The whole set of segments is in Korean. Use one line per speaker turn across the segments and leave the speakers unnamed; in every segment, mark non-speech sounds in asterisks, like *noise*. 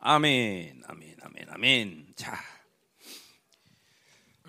아멘, 아멘, 아멘, 아멘. 자,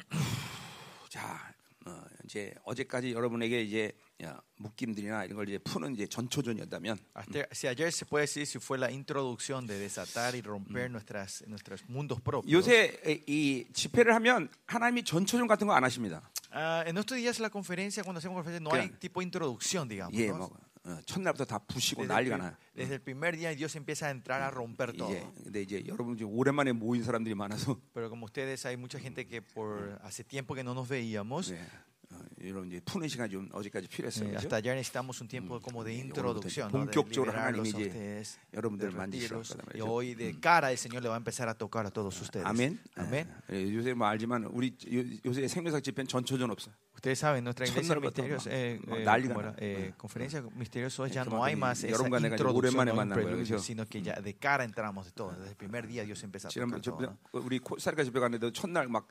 *clears throat* 자 어, 이제 어제까지 여러분에게 이제 야, 묶임들이나 이런 걸 이제 푸는 이제 전초전이었다면
Hasta- si ayer se puede decir si fue la introducción de desatar y romper nuestras, nuestros mundos propios.
요새 이- 이 집회를 하면 하나님이 전초전 같은 거 안 하십니다.
Ah, en estos días la conferencia, cuando hacemos conferencia, no hay
Claro.
tipo de introducción, digamos.
예,
¿no?
뭐 어, 첫날부터 다 부시고
Desde el,
난리가
prim-
나요.
desde el primer día Dios empieza a entrar a romper todo.
이제 근데 이제 여러분 지금 오랜만에 모인 사람들이 많아서
Pero como ustedes, hay mucha gente que por hace tiempo que no nos veíamos.
네, 어, 여러분 이제 푸는 시간 좀 어제까지 필요했어요.
Eh,
그죠?
hasta ayer necesitamos un tiempo como de
예,
introducción.
오늘부터
¿no?
이제
De
본격적으로
liberarlos a
하나님이 이제
ustedes,
여러분들을
de
만지실
retiros.
거다 말이죠.
y hoy de cara el Señor le va a empezar a tocar a todos ustedes.
아멘.
Mm. Ah, Amén. Ah,
예, 요새 뭐 알지만 우리 요- 요새 생명사 집회는 전초전 없어.
Ustedes saben, nuestra iglesia
첫날부터
misteriosa,
막-
eh,
막
eh,
난리가
como era,
나.
eh,
응.
conferencia misteriosa ya
이렇게
no hay
말하더니
más esa
여러분과 내가 이제
introducción,
오랜만에
no hay
만난 거예요,
preludio,
그죠?
sino que ya de cara entramos de todo. Desde el primer día Dios empieza a tocar
지난번 저,
todo. ¿no?
우리 코스타리카 집회 갔는데 첫날 막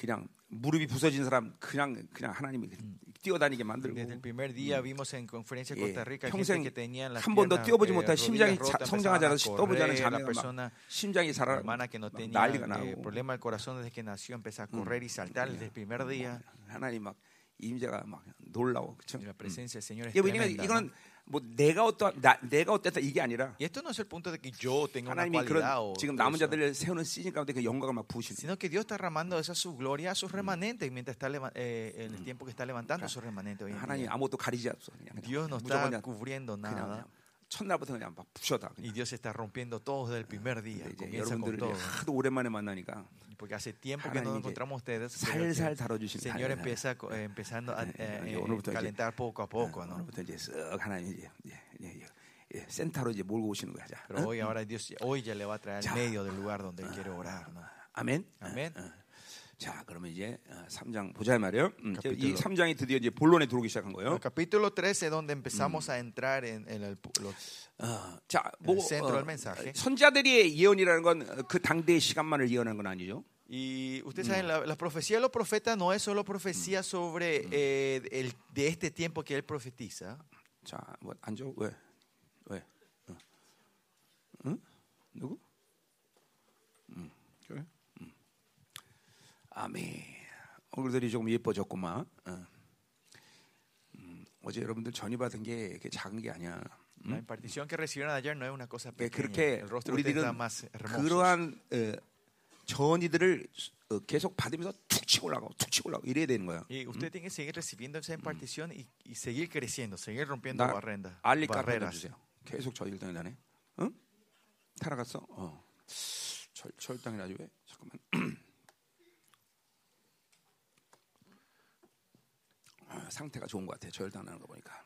그냥 무릎이 부서진 사람 그냥 그냥 하나님이 뛰어다니게 만들고
Desde el primer día vimos en conferencia Mm. en
예,
Costa Rica gente
평생 네,
que tenían las
한 번도
piernas,
뛰어보지
eh,
못한 심장이
rodillas
자-
rotas,
성장하지
empezaban a
않아서 뛰어보지 않은
correr, la
자매가 막뭐
persona
심장이 자라
hermana que no
막
tenía
난리가
eh,
나고
problema al corazón desde que nació empezó a correr y saltar desde el primer día.
하나님 막 임재가 막 놀라워 그렇죠?
Y La presencia del Señor es
예, 그러니까
tremenda, ¿no?
이거는 뭐 내가 어떠 나, 내가 어땠다 이게 아니라
Y esto no es el punto de que yo tenga una
하나님이
cualidad
그런
o
지금
todo
남은
eso.
자들을 세우는 시즌 가운데 그 영광을 막 부으시는
sino que Dios está derramando esa su gloria a sus remanentes mientras está leva- eh, en el tiempo que está levantando sus remanentes hoy en
하나님 이
día.
아무것도 가리지 않았어 그냥,
Dios
그냥
no
무조건
está
그냥,
cubriendo
그냥,
nada
그냥 첫날부터 그냥 막 부셔다
y
그냥.
Dios está rompiendo todo desde el primer día.
근데 이제
Comienza con
여러분들을
todo.
이제 하도 오랜만에 만나니까
Porque hace tiempo que no nos
하나님 이제
encontramos ustedes.
살살
Señor,
다뤄주시는
Señor
하나님.
empieza co- eh, empezando a eh,
예,
eh,
오늘부터 이제-
calentar poco a poco, ¿no?
어, 오늘부터 이제 쓱 하나님 이제 예, 예, 예, 예, 센터로 이제 몰고 오시는 거야 자.
Pero hoy ahora Dios hoy ya le va a traer
Ya. ah.
al medio del lugar donde él quiere orar, ¿no?
아멘.
아멘.
어, 어. 자, 그러면 이제 어, 3장 보자 이 말이에요. 음, 이제 이
카피톨로.
3장이 드디어 이제 본론에 들어오기 시작한 거예요.
El capítulo 13 donde empezamos a entrar en, en el pu- los-
어, 자, 뭐
centro del mensaje.
선자들의 예언이라는 건 그 당대의 시간만을 예언하는 건 아니죠.
Y ustedes saben, la, la profecía de los profetas no es solo profecía sobre eh, el, de este tiempo que él profetiza.
자, 뭐 앉아. 왜? 왜? 어. 응? 누구? 음, 그래? 음. 아멘. 얼굴들이 조금 예뻐졌구만. 어. 음, 어제 여러분들 전이 받은 게 이렇게 작은 게 아니야.
La impartición que recibieron ayer no es una cosa
예,
pequeña.
그렇게
el rostro de ustedes está
우리들은
más hermoso.
그러한 어, 전이들을 어, 계속 받으면서 툭 치고 올라가고 툭 치고 올라가고 이래야 되는 거야.
Y usted tiene que seguir recibiendo esa impartición y, y seguir creciendo, seguir rompiendo
나
barrenda-
알리
barreras.
깎아주세요. 계속 저일 당이다네. 응? 타락갔어? 어. 절, 절당이라지 왜? 잠깐만. *clears throat* 아, 상태가 좋은 것 같아. 절당 나는 거 보니까.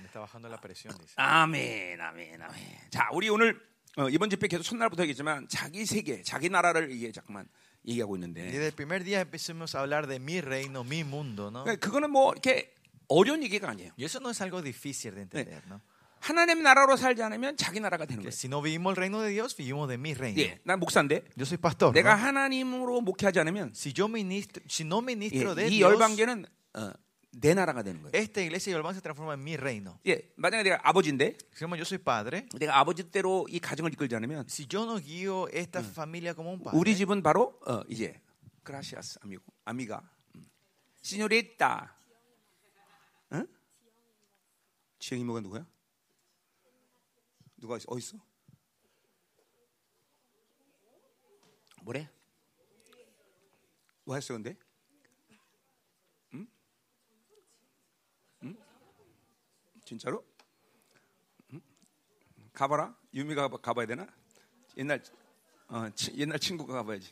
Me está bajando la presión, dice.
아멘, 아멘, 아멘. 자, 우리 오늘 어, 이번 집회 계속 첫날부터 얘기했지만 자기 세계, 자기 나라를 이게 잠깐만 얘기하고
Y
있는데
desde el primer día empecemos a hablar de mi reino, mi mundo, ¿no?
그거는뭐 이렇게 어려운 얘기가 아니에요.
Y eso no es algo difícil de entender, ¿no?
하나님 나라로 살지 않으면 자기 나라가 되는
Que
거예요.
si no vivimos el reino de Dios, vivimos de mi reino.
예, 난 목사인데
Yo soy pastor.
내가
¿no?
하나님으로 목회하지 않으면
Si yo ministro, si no
예,
ministro de
이
Dios,
열방계는 어, 내 나라가 되는 거예요.
esta iglesia y el se transforma en mi reino.
예, 만약에 내가 아버지인데
Digamos, yo soy padre.
내가 아버지대로 이 가정을 이끌지 않으면
Si yo no guío esta familia como un padre,
우리 집은 바로 어, 이제 그라시아스 아미고 아미가 음. 시뇨레타 응? 지영 이모가 누구야? 누가 있어? 어디 있어? 뭐래? 뭐 했어 근데? 응? 응? 진짜로? 응? 가봐라 유미가 가봐- 가봐야 되나? 옛날 어, 치- 옛날 친구가 가봐야지.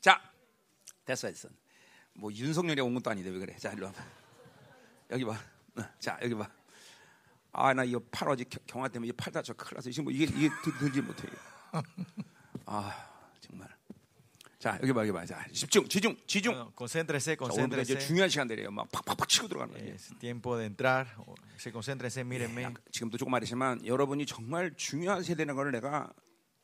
자, 됐어, 됐어. 뭐 윤석열이 온 것도 아닌데 왜 그래? 자, 일로 와봐. 여기 봐. 어, 자, 여기 봐. 아, 나 이거 팔 어제 겨- 경화 때문에 이팔 다쳐 큰일 났어. 지금 뭐 이게 이게 들, 들지 못해. 이거. 아, 정말. 자, 여기 봐, 여기 봐. 자, 집중, 지중, 지중.
Bueno, concéntrese,
자, 오늘 이제
concéntrese.
중요한 시간들이에요. 막 팍팍팍 치고 들어가는 거예요.
Es tiempo de entrar. O-
네.
Se concéntrense, mírenme.
지금도 조금 말했지만 여러분이 정말 중요한 세대라는 걸 내가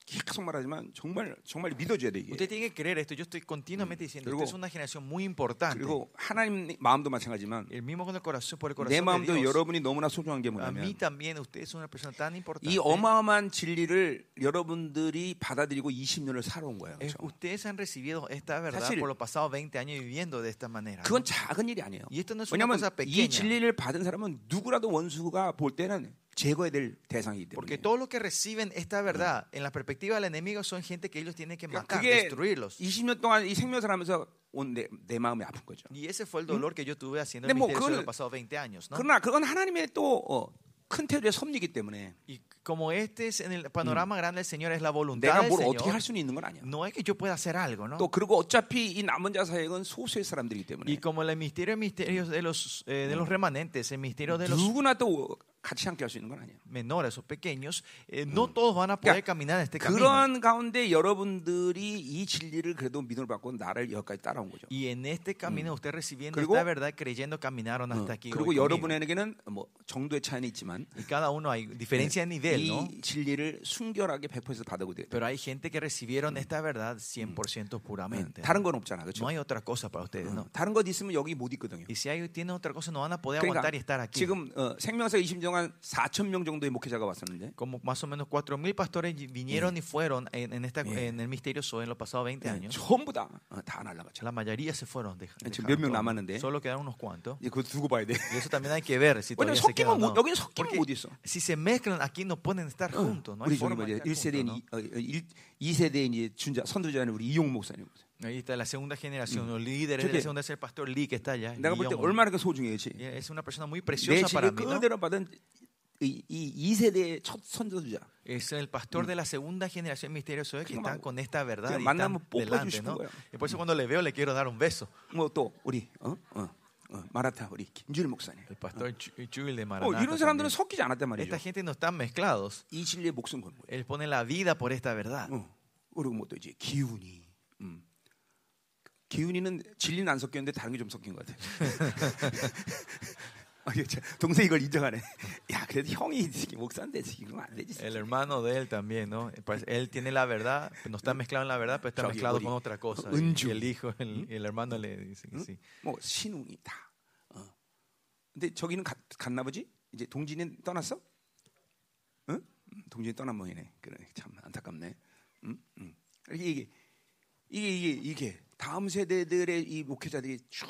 계속 말하지만 정말 정말 믿어줘야 돼 이게.
Usted tiene que creer esto. Yo estoy continuamente diciendo,
그리고-
esta es una generación muy importante.
그리고 하나님 마음도 마찬가지지만
El mismo con el corazón, por el
내
corazón de
마음도
Dios.
예, 여러분이 너무나 소중한 게
A mí
뭐냐면
también usted es una persona tan importante.
이 어마어마한 진리를 여러분들이 받아들이고 20년을 살아온 거예요.
Es-
그렇죠?
ustedes han recibido esta verdad
사실-
por los pasados 20 años viviendo de esta manera. ¿no?
그건 작은 일이 아니에요.
이 esto no es una
왜냐하면
cosa pequeña.
이 진리를 받은 사람은 누구라도 원수가 볼 때는 제거해야 될 대상이기 때문에.
Porque todos los que reciben esta verdad en la perspectiva del enemigo son gente que ellos tienen que
그러니까
matar,
그게
destruirlos.
20년 동안 이 생명을 하면서 온 내 마음이 아픈 거죠.
Y ese fue el dolor que yo tuve haciendo
근데
el
뭐
ministerio
그건-
de los pasados 20 años. ¿no?
그러나 그건 하나님의 또 어, 큰 태도의 섭리이기 때문에
Y como este es en el panorama grande del Señor, es la voluntad
내가
del
뭘 어떻게 할 수는
Señor,
있는 건 아니야.
no es que yo pueda hacer algo, ¿no?
또 그리고 어차피 이 남은 자 사역은 소수의 사람들이기
Y
때문에
como el misterio, el misterio de los, eh, de los remanentes, el misterio de los
누구나 또 같이 함께 할 수 있는 건 아니야.
menores o pequeños, eh, no todos van a
그러니까
poder caminar en este camino.
그런 가운데 여러분들이 이 진리를 그래도 믿음을 받고 나를 여기까지 따라온 거죠.
Y en este camino, usted recibiendo
그리고-
esta verdad, creyendo, caminaron hasta aquí. hoy
어. 그리고
conmigo.
여러분에게는 뭐 정도의 차이는 있지만 네,
Y cada uno hay diferencia de nivel, ¿no?
이 어? 진리를 순결하게 100% 받아들고 돼요.
Pero hay gente que recibieron esta verdad 100% puramente.
다른 건 없잖아,
No
그렇죠?
hay otra cosa para ustedes, ¿no?
다른 것 있으면 여기 못 있거든요.
Y si hay, tienen otra cosa, no van a poder
그러니까
aguantar y estar aquí.
지금 어, 생명사 20년 동안 4천 명 정도의 목회자가 왔었는데
Como más o menos 4.000 pastores vinieron y fueron en, en esta, en el misterioso en los pasados
네.
20 años.
전부 다 어, 다 날라갔죠.
La mayoría se fueron. dej-
지금
dejaron
몇명
todo.
남았는데.
Solo quedaron unos cuantos.
이제 그거 두고 봐야 *laughs* 돼.
Y eso también hay que ver si
왜냐면
todavía se quedan o
섞이면 못,
no.
여기는 섞이면 못 있어.
Si se mezclan, aquí no pueden estar
Ah,
juntos. No hay
우리 주님
forma de
이제
estar
1세대인
juntos,
이세대인 이제 준자 선두자는 우리 이용 목사님.
¿no? Ahí está la segunda generación, los líderes de
저기-
la segunda es el pastor Lee que está allá.
내가 볼 때
Guillermo.
얼마나 그 소중해요, 지.
Y Es una persona muy
내
preciosa para
집에
mí. ¿no?
그대로 받은 이, 이 2세대의 첫 선두자.
Es el pastor de la segunda generación misterioso que
그냥
están con esta verdad
그냥
y están
만나면 뽀뽀해
delante,
주시는
¿no?
거예요.
Y por eso cuando le veo le quiero dar un beso.
뭐 또 우리 어? 어, 어, 마라타 우리 김준일 목사님.
El pastor Chu- Chuy de
어,
Maranatha
이런 사람들은
también.
섞이지 않았단 말이죠.
Esta gente no están mezclados.
이 진리에 목숨 거는 거예요.
Él pone la vida por esta verdad.
어. 그리고 뭐또 이제 기운이. 음. 기운이는 진리는 안 섞였는데 다른 게 좀 섞인 것 같아. *laughs* 아, 이거 참, 동생이 이걸 인정하네. 야, 그래도 형이 이 새끼 목사인데 이건 안 되지.
El hermano de él también, ¿no? Parece- Él tiene la verdad, no está mezclado en la verdad, pero está
저기
mezclado
우리
con otra cosa. Y
은주.
el hijo, el, el hermano le dice que sí.
뭐 신웅이 다. 어. 근데 저기는 갔, 갔나 보지? 이제 동진이 떠났어? 응? 음, 동진이 떠난 모양이네. 그래 참 안타깝네. 응? 응. 이게 이게 이게 이게 이게 다음 세대들의 이 목회자들이 쭉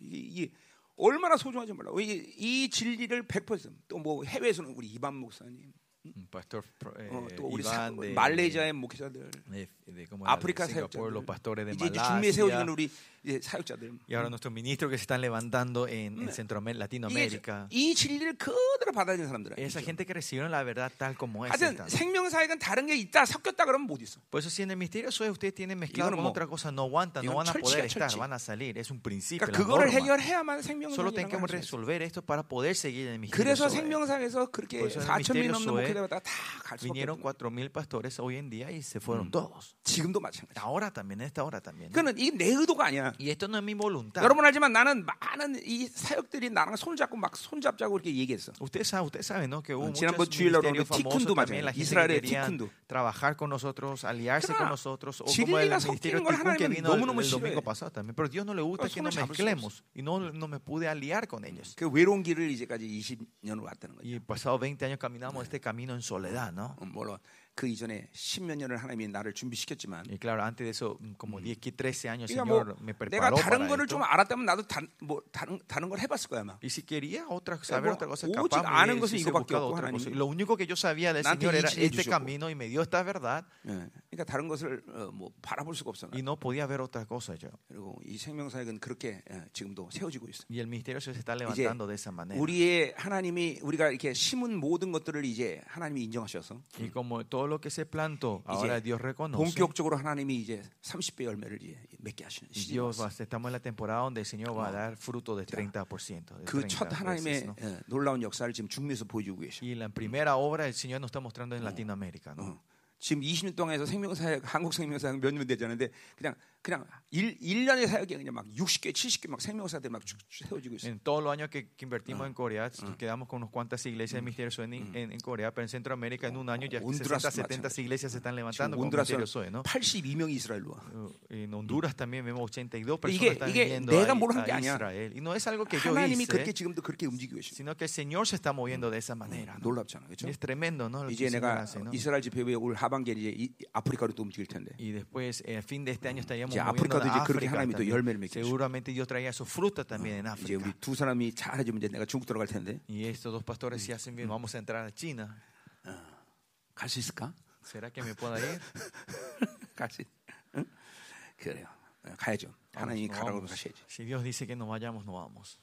이게, 이게 얼마나 소중하지 몰라. 이게 이 진리를 100%또 뭐 해외에서는 우리 이반 목사님,
Un pastor eh,
어, 또 우리 사-
Iván de,
말레이시아의 목회자들,
de- de- ¿cómo era?
아프리카
Singapur,
사역자들,
los pastores de
이제 중미에 세워지는
Malasia.
우리 이제 사역자들.
Y ahora nuestros ministros que se están levantando en, en Centroamérica,
이게
Latinoamérica.
이 진리를 그대로 받아들인 사람들은
Esa gente que recibieron la verdad tal como es.
하여튼
están.
생명 사역은 다른 게 있다 섞였다 그러면 못 있어.
Por eso si en el misterio suave ustedes tienen mezclado
이거는
con
뭐,
otra cosa, no aguantan, no
이건
van a poder
철칙이야,
estar,
철칙.
van a salir. Es un principio.
그러니까
la
그거를
norma.
해결해야만 생명
Solo tenemos que
사역이라고 요
resolver esto para poder seguir en el misterio.
그래서
suave.
생명 사역에서 그렇게
벌써
4천 명이
미스테리오
넘는
소에
목회자가 다갈 수밖에
Vinieron
없는 거야.
4.000 pastores hoy en día y se fueron todos.
지금도 마찬가지.
Ahora también, en esta hora también. Mm. ¿no?
그는 이게 내 의도가 아니야.
Y esto no es mi voluntad.
여러분 알지만 나는 많은 이 사역들이 나랑 손잡고 막 손잡자고 이렇게 얘기했어.
Ustedes saben, usted sabe, ¿no? Que hubo
Ah,
muchos
지난번 주일날 그러는데
ministerios famosos
티쿤도
también,
맞아요.
la gente que
이스라엘의
querían
티쿤도.
trabajar con nosotros, aliarse
그러나
con nosotros, o como el
진리가
ministerio
섞이는 걸
Tikkun que
하나님은
vino el,
너무너무
el
싫어해.
domingo pasado también. Pero Dios no le gusta
그러니까
que nos
손을 잡을 수가
mezclemos y no, no me pude aliar con ellos.
그 외로운 길을 이제까지 20년을 왔다는 거지.
Y pasado 20 años caminamos este camino en soledad, ¿no?
어, 물론 그 이전에 10몇 년을 하나님이 나를 준비시켰지만
Y claro, antes de eso, como 10, que 13 años,
그러니까 뭐
Señor, me
내가
preparó
다른
para
거를
esto.
좀 알았다면 나도 다, 뭐 다른 다른 걸 해봤을 거야 아마.
Y si quería otra,
뭐
saber otra cosa,
오직
capaz
아는
me
것은
hubiese
이거밖에
buscado
없고
otra cosa.
하나님.
Y Lo único que yo sabía del
나한테
Señor
이
era
진리를
este
주셨고.
camino y me dio esta verdad
예. 그러니까 다른 것을 어, 뭐 바라볼 수가 없어.
y no podía ver otra cosa yo.
그리고 이 생명사역은 그렇게 예, 지금도 세워지고 있어.
Y el misterio se está
이제
levantando de esa manera.
우리의 하나님이 우리가 이렇게 심은 모든 것들을 이제 하나님이 인정하셔서
y como todo lo que se plantó, ahora Dios reconoce.
본격적으로 하나님이 이제 30배 열매를 이제 맺게 하시는
y
시기.
Dios va- estamos en la temporada donde el Señor va a dar fruto del 30%. de
그 첫
30 veces,
하나님의
¿no?
예, 놀라운 역사를 지금 중미에서 보여주고 계셔.
Y la primera obra el Señor nos está Mm. mostrando en Latinoamérica. ¿no?
어. 지금 20년 동안에서 생명사역 한국 생명사역 몇년 되지 않은데 그냥 그냥 일 1년의 사역이 그냥 막 60개, 70개 막 생명사들 막 쭉- 쭉 세워지고 있어. 요
En todos los años que, que invertimos en Corea, quedamos con unas cuantas iglesias de Ministerio Soe en, en- en Corea, pero en Centroamérica en Mm. un año ya
Honduras
60, 70
macho.
iglesias se están levantando
지금
con
온두라스
Ministerio Soe, ¿no? Uh,
82명이 이스라엘로 와.
En Honduras también vemos 82
Pero
personas
이게-
están
이게
viniendo
내가
a-
뭘 한게
a
아니야.
Israel. Y no es algo que yo
하나님이 그렇게
hice,
지금도 그렇게 움직이고 계십니다.
sino que el Señor se está moviendo de esa manera. ¿no?
놀랍잖아,
Y
그렇죠?
es tremendo, ¿no? Lo que
이제
el Señor
내가
hace, ¿no?
이스라엘 집회에 올 하반기에 이제 이- 이 아프리카로 또 움직일 텐데.
Y después, a fin de este año, estaríamos
이제
moviendo
아프리카도
a
이제 그렇게
África
하나님이 또
también.
열매를 맺게
Seguramente Dios traía su fruta también en
이제 우리
África.
두 사람이 잘해주면 이제 내가 중국 들어갈 텐데
Y estos dos pastores, si hacen bien, vamos a entrar a China.
갈 수 있을까? *laughs*
¿Será que me pueda ir?
갈 수. 있- 응? 그래요. 어, 가야죠. 하나님이
No
가라고
vamos.
가셔야지.
Si Dios dice que nos vayamos, no vamos.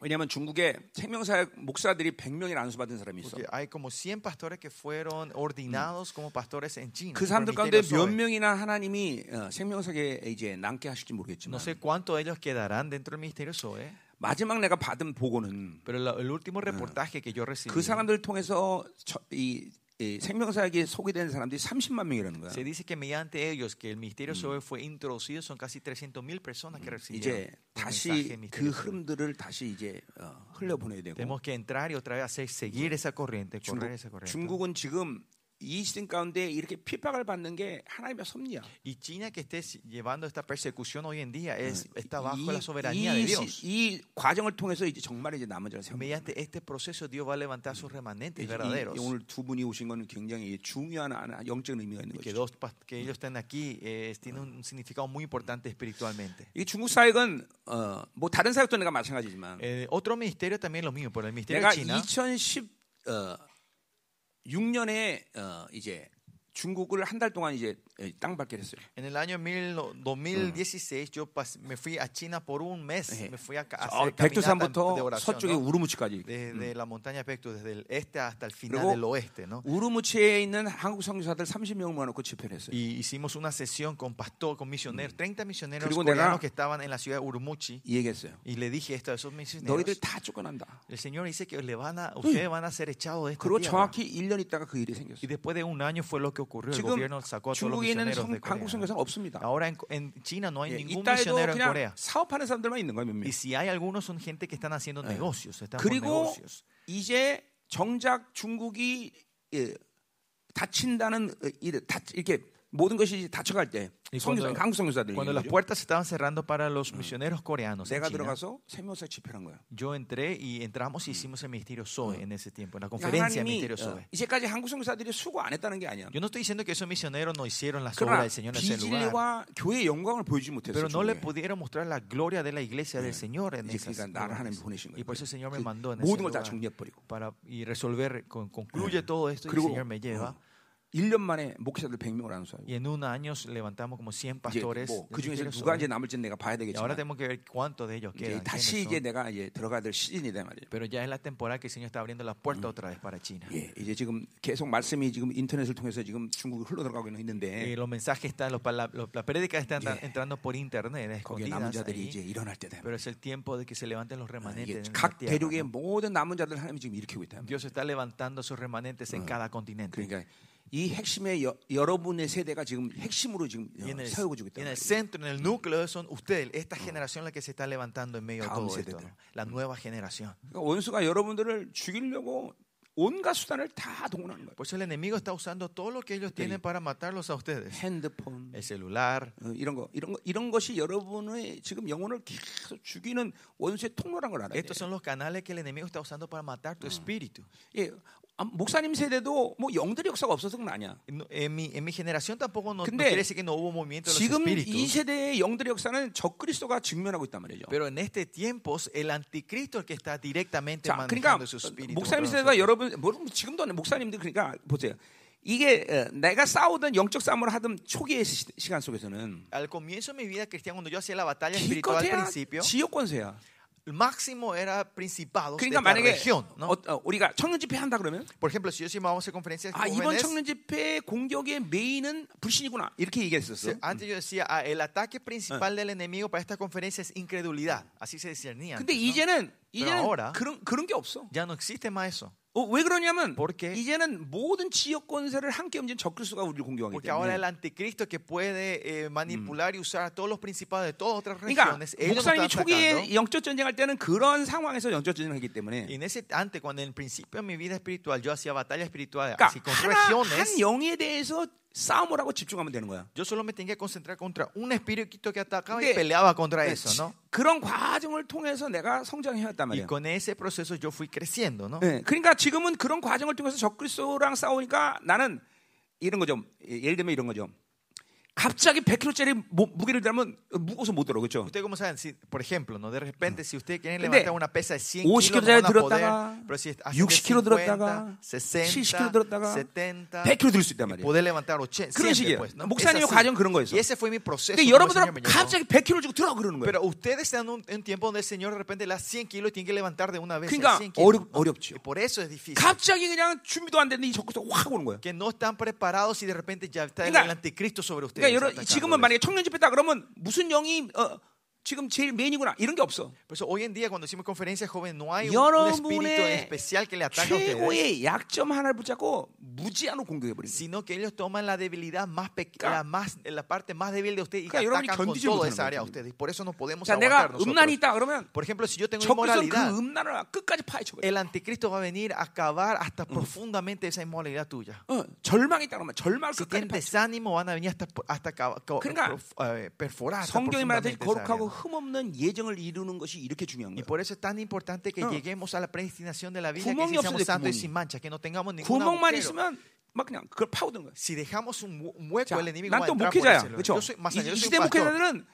왜냐하면 중국에 생명사 목사들이 100명이나 안수받은 사람이 있어.
Porque hay como 100 pastores que fueron ordenados como pastores en China.
그
por
사람들 가운데
Ministerio
몇
Zoe.
명이나 하나님이 어, 생명사에 이제 남게 하실지 모르겠지만
No sé cuántos de ellos quedarán dentro del Ministerio Zoe,
마지막 내가 받은 보고는
pero la- el último reportaje Ah. que yo recibí
그 사람들 통해서 저- 이, 이 생명사에 소개된 사람들이 30만 명이라는 거야.
se dice que mediante ellos que el Ministerio Zoe fue introducido son casi 300.000 personas que recibieron
이제
el
다시
mensaje del
그
Ministerio Zoe.
흐름들을 다시 이제 어, 흘려보내야 되고
Tenemos que entrar y otra vez hacer seguir esa corriente, correr esa
중국,
corriente.
중국은 지금 이 시즌 가운데 이렇게 핍박을 받는 게 하나님의 섭리야.
y China que esté si- llevando esta persecución hoy en día es,
Mm.
está bajo
이,
la soberanía
이
de
시-
Dios.
이 과정을 통해서 이제 정말 이제 남은 자를 세우는
Mediante este proceso Dios va a levantar sus remanentes
거예요. 이- 이
verdaderos.
오늘 두 분이 오신 건 굉장히 중요한 하나- 영적인 의미가 있는
Y que,
거죠.
dos, pas- que ellos estén aquí eh, tiene un significado muy importante espiritualmente.
이 중국 사역은 어, 뭐 다른 사역도 내가 마찬가지지만
Eh, otro ministerio también lo mismo, por el ministerio
내가 어,
de China.
2016년에 어, 이제 중국을 한 달 동안 이제 에, 땅 밟게 됐어요.
En el año mil no- 2016 yo pas- me fui a China por un mes.
Eh.
Me fui a, ca- a
어,
hacer caminata de
백두산부터
oración.
서쪽의
¿no?
우르무치까지.
Desde la montaña Pectus, desde el este hasta el final
Luego-
del oeste, ¿no?
우르무치에 있는 한국 선교사들 30명 모아놓고 집회를 했어요.
Y hicimos una sesión con pastor, con misioneros, 30 misioneros
그리고
coreanos
내가-
que estaban en la ciudad de Urumqi.
이 얘기했어요.
Y le dije esto a esos misioneros.
너희들 다 쫓겨난다.
El Señor dice que le van a, ustedes van a ser echados de esta
그리고
tierra.
정확히 1년 있다가 그 일이
Y
생겼어요.
después de un año fue lo que ocurrió. El
지금
gobierno sacó a todos los
중국에 있는
misioneros
성-
de
한국
Corea.
선교사가 없습니다.
Ahora en, en China no hay
예,
ningún
이따에도
misionero en
그냥
Corea.
사업하는 사람들만 있는 거예요. 몇 명.
Y si hay algunos son gente que están haciendo negocios, están con
그리고
negocios.
이제 정작 중국이 예, 닫힌다는 어, 이래, 닫- 이렇게 모든 것이 이제 닫혀갈 때
이
선교사,
권도-
한국 선교사들이
Cuando las
얘기하죠.
puertas se estaban cerrando para los misioneros coreanos, en
내가
China,
들어가서 세명사 집회한 거야.
yo entré y entramos y hicimos el ministerio Zoe en ese tiempo, en la
그러니까
conferencia
하나님이
del ministerio
어,
Zoe.
이제까지 한국 선교사들이 수고 안 했다는 게 아니야.
Yo no estoy diciendo que esos misioneros no hicieron las obras
그러나
del Señor en ese lugar,
비진리와 교회의 영광을 보여주지 못했어.
pero no le
중국에.
pudieron mostrar la gloria de la iglesia del Señor en
이제
ese
그러니까 나를 하나님 보내신
Y
거예요.
por eso el Señor me mandó en ese
모든 걸 다
lugar
정리해버리고
para y resolver, con- concluye todo esto y el
그리고-
Señor me lleva.
1년 만에 목회자들 100명을 안수하고
Y en un año levantamos como 100
이제
pastores. del
뭐그 중에서
ministerio
누가
Zoe.
이제 남을지는 내가 봐야
Y ahora
되겠지만
tenemos que ver cuántos de ellos
이제
quedan.
다시
quiénes
이제
son.
내가 이제 들어가야 될 시즌이다 말이에요.
Pero ya es la temporada que el Señor está abriendo la puerta otra vez para China.
예, 이제 지금 계속 말씀이 지금 인터넷을 통해서 지금 중국이 흘러 들어가고 있는데
Eh, los mensajes están, los, pala- los- las prédicas están da- entrando por internet,
거기에 남은
escondidas.
자들이
ahí.
이제 일어날 때다.
pero es el tiempo de que se levanten los
이게
remanentes. en la
각
tierra,
대륙의
¿no?
모든 남은 자들 하나님이 지금 일으키고 있다.
Dios está levantando sus remanentes en cada continente.
그러니까 이 핵심의 여, 여러분의 세대가 지금 핵심으로 지금 어,
Y en el,
세워지고 있다.
y en el centro, en el núcleo, son ustedes, esta generación la que se está levantando en medio de
Daum
todo esto,
sedeler.
¿no? la nueva generación.
그러니까 원수가 여러분들을 죽이려고 온갖 수단을 다 동원하는 거예요.
Por eso el enemigo está usando todo lo que ellos tienen para matarlos a ustedes.
핸드폰
El celular,
어, 이런 거 이런 거 이런 것이 여러분의 지금 영혼을 계속 죽이는 원수의 통로란 걸 알아야 돼요.
Estos son los canales que el enemigo está usando para matar tu espíritu.
예, 아, 목사님 세대도 뭐 영들의 역사가 없어서 그건 아니야.
No, En mi, en mi generación tampoco no, no
Pero-
quiere decir que no hubo movimiento de los
지금 이
espíritus.
세대의 영들의 역사는 적그리스도가 증명하고 있단 말이죠.
Pero en este tiempo el anticristo es el que está directamente
자, 그러니까
manejando su espíritu.
목사님
contra
세대가
nosotros.
여러분 뭐, 지금도 안 해. 목사님들 그러니까 보세요. 이게 어, 내가 싸우던 영적 싸움을 하던 초기의 시, 시간 속에서는
Al comienzo de mi vida cristiana, cuando yo hacía la batalla espiritual al
기껏해야
principio,
지역 권세야.
el máximo era principados de
그러니까
la
만약에
región. ¿no?
어, 어, 우리가 청년 집회 한다 그러면
Por ejemplo, si yo sí vamos a hacer conferencias
아 이번
jóvenes,
청년 집회 공격의 메인은 불신이구나 네. 이렇게 얘기했었어.
se- antes yo decía, "Ah, el ataque principal del enemigo para esta conferencia es incredulidad. Así se discernía.
근데
antes, ¿no?
이제는 이제는
ahora-
그런 그런 게 없어.
Ya no existe más eso.
어, 왜 그러냐면
¿Por qué?
이제는 모든 지역 권세를 함께 움직인 적그리스도가 우리를 공격하기
Porque
때문에.
ahora el anticristo que puede eh, manipular y usar a todos los principados de todas otras
그러니까
regiones, ellos nos
목사님이
están atacando.
초기에 영적 전쟁할 때는 그런 상황에서 영적 전쟁을 했기 때문에
Y en ese antes, cuando en el principio de mi vida espiritual yo hacía batalla espiritual así
그러니까
con
하나
regiones,
한 영에 대해서 싸움을 하고 집중하면 되는 거야.
yo solo me tenía que concentrar contra un espíritu que atacaba y
근데
peleaba contra
네,
eso, ¿no?
그런 과정을 통해서 내가 성장해왔단
Y
말이야.
con ese proceso yo fui creciendo, ¿no?
네, 그러니까 지금은 그런 과정을 통해서 적그리스도랑 싸우니까 나는 이런 거죠. 예, 예를 들면 이런 거죠. 갑자기 100kg짜리 무게를 들면 무거워서 못 들어, 그렇죠?
Usted como saben, si, por ejemplo, no de repente si ustedes quieren
근데
levantar una pesa de 100 kilos,
50kg
no van a
들었다가,
poder, pero si hacen de
60kg
50,
들었다가, 70kg
60,
들었다가,
70,
100kg 들 수 있단
y
말이에요.
poder levantar 80,
그런
100,
식이에요.
pues, ¿no?
목사님의
Es así.
과정은 그런 거였어.
Y ese fue mi proceso.
근데
como el
여러분들은
Señor me llevó.
갑자기 100kg 주고 들어 그러는 거예요.
Pero ustedes están en un, en tiempo donde el Señor de repente le da 100 kilos y tienen que levantar de una vez. el
그러니까
100 kilos,
어렵,
¿no?
어렵죠.
Y por eso es difícil.
갑자기 그냥 준비도 안 됐는데 이 적그리스도가 확 오는 거예요.
Que no están preparados y de repente ya está
그러니까-
el anticristo sobre
그러니까
ustedes.
여러,
atacándoles.
지금은 만약에 청년 집회다 그러면 무슨 영이 어, 지금 제일 메인이구나 이런 게 없어.
por eso hoy en día cuando hacemos conferencias jóvenes no hay un, un espíritu
여러분의
especial que le ataque a ustedes.
최고의 약점 하나를 붙잡고 무지한으로 공격해 버린 거예요.
sino que ellos toman la debilidad más
Claro.
pequeña, la, más, la parte más débil de ustedes y que
Claro, 여러분이
atacan con
견디지
toda
못하는
esa área a
거죠.
ustedes. Por eso no podemos
자, 내가
aguantar
음란이
nosotros.
있다 그러면
Por ejemplo, si yo tengo
적그리스도는
inmoralidad,
그 음란을 끝까지 파헤쳐 버려.
el anticristo va a venir a acabar hasta profundamente esa inmoralidad tuya.
어, 절망이 있다 그러면 절망을
Si
끝까지
tienen
파헤쳐.
desánimo, van a venir hasta, hasta acaba- co-
그러니까
prof- eh, perforar. hasta
성경이 말하듯이
profundamente esa área,
거룩하고
¿no?
흠없는 예정을 이루는 것이 이렇게 중요한
Y
거예요.
por eso es tan importante que
어.
lleguemos a la predestinación de la Biblia, que
구멍이
seamos
없어도 돼,
santos y
구멍이.
sin mancha, que no tengamos ningún
구멍만
agujero.
있으면 막 그냥 그걸 파고든 거예요.
Si dejamos un, hu- un hueco,
자,
el enemigo
난
va a
또
entrar por
목회자야.
ese lugar.
그렇죠?
Yo soy, más allá,
이
yo soy
시대
un pastor.
목회자들은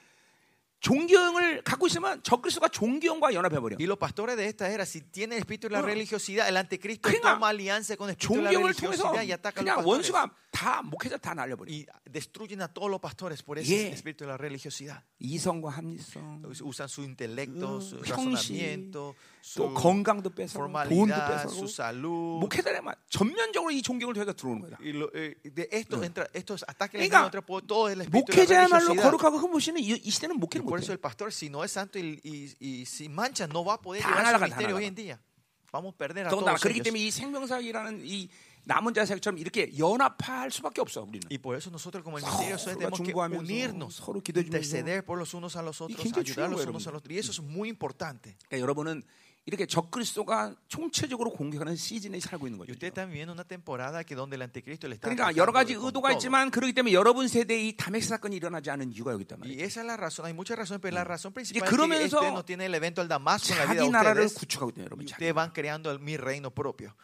존경을 갖고 있으면 적그리스도가 존경과 연합해 버려.
Y los pastores de esta era, si tienen el espíritu de
어.
la religiosidad, el anticristo
그러니까
toma alianza con el espíritu de la
존경을 통해서
religiosidad y ataca a los
그냥
pastores.
원수가 다 목회자 다 날려버려.
Y destruyen a todos los pastores por ese
Yeah.
espíritu de la religiosidad.
이성과 합리성,
Usan su intelecto,
음,
su
형식, 또
razonamiento, su
건강도 뺏어, 돈도 뺏어.
formalidad, su salud.
목회자에 만 전면적으로 이 존경을 통해서 들어오는 거다.
Y lo- eh, de esto entra, estos ataques
그러니까
entra por todo el espíritu de la
목회자야말로
religiosidad.
거룩하고 흠없이는 이, 이 시대는
Y
목회를
por
못해.
eso el pastor, si no es santo y, y- y sin mancha, no va a poder
다
llevar su
날아가, 다
ministerio hoy
날아가.
en día. Vamos a perder a
더군다나
todos
그렇기
ellos.
때문에 이 생명사역이라는 이 남은 자세처럼 이렇게 연합할 수밖에 없어 우리는.
Y por eso nosotros como el
서로가
ministerio Soy tenemos que
중보하면서
unirnos,
서로 기도해
interceder por los unos a los otros,
굉장히
ayudar los
중요해요,
unos a los otros. Y eso es muy importante.
그러니까 여러분은 이렇게 적그리스도가 총체적으로 공격하는 시즌에 살고 있는
Y
거죠.
ustedes están viviendo una temporada que donde el anticristo le está
그러니까
atacando
여러 가지
con
의도가
todo.
있지만 그렇기 때문에 여러분 세대에 이 담핵 사건이 일어나지 않은 이유가 여기 있단 말이에요.
Y esa es la razón, hay muchas razones, pero la razón principal es
그러면서
que usted no tiene el evento al Damasco en la vida
자기
de
나라를
ustedes.
구축하고 있대요,
Y
여러분. 자기.
ustedes van creando el- mi reino propio.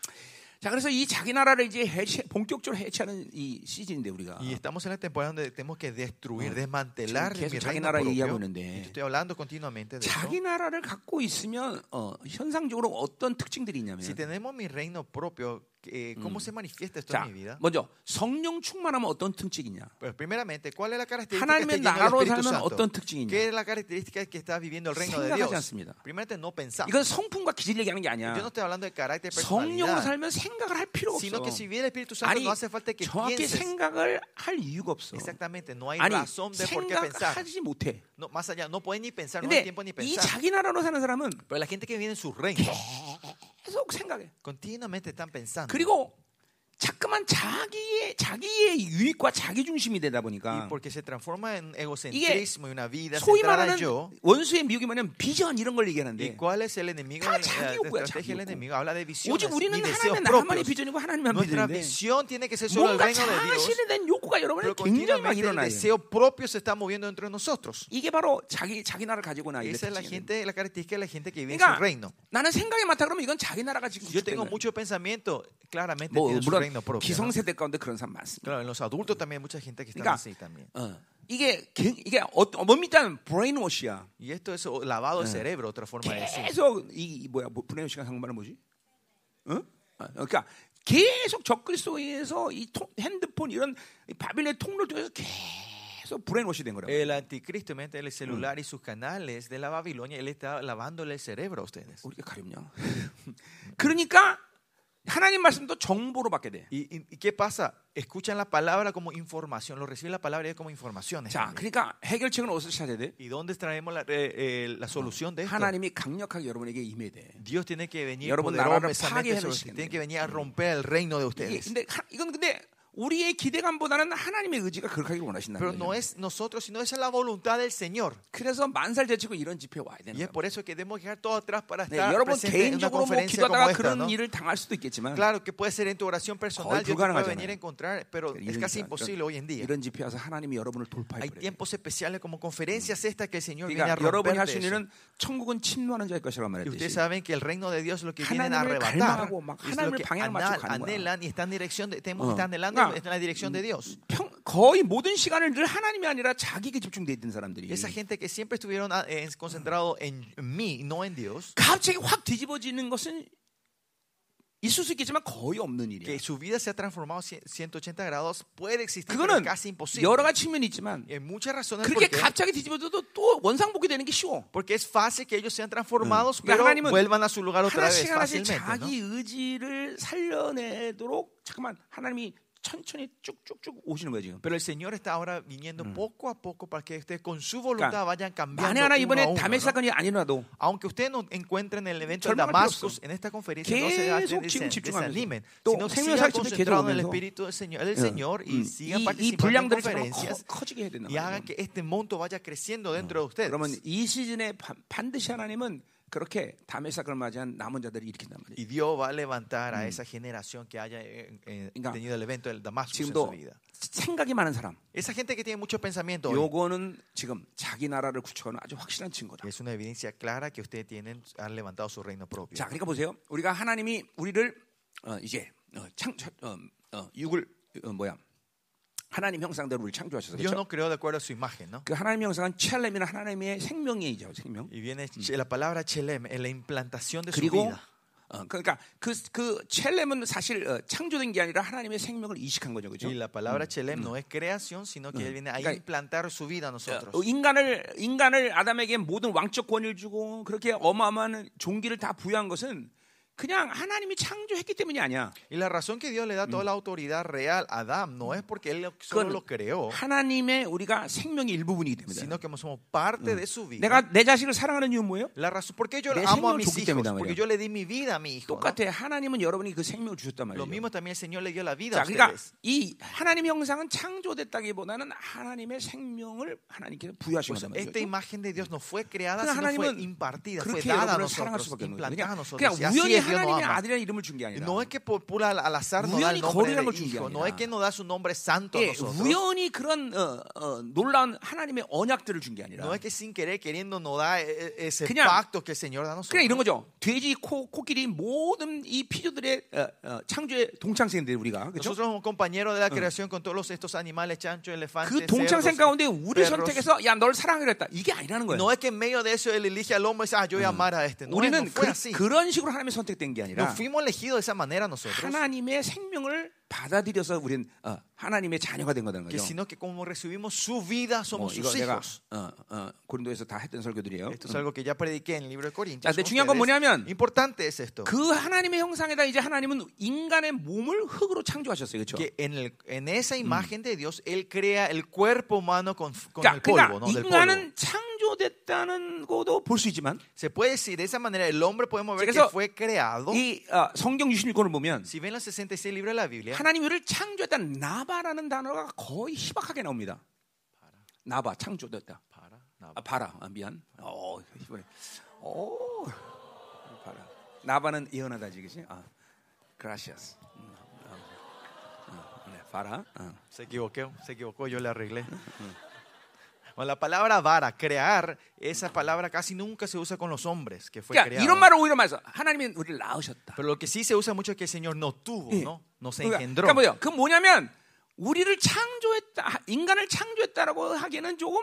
자, 그래서 이 자기 나라를 이제 해체, 본격적으로 해체하는 이 시즌인데 우리가
Y estamos en la temporada donde tenemos que destruir, desmantelar
지금
mi
계속 자기
reino
나라
propio.
얘기하고 있는데.
Y estoy hablando continuamente de eso.
자기 나라를 갖고 있으면 어, 현상적으로 어떤 특징들이
Si
있냐면
tenemos mi reino propio, eh, ¿cómo se manifiesta esto en
자,
mi vida?
먼저 성령 충만하면 어떤 특징이냐?
Pues primeramente, ¿cuál es la característica que está
하나님의
lleno del
나라로
Espíritu
살면 어떤
Santo? ¿Qué
특징이냐?
es la característica que está viviendo el reino de
생각하지
Dios?
않습니다.
Primeramente, no pensamos.
이건 성품과 기질 얘기하는 게
Yo no
아니야.
estoy hablando de carácter
성령으로
personal,
살면 생각을 할 필요가
sino que
없어.
si viene el Espíritu Santo
아니
no hace falta que
정확히
pienses.
생각을 할 이유가 없어.
Exactamente, no hay
아니
razón de por qué pensar.
생각하지 못해.
No, más allá, no pueden ni pensar, no
근데
hay tiempo ni
이
pensar.
자기 나라로 사는 사람은
Pero la gente que viene en su reino
계속 생각해.
continuamente están pensando.
그리고 자꾸만 자기의 자기의 유익과 자기 중심이 되다
Y
보니까
porque se transforma en egocentrismo y una vida
소위
centrada en
말하는
yo.
원수의 미혹이 뭐냐면 비전 이런 걸
¿Y
얘기하는데
cuál es el enemigo?
다
La, la
자기 욕구야,
estrategia del
자기 욕구.
enemigo habla de visiones
오직 우리는
y deseos
하나님의 나만의
propios.
비전이고 하나님의
Nuestra
비전인데
visión tiene que ser sobre el
뭔가
reino de Dios.
자신에 대한 욕구가 여러분의
Pero
굉장히 막
continuamente el
일어나요.
deseo propio se está moviendo dentro de nosotros.
이게 바로 자기 자기 나라를 가지고 나이
Esa es la gente, la característica de la gente que vive en su
그러니까
reino.
나는 생각이 많다 그러면 이건 자기 나라가 지금
Yo tengo
구축된 거예요.
mucho pensamiento, claramente
뭐
tiene su
물론
reino propio. ¿no?
기성세대 가운데 그런 사람 많습니다.
Claro, en los adultos también hay mucha gente que está
그러니까
así también.
어, 이게 개- 이게 어떤 뭡니까 브레인워시야.
Y esto es o- lavado el cerebro, otra forma de decir.
계속 이, 이 뭐야 브레인워시가 한국말은 뭐지? 응? 아, 그러니까 계속 적그리스도에서 이 통- 핸드폰 이런 바빌의 통로를 통해서 계속 브레인워시 된 거라고.
El anticristo mediante el celular y sus canales de la
*laughs*
Babilonia, él está lavándole el cerebro a ustedes.
우리가 가렵냐? 그러니까 하나님 말씀도 정보로 받게 돼.
¿Y, y- y qué pasa? Escuchan la palabra como información, lo reciben la palabra como informaciones.
자,
también.
그러니까 해결책은 어디서 찾아야 돼?
¿Y dónde traemos la, eh, eh, la solución de esto?
하나님이 강력하게 여러분에게 임해야 돼.
Dios tiene que venir
여러분
poderoso,
나라를
mesamente
파괴해
sobre ustedes.
놓으시겠네.
tiene que venir a romper el reino de
이게,
ustedes.
근데 하- 이건 근데 우리의 기대감보다는 하나님의 의지가 그렇게
Pero
원하신다는
no
거예요.
es nosotros, sino esa es la voluntad del Señor.
그래서 만살 제치고 이런 집회 와야 되는
Y es
거예요.
por eso que debemos dejar todo atrás para
네,
estar
여러분
presente en una
개인적으로 뭐
conferencia como
기도하다가
esta,
그런
¿no?
일을 당할 수도 있겠지만
Claro que puede ser en tu oración personal, Dios te puede
불가능하잖아요.
venir a encontrar, pero es
이런-
casi imposible hoy en día.
이런 집회 와서 하나님이 여러분을 돌파해
Hay
버려요.
tiempos especiales como conferencias estas que el Señor viene a
그러니까 여러분이
romper.
할 수 있는 일은 천국은 침노하는 자의 것이라고
Y
말했듯이
ustedes saben que el reino de Dios lo que vienen a
하나님을
arrebatar
갈망하고 막
es lo
하나님을
que
방향을
anhel-
맞추고 가는 거야.
anhelan y están en dirección de, tenemos
어.
que estar anhelando
그러니까
en la dirección de Dios.
평, 거의 모든 시간을 늘 하나님이 아니라 자기에게 집중돼 있던 사람들이
Esa gente que siempre estuvieron ah, eh, concentrados en mí, no en Dios,
갑자기 확 뒤집어지는 것은 있을 수 있겠지만 거의 없는 일이야.
que su vida se ha transformado cien- 180 grados, puede existir, pero
그거는
es casi imposible.
여러 가지 측면이 있지만
Y hay muchas razones por
예, 그렇게
qué.
갑자기 뒤집어져도 또 원상복이 되는 게 쉬워.
Porque es fácil que ellos sean transformados,
음. 그러니까
pero
하나님은
vuelvan a su lugar otra vez
하나씩 하나씩
fácilmente. ¿no?
자기 의지를 살려내도록 잠깐만 하나님이 천천히 쭉쭉쭉 오시는 거예요 지금.
Pero el Señor está ahora viniendo poco a poco para que ustedes con su
그러니까
voluntad vayan
만에
cambiando.
하나
uno a
이번에
uno,
담의
¿no?
사건이 안 일어나도
Aunque ustedes no encuentren el evento de
절망할 필요
Damascus
없어.
en esta conferencia, no se des-
계속 지금
desen-
집중하면서.
desanimen,
또
sino
생명의
sigan
사역 집회
concentrados en el
계속 하면서.
Espíritu del Señor, del Señor Mm. y
음,
sigan
이- 이
participando en
분량들이 좀
conferencias
커, 커지게 해야 된다
y hagan que este monto vaya creciendo dentro de ustedes.
그러면 이 시즌에 바- 반드시 하나님은 그렇게 담의 사건을 맞이한 남은 자들을 일으킨단 말이에요.
Y Dios va a levantar a esa generación que haya eh, eh,
그러니까
tenido el evento del Damascus en su
지금도
vida.
생각이 많은 사람,
Esa gente que tiene mucho pensamiento hoy,
요거는 지금 자기 나라를 구축하는 아주 확실한 증거다.
es una evidencia clara que ustedes tienen, han levantado su reino propio.
자, 그러니까 보세요. 우리가 하나님이 우리를 어, 이제 어, 창, 어, 어, 육을 어, 뭐야? 하나님 형상대로 우리 창조하셔서
Dios
그렇죠?
no creó de acuerdo a su imagen, ¿no?
그 하나님 형상은 첼렘이나 하나님의 생명이죠, 생명.
Y viene che- la palabra chelem, en la implantación de su
그리고
vida.
어, 그러니까 그 그 첼렘은 사실 어, 창조된 게 아니라 하나님의 생명을 이식한 거죠, 그렇죠?
Y la palabra chelem no es creación, sino que él viene a
그러니까
implantar su vida a
어,
nosotros.
인간을 인간을 아담에게 모든 왕적 권위를 주고 그렇게 어마어마한 종기를 다 부여한 것은 그냥 하나님이 창조했기 때문이 아니야.
Y la razón que Dios le da toda la autoridad real a Adán no es porque él lo- solo
그건
lo creó,
하나님의 우리가 생명의 일부분이기 때문에.
sino que somos parte de su vida.
내가 내 자식을 사랑하는 이유는 뭐예요?
La razón, ¿Por qué yo
내
amo
생명을
a mis
줬기
hijos?
때문이다
Porque
말이야.
yo le di mi vida a mi hijo. ¿no?
똑같아. 하나님은 여러분이 그 생명을 주셨단
Lo
말이에요.
mismo también el Señor le dio la vida a
자, 그러니까
ustedes.
이 하나님의 형상은 창조됐다기보다는 하나님의 생명을 하나님께서 부여하신
Pues
거단 말이죠.
esta imagen de Dios no fue creada,
그러니까
sino fue
하나님은
impartida, fue
그렇게
dada a
여러분을 사랑할
nosotros,
수밖에 없는 거예요.
implantada a
그냥,
nosotros. Y
그냥 우연히
así es
그러니까
Dios nos
하나님의
ama.
아들이라는 이름을 준 게 아니라
No es que por pura al azar nos da
우연히
el nombre
거리라는
de
걸 준게
hijo,
아니라.
no es que nos da su nombre santo a
예,
nosotros.
우연히 그런 어, 어, 놀라운 하나님의 언약들을 준 게 아니라
No es que sin querer, queriendo, nos da e- e- ese
그냥-
pacto que el Señor da a
그냥 이런
nosotros.
거죠. 돼지, 코, 코끼리 모든 이 피조들의 어, 어, 창조의 동창생들 우리가 그렇죠?
Nosotros somos compañeros de la creación con todos los- estos animales, chancho,
그
elefantes,
동창생
cerdos,
가운데 우리
perros.
선택해서 야 널 사랑하려 했다. 이게 아니라는 거예요.
No es que en medio de eso él elige al hombre y dice, ah, yo voy a amar a este. No, no
우리는
fue
그,
así.
그런 식으로 하나님이 선택된 게
No
아니라
fuimos elegidos de esa manera nosotros.
하나님의 생명을 받아들여서 우리는 어, 하나님의 자녀가 된 거라는
que
거죠.
sino que como recibimos su vida
뭐
somos
이거
sus
내가
hijos.
어, 어, 고린도에서 다 했던 설교들이에요. 음.
Esto es algo que ya prediqué en el libro Mm. de
자,
Corintios.
근데
con
중요한 건
ustedes.
뭐냐면
Importante es esto.
그 하나님의 형상에다 이제 하나님은 인간의 몸을 흙으로 창조하셨어요. 그렇죠?
Que en, el- en esa imagen de Dios, Él crea el cuerpo humano con, con
그러니까,
el polvo,
그러니까
¿no? Del polvo.
인간은 창조됐다는 것도 볼 수 있지만
Se puede decir, de esa manera, el hombre podemos ver que
그래서
fue creado.
이 어, 성경 66권을 보면
Si ven los 66 libros de la Biblia,
하나님 우리를 창조했다는 나바라는 단어가 거의 희박하게 나옵니다. 나바 창조됐다.
Para,
아, 바라 아, 미안. 어 이번에 어 바라. 나바는 예언하다지 그지? 아, gracias. 음, 아, 음, 네, 바라. 어.
se equivocó, se equivocó, yo le arreglé. Bueno, la palabra vara, crear, esa palabra casi nunca se usa con los hombres, que fue
그러니까
creado.
이런 말을 오히려 말해서 하나님이 우리를 낳으셨다.
Pero lo que sí se usa mucho es que el Señor no tuvo,
예.
¿no? No se
그러니까,
engendró.
그러니까 뭐요? 그 뭐냐면 우리를 창조했다, 인간을 창조했다라고 하기에는 조금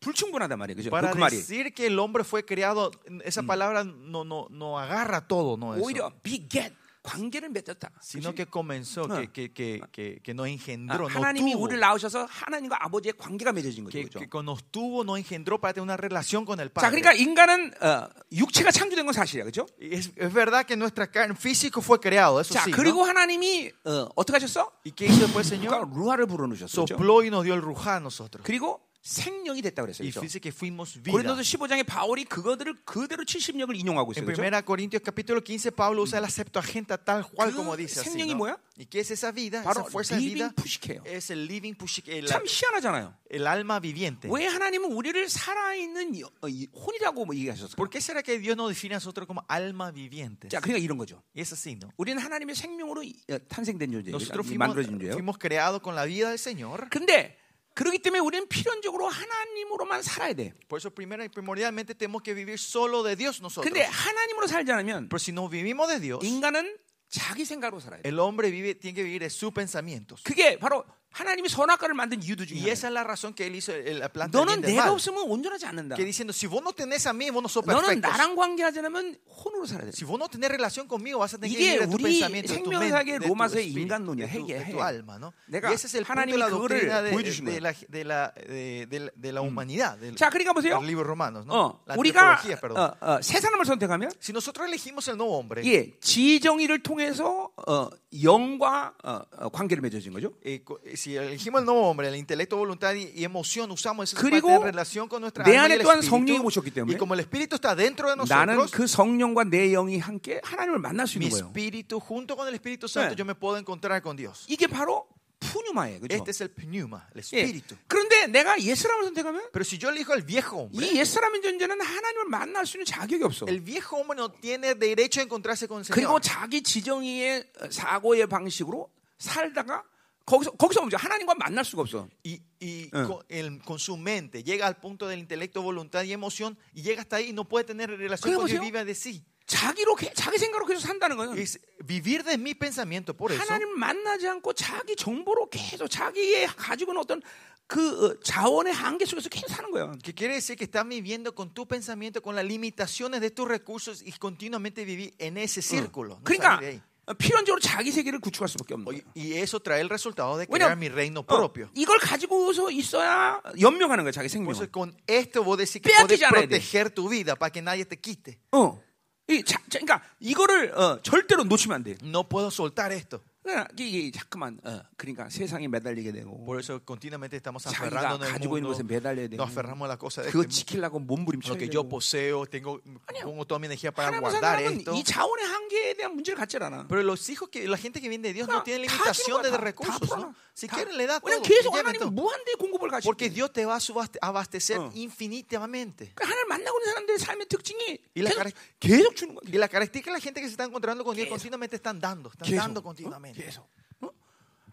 불충분하단 말이에요. 그죠? 그,
Para
그 말이
decir que el hombre fue creado, esa palabra no, no, no agarra todo, ¿no? Eso.
오히려 beget 관계를 맺었다.
sino que comenzó,
Ah.
que, que, que, que, que nos
아,
engendró, nos
하나님이 우리를
tuvo,
낳으셔서 하나님과 아버지의 관계가 맺어진 거죠.
que,
그렇죠?
que con- nos tuvo, nos engendró para tener una relación con el
자,
Padre.
그러니까 인간은 어, 육체가 창조된 건 사실이야, 그렇죠?
Y Es, es verdad que nuestra carne físico fue creado, eso
자,
sí. ¿no?
그리고 하나님이 어, 어떻게 하셨어?
¿Y qué hizo después el
그러니까
Señor?
루아를 불어넣으셨어, 그렇죠?
Sopló y nos dio el rujá a nosotros.
그리고 생명이 됐다 그랬어요,
Y
그렇죠?
dice que fuimos vida.
고린도서 15장에 바울이 그거들을 그대로 70역을 인용하고
En
있어요, 그렇죠?
1 Corintios capítulo 15 Pablo usa la Septuaginta tal cual
그
como dice así.
생명이
¿no?
뭐야?
¿Y qué es esa vida? Esa
바로
fuerza de vida
리빙 푸시케요.
es el living pushik, el,
참 희한하잖아요.
el alma viviente.
왜 하나님은 우리를 살아있는 여- 어, 이- 혼이라고 뭐 얘기하셨을까?
¿Por qué será que Dios nos define a nosotros como alma viviente?
자, 그러니까 이런 거죠.
Y es así, ¿no?
우리는 하나님의 생명으로 이- 어, 탄생된 존재예요. 그러니까
Nosotros fuimos,
만들어진 존재예요.
fuimos creados con la vida del Señor.
근데 그렇기 때문에 우리는 필연적으로 하나님으로만 살아야 돼.
Por eso primero y primordialmente tenemos que vivir solo de Dios nosotros.
근데 하나님으로 살지 않으면
Pero si no vivimos de Dios,
인간은 자기 생각으로 살아야 돼.
el hombre vive, tiene que vivir de sus pensamientos.
그게 바로 하나님이 선악과를 만든 이유도 중에
Y esa
하나예요.
es la razón que él hizo el- la planta del bien
너는
del
내가
mal.
없으면 온전하지 않는다.
Que diciendo, si vos no tenés a mí, vos no sos
너는
perfecto.
나랑 관계하지 않으면 혼으로 살아야 돼.
Si vos no tenés relación conmigo, vas a tener que
이게
vivir de tu
우리
pensamiento, de tu mente,
생명사계
de tu
로마서의
espíritu,
인간론이야,
de tu- de
해계,
tu
해.
alma, ¿no?
내가
Y ese es el punto
하나님이
de la
그거를
doctrina de,
보여주신 거예요.
de la, de la- de- de- de la humanidad, del,
자, 그러니까 보세요.
del libro romano, ¿no?
어,
la
우리가
antropología, perdón.
어, 어, 새 사람을 선택하면
Si nosotros elegimos el nuevo hombre,
예, 지정의를 통해서 어, 영과 어, 어, 관계를 맺어진 거죠.
eh, co- eh, si elegimos el nuevo hombre, el intelecto, voluntad y, y emoción, usamos esa
그리고
parte de relación con nuestra
내
alma y
안에
el
또한 성령이 오셨기
espíritu.
때문에
Y como el espíritu está dentro de
나는
nosotros,
그 성령과 내 영이 함께 하나님을 만날 수
mi
있는 거예요.
espíritu, junto con el Espíritu
네.
Santo, yo me puedo encontrar con Dios.
이게 바로 푸뉴마예요. 그렇죠?
Este es el pneuma, el
예.
espíritu.
그런데 내가 옛사람을 선택하면
Pero si yo elijo el viejo hombre,
이 옛사람인 존재는 하나님을 만날 수 있는 자격이 없어.
el viejo hombre no tiene derecho a encontrarse con el
그리고
Señor.
자기 지정의의 사고의 방식으로 살다가 거기서 거기서 멈춰 하나님과 만날 수가 없어.
Y, y
Eh.
con, el- con su mente llega al punto del intelecto, voluntad y emoción y llega hasta ahí y no puede tener relación
¿Qué
con Ah. Dios
emoción?
viva de sí.
자기로 계- 자기 생각으로 계속 산다는 거는
Es vivir de mi pensamiento, por eso.
하나님 만나지 않고 자기 정보로 계속 자기의 가지고 있는 어떤 그 어, 자원의 한계 속에서 계속 사는 거야.
Que quiere decir que estás viviendo con tu pensamiento, con las limitaciones de tus recursos y continuamente vivir en ese círculo. no
그러니까
salir de ahí.
어, 필연적으로 자기 세계를 구축할 수밖에 없는 거야.
Oye, Y eso trae el resultado de
Bueno,
crear mi reino
어,
propio.
이걸 가지고서 있어야 연명하는 거야 자기 생명.
Por eso con esto vos decís que
Espérate,
podés
ya, Reyes.
proteger tu vida para que nadie te quite.
어, 이 자, 자, 그러니까 이거를 어, 절대로 놓치면 안 돼.
No puedo soltar esto.
그러니까 이게 자꾸만 어, 그러니까 세상에 매달리게 되고
Por eso continuamente estamos
자기가
aferrándonos al
가지고 있는
mundo.
것에 매달려야 되고
Nos aferramos a la cosa de
그거
este
지키려고
mundo, lo
몸부림쳐야
que yo
되고
poseo, tengo pongo toda mi energía para
하나님
guardar
사람은
esto.
이 자원의 한계에 대한 문제를 갖지 않아. 그러니까
Pero los hijos que la gente que viene de Dios
그 다
no tiene
주는 거야,
limitaciones de
다,
recursos,
다
¿no?
풀어놔.
Si
다.
quieren le da todo.
왜냐면
que
계속
lleven todo.
하나님은 무한대의 공급을 가지고
Porque Dios te va a subaste- abastecer
어.
infinitamente.
그러니까 하나님 만나고 있는 사람들의 삶의 특징이
이
계속,
라카레-
계속 주는 거야.
Y la característica de la gente que se está encontrando con Dios
Queso.
continuamente están dando, están
계속,
dando
어?
continuamente.
계속. 어?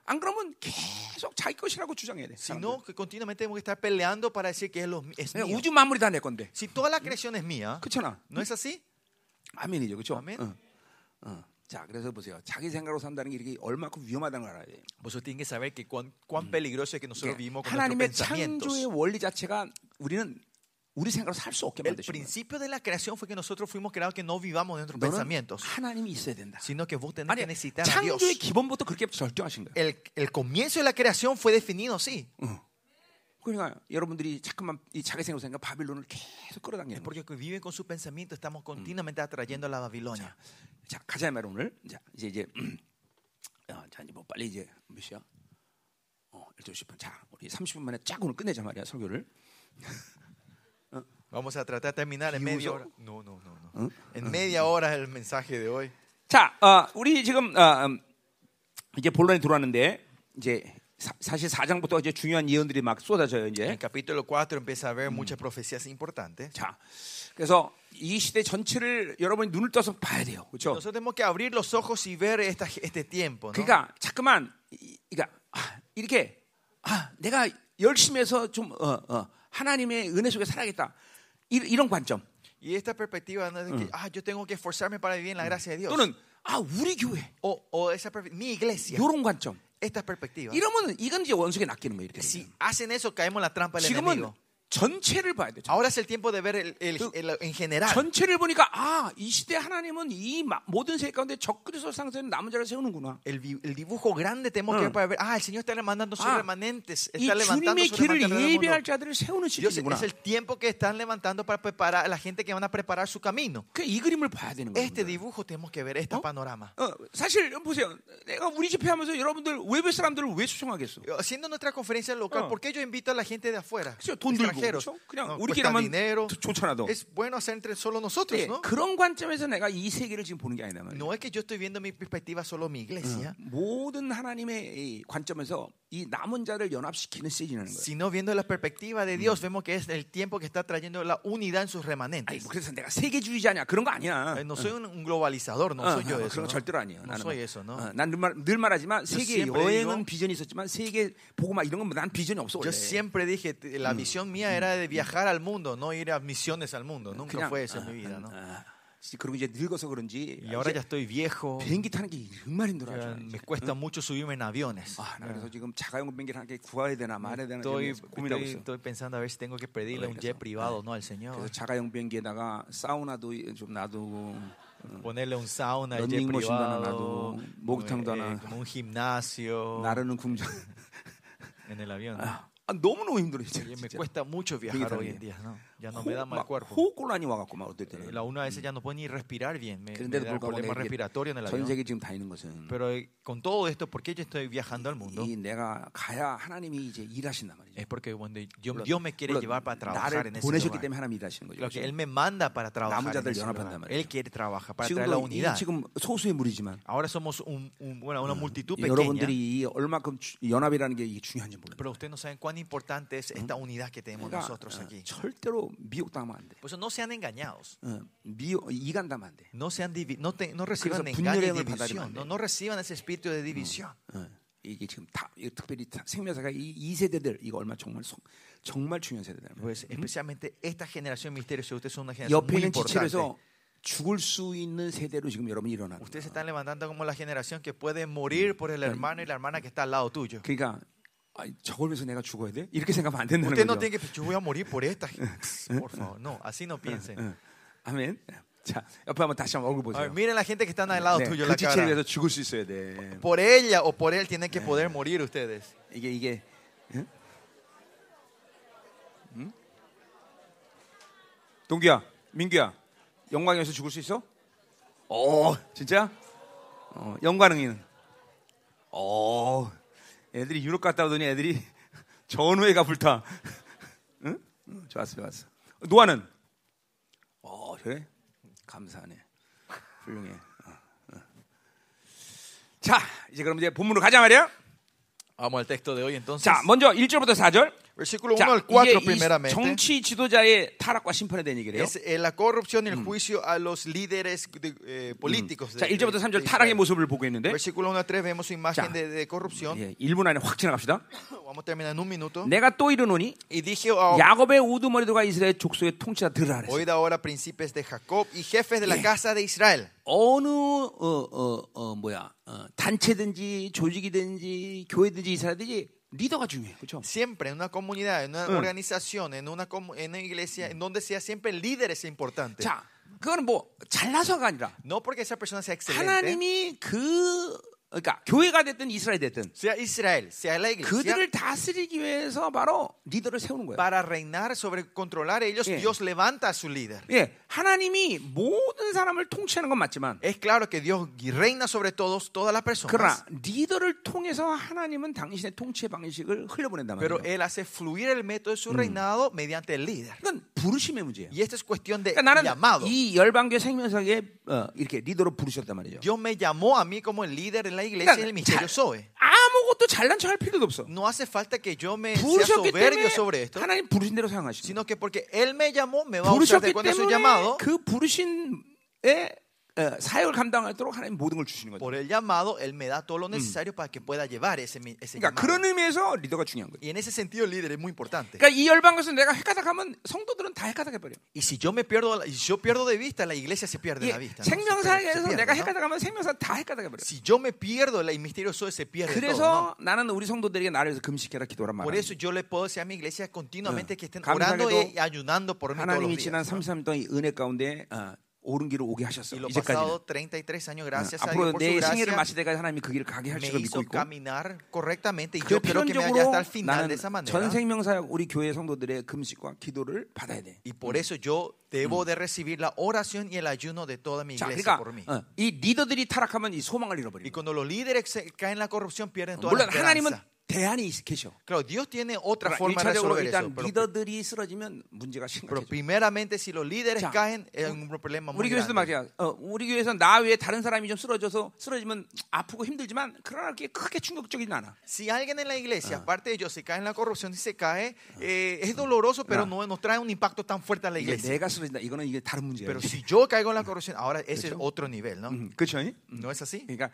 안 그러면 계속 자기 것이라고 주장해야 돼.
sino que continuamente tenemos que estar peleando para decir que es, lo, es
사람들.
mío.
우주 만물이 다 내 건데.
Si toda la creación es mía,
그렇잖아.
¿no es así?
아멘이죠, 그렇죠?
아멘.
어. 어. 자, 그래서 보세요. 자기 생각으로 산다는 게 이렇게 얼마큼 위험하다는 걸 알아야 돼.
Por eso tienen Pues que saber que cuán, cuán peligroso es que nosotros vivimos con nuestros
하나님의 창조의
pensamientos.
원리 자체가 우리는 우리 생각으로 살 수 없게
El
만드신 거예요.
principio de la creación fue que nosotros fuimos creados que no vivamos de nuestros
너는
pensamientos,
하나님이 있어야 된다.
sino que vos tenés
아니,
que necesitar a Dios.
창조의 기본부터 그렇게 절정하신 거예요.
El, el comienzo de la creación fue definido así,
그러니까 여러분들이 자꾸만 이 자기 생각으로 생각 바빌론을 계속 끌어당기는 거예요.
porque que viven con sus pensamientos estamos continuamente atrayendo a la Babilonia.
자, 가자 말이야 오늘. 자, 이제 이제 음, 어, 자, 이제 뭐 빨리 이제 몇 시야? 어, 12시 10분. 자, 우리 30분 만에 쫙 오늘 끝내자 말이야, 설교를.
Vamos a tratar de terminar en media
Dios.
hora. No, no, no, no. En media hora el mensaje de hoy.
자, 어, 우리 지금 어, 음, 이제 본론에 들어왔는데 이제 사, 사실 4장부터 이제 중요한 예언들이 막 쏟아져요,
En
이제.
el capítulo 4 empieza a haber muchas profecías importantes.
자, 그래서 이 시대 전체를 여러분이 눈을 떠서 봐야 돼요, 그렇죠?
Nosotros tenemos que abrir los ojos y ver esta- este tiempo. ¿no?
그러니까 자꾸만 이- 그러니까 아, 이렇게 아, 내가 열심히 해서 좀 어, 어, 하나님의 은혜 속에 살아야겠다. 이, 이런 관점.
Y esta perspectiva no es de que ah, yo tengo que esforzarme para vivir en la gracia de Dios.
또는 아, 우리 교회.
O, o esa perfe- mi iglesia.
요런 관점.
Esta perspectiva.
이러면 이건 이제 원수에게 낚이는 거예요, 이렇게.
Si hacen eso, caemos en la trampa del
지금은
enemigo.
전체를 봐야 돼. 전-
Ahora es el tiempo de ver el, el- el- en
네.
general.
전체를 보니까 아, 이 시대 하나님은 이 마- 모든 세계 가운데 적그리스도 상세는 남은 자를 세우는구나.
El, vi- el dibujo grande tenemos que ver para ver, ah, el Señor está levantando sus
Ah.
remanentes,
이
está levantando
주님의
sus remanentes.
길을
alrededor del
예배할
mundo.
자들을 세우는
Dios,
시기구나.
es el tiempo que están levantando para preparar a la gente que van a preparar su camino.
그러니까 그이 그림을 봐야 되는 거예요.
Este dibujo tenemos que ver, este
¿No?
panorama.
어, 사실 보세요. 내가 우리 집회하면서 여러분들 외부 사람들을 왜 초청하겠어?
Haciendo nuestra conferencia local,
Ah.
¿por qué yo invito a la gente de afuera?
그죠? 돈 들고
extranjeros.
그렇죠? 그냥
No, cuesta
우리끼리만
dinero.
좋- 좋잖아 너.
Es bueno hacer entre solo nosotros,
예,
¿no?
그런 관점에서 내가 이 세계를 지금 보는 게 아니다 말이야.
No es que yo estoy viendo mi perspectiva solo mi iglesia,
네. 모든 하나님의 이 관점에서 이 남은 자를 연합시키는 시즌이라는 거예요.
sino viendo la perspectiva de Dios, vemos que es el tiempo que está trayendo la unidad en sus
아니
remanentes.
뭐 그래서 내가 세계주의자냐 그런 거 아니야.
Eh, No soy un, un globalizador, no
어,
soy yo
어,
de
그런 거
eso. Ah, ¿no?
절대로 아니에요. 어,
No soy eso, ¿no?
난늘 말하지만 세계
siempre
여행은
digo-
비전이 있었지만 세계 보고막 이런 건 난 비전이 없어 원래.
Yo siempre dije, t- la visión mía era de viajar al mundo, no ir a misiones al mundo. Nunca fue eso en mi vida, ¿no?
아, 그리고 이제 늙어서 그런지
Y ahora
이제
Ah, ya estoy viejo,
어. 비행기 타는 게 정말 힘들어.
ya me cuesta mucho subirme en aviones.
아, 나 그래서 지금 자가용 비행기 를한개 구해야 되나 말아야 되나
Estoy,
지금 고민하고
estoy-
있어.
estoy pensando a ver si tengo que pedirle un jet privado, ¿no? Al Señor.
그래서 자가용 비행기에다가 사우나도 좀 놔두고.
Ponerle un sauna, el jet
런닝머신도 하나
privado,
놔두고, 목욕탕도
eh,
하나.
como un gimnasio
나르는 궁전.
en el avión.
아, 너무너무 힘들어 이제.
Oye, me
진짜.
cuesta mucho viajar hoy en día, ¿no? Ya no me da
호-
mal
막
cuerpo.
호흡곤란이 와갖고 막 어떨
Eh,
때는.
La una a veces ya no puede ni respirar bien, me, me
그런데도
da
불구하고
problema
내가
respiratorio en el
이게 전
avión.
세계 지금 다니는 것은
Pero eh, con todo esto, ¿por qué yo estoy viajando al mundo?
이 내가 가야 하나님이 이제 일하신단 말이죠.
Es porque cuando
예,
yo-
물론-
Dios me quiere
물론
llevar para trabajar
나를
en ese
보내셨기
lugar.
때문에 하나님이 일하시는 거죠.
Lo que Él me manda para trabajar. en
남자들
ese
연합한단
lugar.
말이죠.
Él quiere trabajar para traer la
지금도 이-
unidad.
지금 소수의 무리지만
Ahora somos un- un- bueno, una multitud pequeña.
여러분들이 이 얼마큼 주- 연합이라는 게 이게 중요한지 몰라요.
Pero ustedes no saben cuán importante es esta unidad que tenemos
그러니까
nosotros
어,
aquí.
절대로 미혹당하면 안 돼.
Por eso no sean engañados.
어, 미혹 이간당하면 안 돼.
No, sean divi- no, te- no reciban
그래서
engaño y
분열행을 받아들이면
división.
안 돼요.
No, no reciban ese espíritu de división.
어, 이게 지금 다 이거 특별히 다- 생명사가 이, 이 세대들 이거 얼마 정말 소- 정말 중요한 세대들.
Pues, especialmente esta generación misteriosa, ustedes son una generación
옆에
muy
있는
importante.
지체에서 죽을 수 있는 세대로 지금 여러분이 일어나는 거예요.
Ustedes se están levantando como la generación que puede morir por el hermano y la hermana que está al lado tuyo.
그러니까 아, 저걸 위해서 내가 죽어야 돼? 이렇게 생각하면 안 된다는
Usted
거죠.
no tiene que yo voy a morir por esta. *laughs* Por favor, no, así no piensen.
응. 어, 아멘. 자, 옆에 한번 다시 한번 얼굴
A ver,
보세요.
miren la gente que están al lado
네,
tuyo
그
la
지체를 위해서
cara.
죽을 수 있어야 돼.
Por ella o por él tienen que poder morir ustedes.
이게 이게 응? 응? 동규야, 민규야, 영광에서 죽을 수 있어? 어, 진짜? 어, 영광이는. 어, 애들이 유럽 갔다 오더니 애들이 *laughs* 전후회가 불타. *laughs* 응? 응, 좋았어, 좋았어. 노아는? 어, 그래? 감사하네. 훌륭해. 어, 어. 자, 이제 그럼 이제 본문으로 가자 말이야.
Vamos al texto de hoy entonces.
자, 먼저 1절부터 4절.
Versículo 1
자,
al 4
이게 이
primeramente.
정치 지도자의 타락과 심판에 대한 얘기래요.
Es eh, la corrupción y el juicio a los líderes de- eh, políticos. de-
자, 1절부터
de-
3절
de
타락의
Israel.
모습을 보고 있는데
Versículo 1 a 3 vemos su
자.
imagen de, de corrupción.
예, 1분 안에 확 지나갑시다.
Vamos a terminar en un minuto.
내가 또 이르노니
Y dije "Oh, a
야곱의 우두머리들과 이스라엘 족속의 통치자 들으라 어. 그랬어.
Oíd ahora príncipes de Jacob y jefes de la casa de Israel.
어느 어 어 어 뭐야 어, 단체든지 조직이든지 교회든지 이스라엘든지 리더가 중요해, 그렇죠?
Siempre en una comunidad, en una organización, en una, comu- en una iglesia, en donde sea siempre el líder es importante.
자, 그거는 뭐 잘나서가 아니라
No porque esa persona sea excelente,
하나님이 그 그러니까 교회가 됐든 이스라엘 됐든
sea Israel, sea la iglesia.
그들을 다스리기 위해서 바로 리더를 세우는 거예요.
Para reinar sobre controlar ellos,
Yeah.
Dios levanta a su líder.
예, 하나님이 모든 사람을 통치하는 건 맞지만
Es claro que Dios reina sobre todos, todas las personas.
그러나 리더를 통해서 하나님은 당신의 통치의 방식을 흘려보낸단
Pero
말이에요.
Él hace fluir el método de su reinado mediante el líder.
이건 부르심의 문제예요.
Y esta es cuestión de
그러니까
llamado.
나는 이 열방교 생명상에 어, 이렇게 리더로 부르셨단 말이죠.
Dios me llamó a mí como el líder en la iglesia y en el
그러니까
misterio Zoe.
잘- 아무것도 잘난 척할 필요도 없어.
No hace falta que yo me sea
부르셨기
soberbio
때문에
sobre esto,
하나님 부르신 대로 사용하시는 거예요.
sino que porque Él me llamó, me va a usar de
그 부르셨기
acuerdo a su
때문에
llamado.
그 부르신에 어, 사역을 감당하도록 하나님 모든 걸 주시는 거죠.
Por el llamado, Él me da todo lo necesario para que pueda llevar ese, mi- ese
그러니까
llamado.
그런 의미에서 리더가 중요한 거죠.
Y en ese sentido, el líder es muy importante.
그러니까 이 열방에서 내가 헷가닥하면 성도들은 다 헷가닥해버려.
Y si yo me pierdo, y si yo pierdo de vista, la iglesia se
이
pierde
그
la vista. ¿no? Se pierde, se
예, 생명사에서
pierde,
내가
¿no?
헷가닥하면 생명사 다 헷가닥해버려.
Si yo me pierdo, el misterio Zoe se pierde. todo, ¿no?
그래서 나는 우리 성도들에게 나를 위해서 금식해라 기도란
Por
말이야.
eso yo le puedo decir a mi iglesia continuamente
예.
que estén
감사하게도
orando y ayunando por mí todos los
하나님이 지난
días. ¿no?
33년 동안 이 은혜 가운데 어, 옳은 길로 오게 하셨어.
Y Ah, lo
이제까지는.
pasado 33 años,
어,
gracias a Dios
앞으로
por su
내 생애를
gracia,
마칠 때까지 하나님이 그 길을 가게 할
me
줄을 믿고
hizo
있고
caminar correctamente y
그
yo creo que me haya
필연적으로
hasta el final de
나는
esa
전
manera.
생명사역 우리 교회 성도들의 금식과 기도를 받아야 돼.
Y por eso yo debo de recibir la oración y el ayuno de toda mi
자, 그러니까
iglesia por mí.
어, 이 리더들이 타락하면 이 소망을
Y
잃어버리고
cuando los líderes se- caen en la corrupción, pierden toda la
물론 하나님은 그
esperanza.
대안이 있- 계셔.
Claro, Dios tiene otra forma de
일차적으로
resolver
일단
eso. Pero,
리더들이 쓰러지면 문제가
pero
심각해져.
primeramente, si los líderes
자, 어?
caen, es un problema muy
우리 교회에서도
grande.
말이야. 어, 우리 교회에서 나 외에 다른 사람이 좀 쓰러져서 쓰러지면 아프고 힘들지만 그러나 그게 크게 충격적이진 않아.
Si alguien en la iglesia, aparte de ellos, se cae en la corrupción y se cae, eh, es doloroso, pero
Ah.
no nos trae un impacto tan fuerte a la
이게
iglesia.
내가 쓰러진다. 이거는 이게 다른 문제야.
Pero si yo caigo en la corrupción, ahora ese es otro nivel, ¿no?
그렇죠?
¿No es así?
그러니까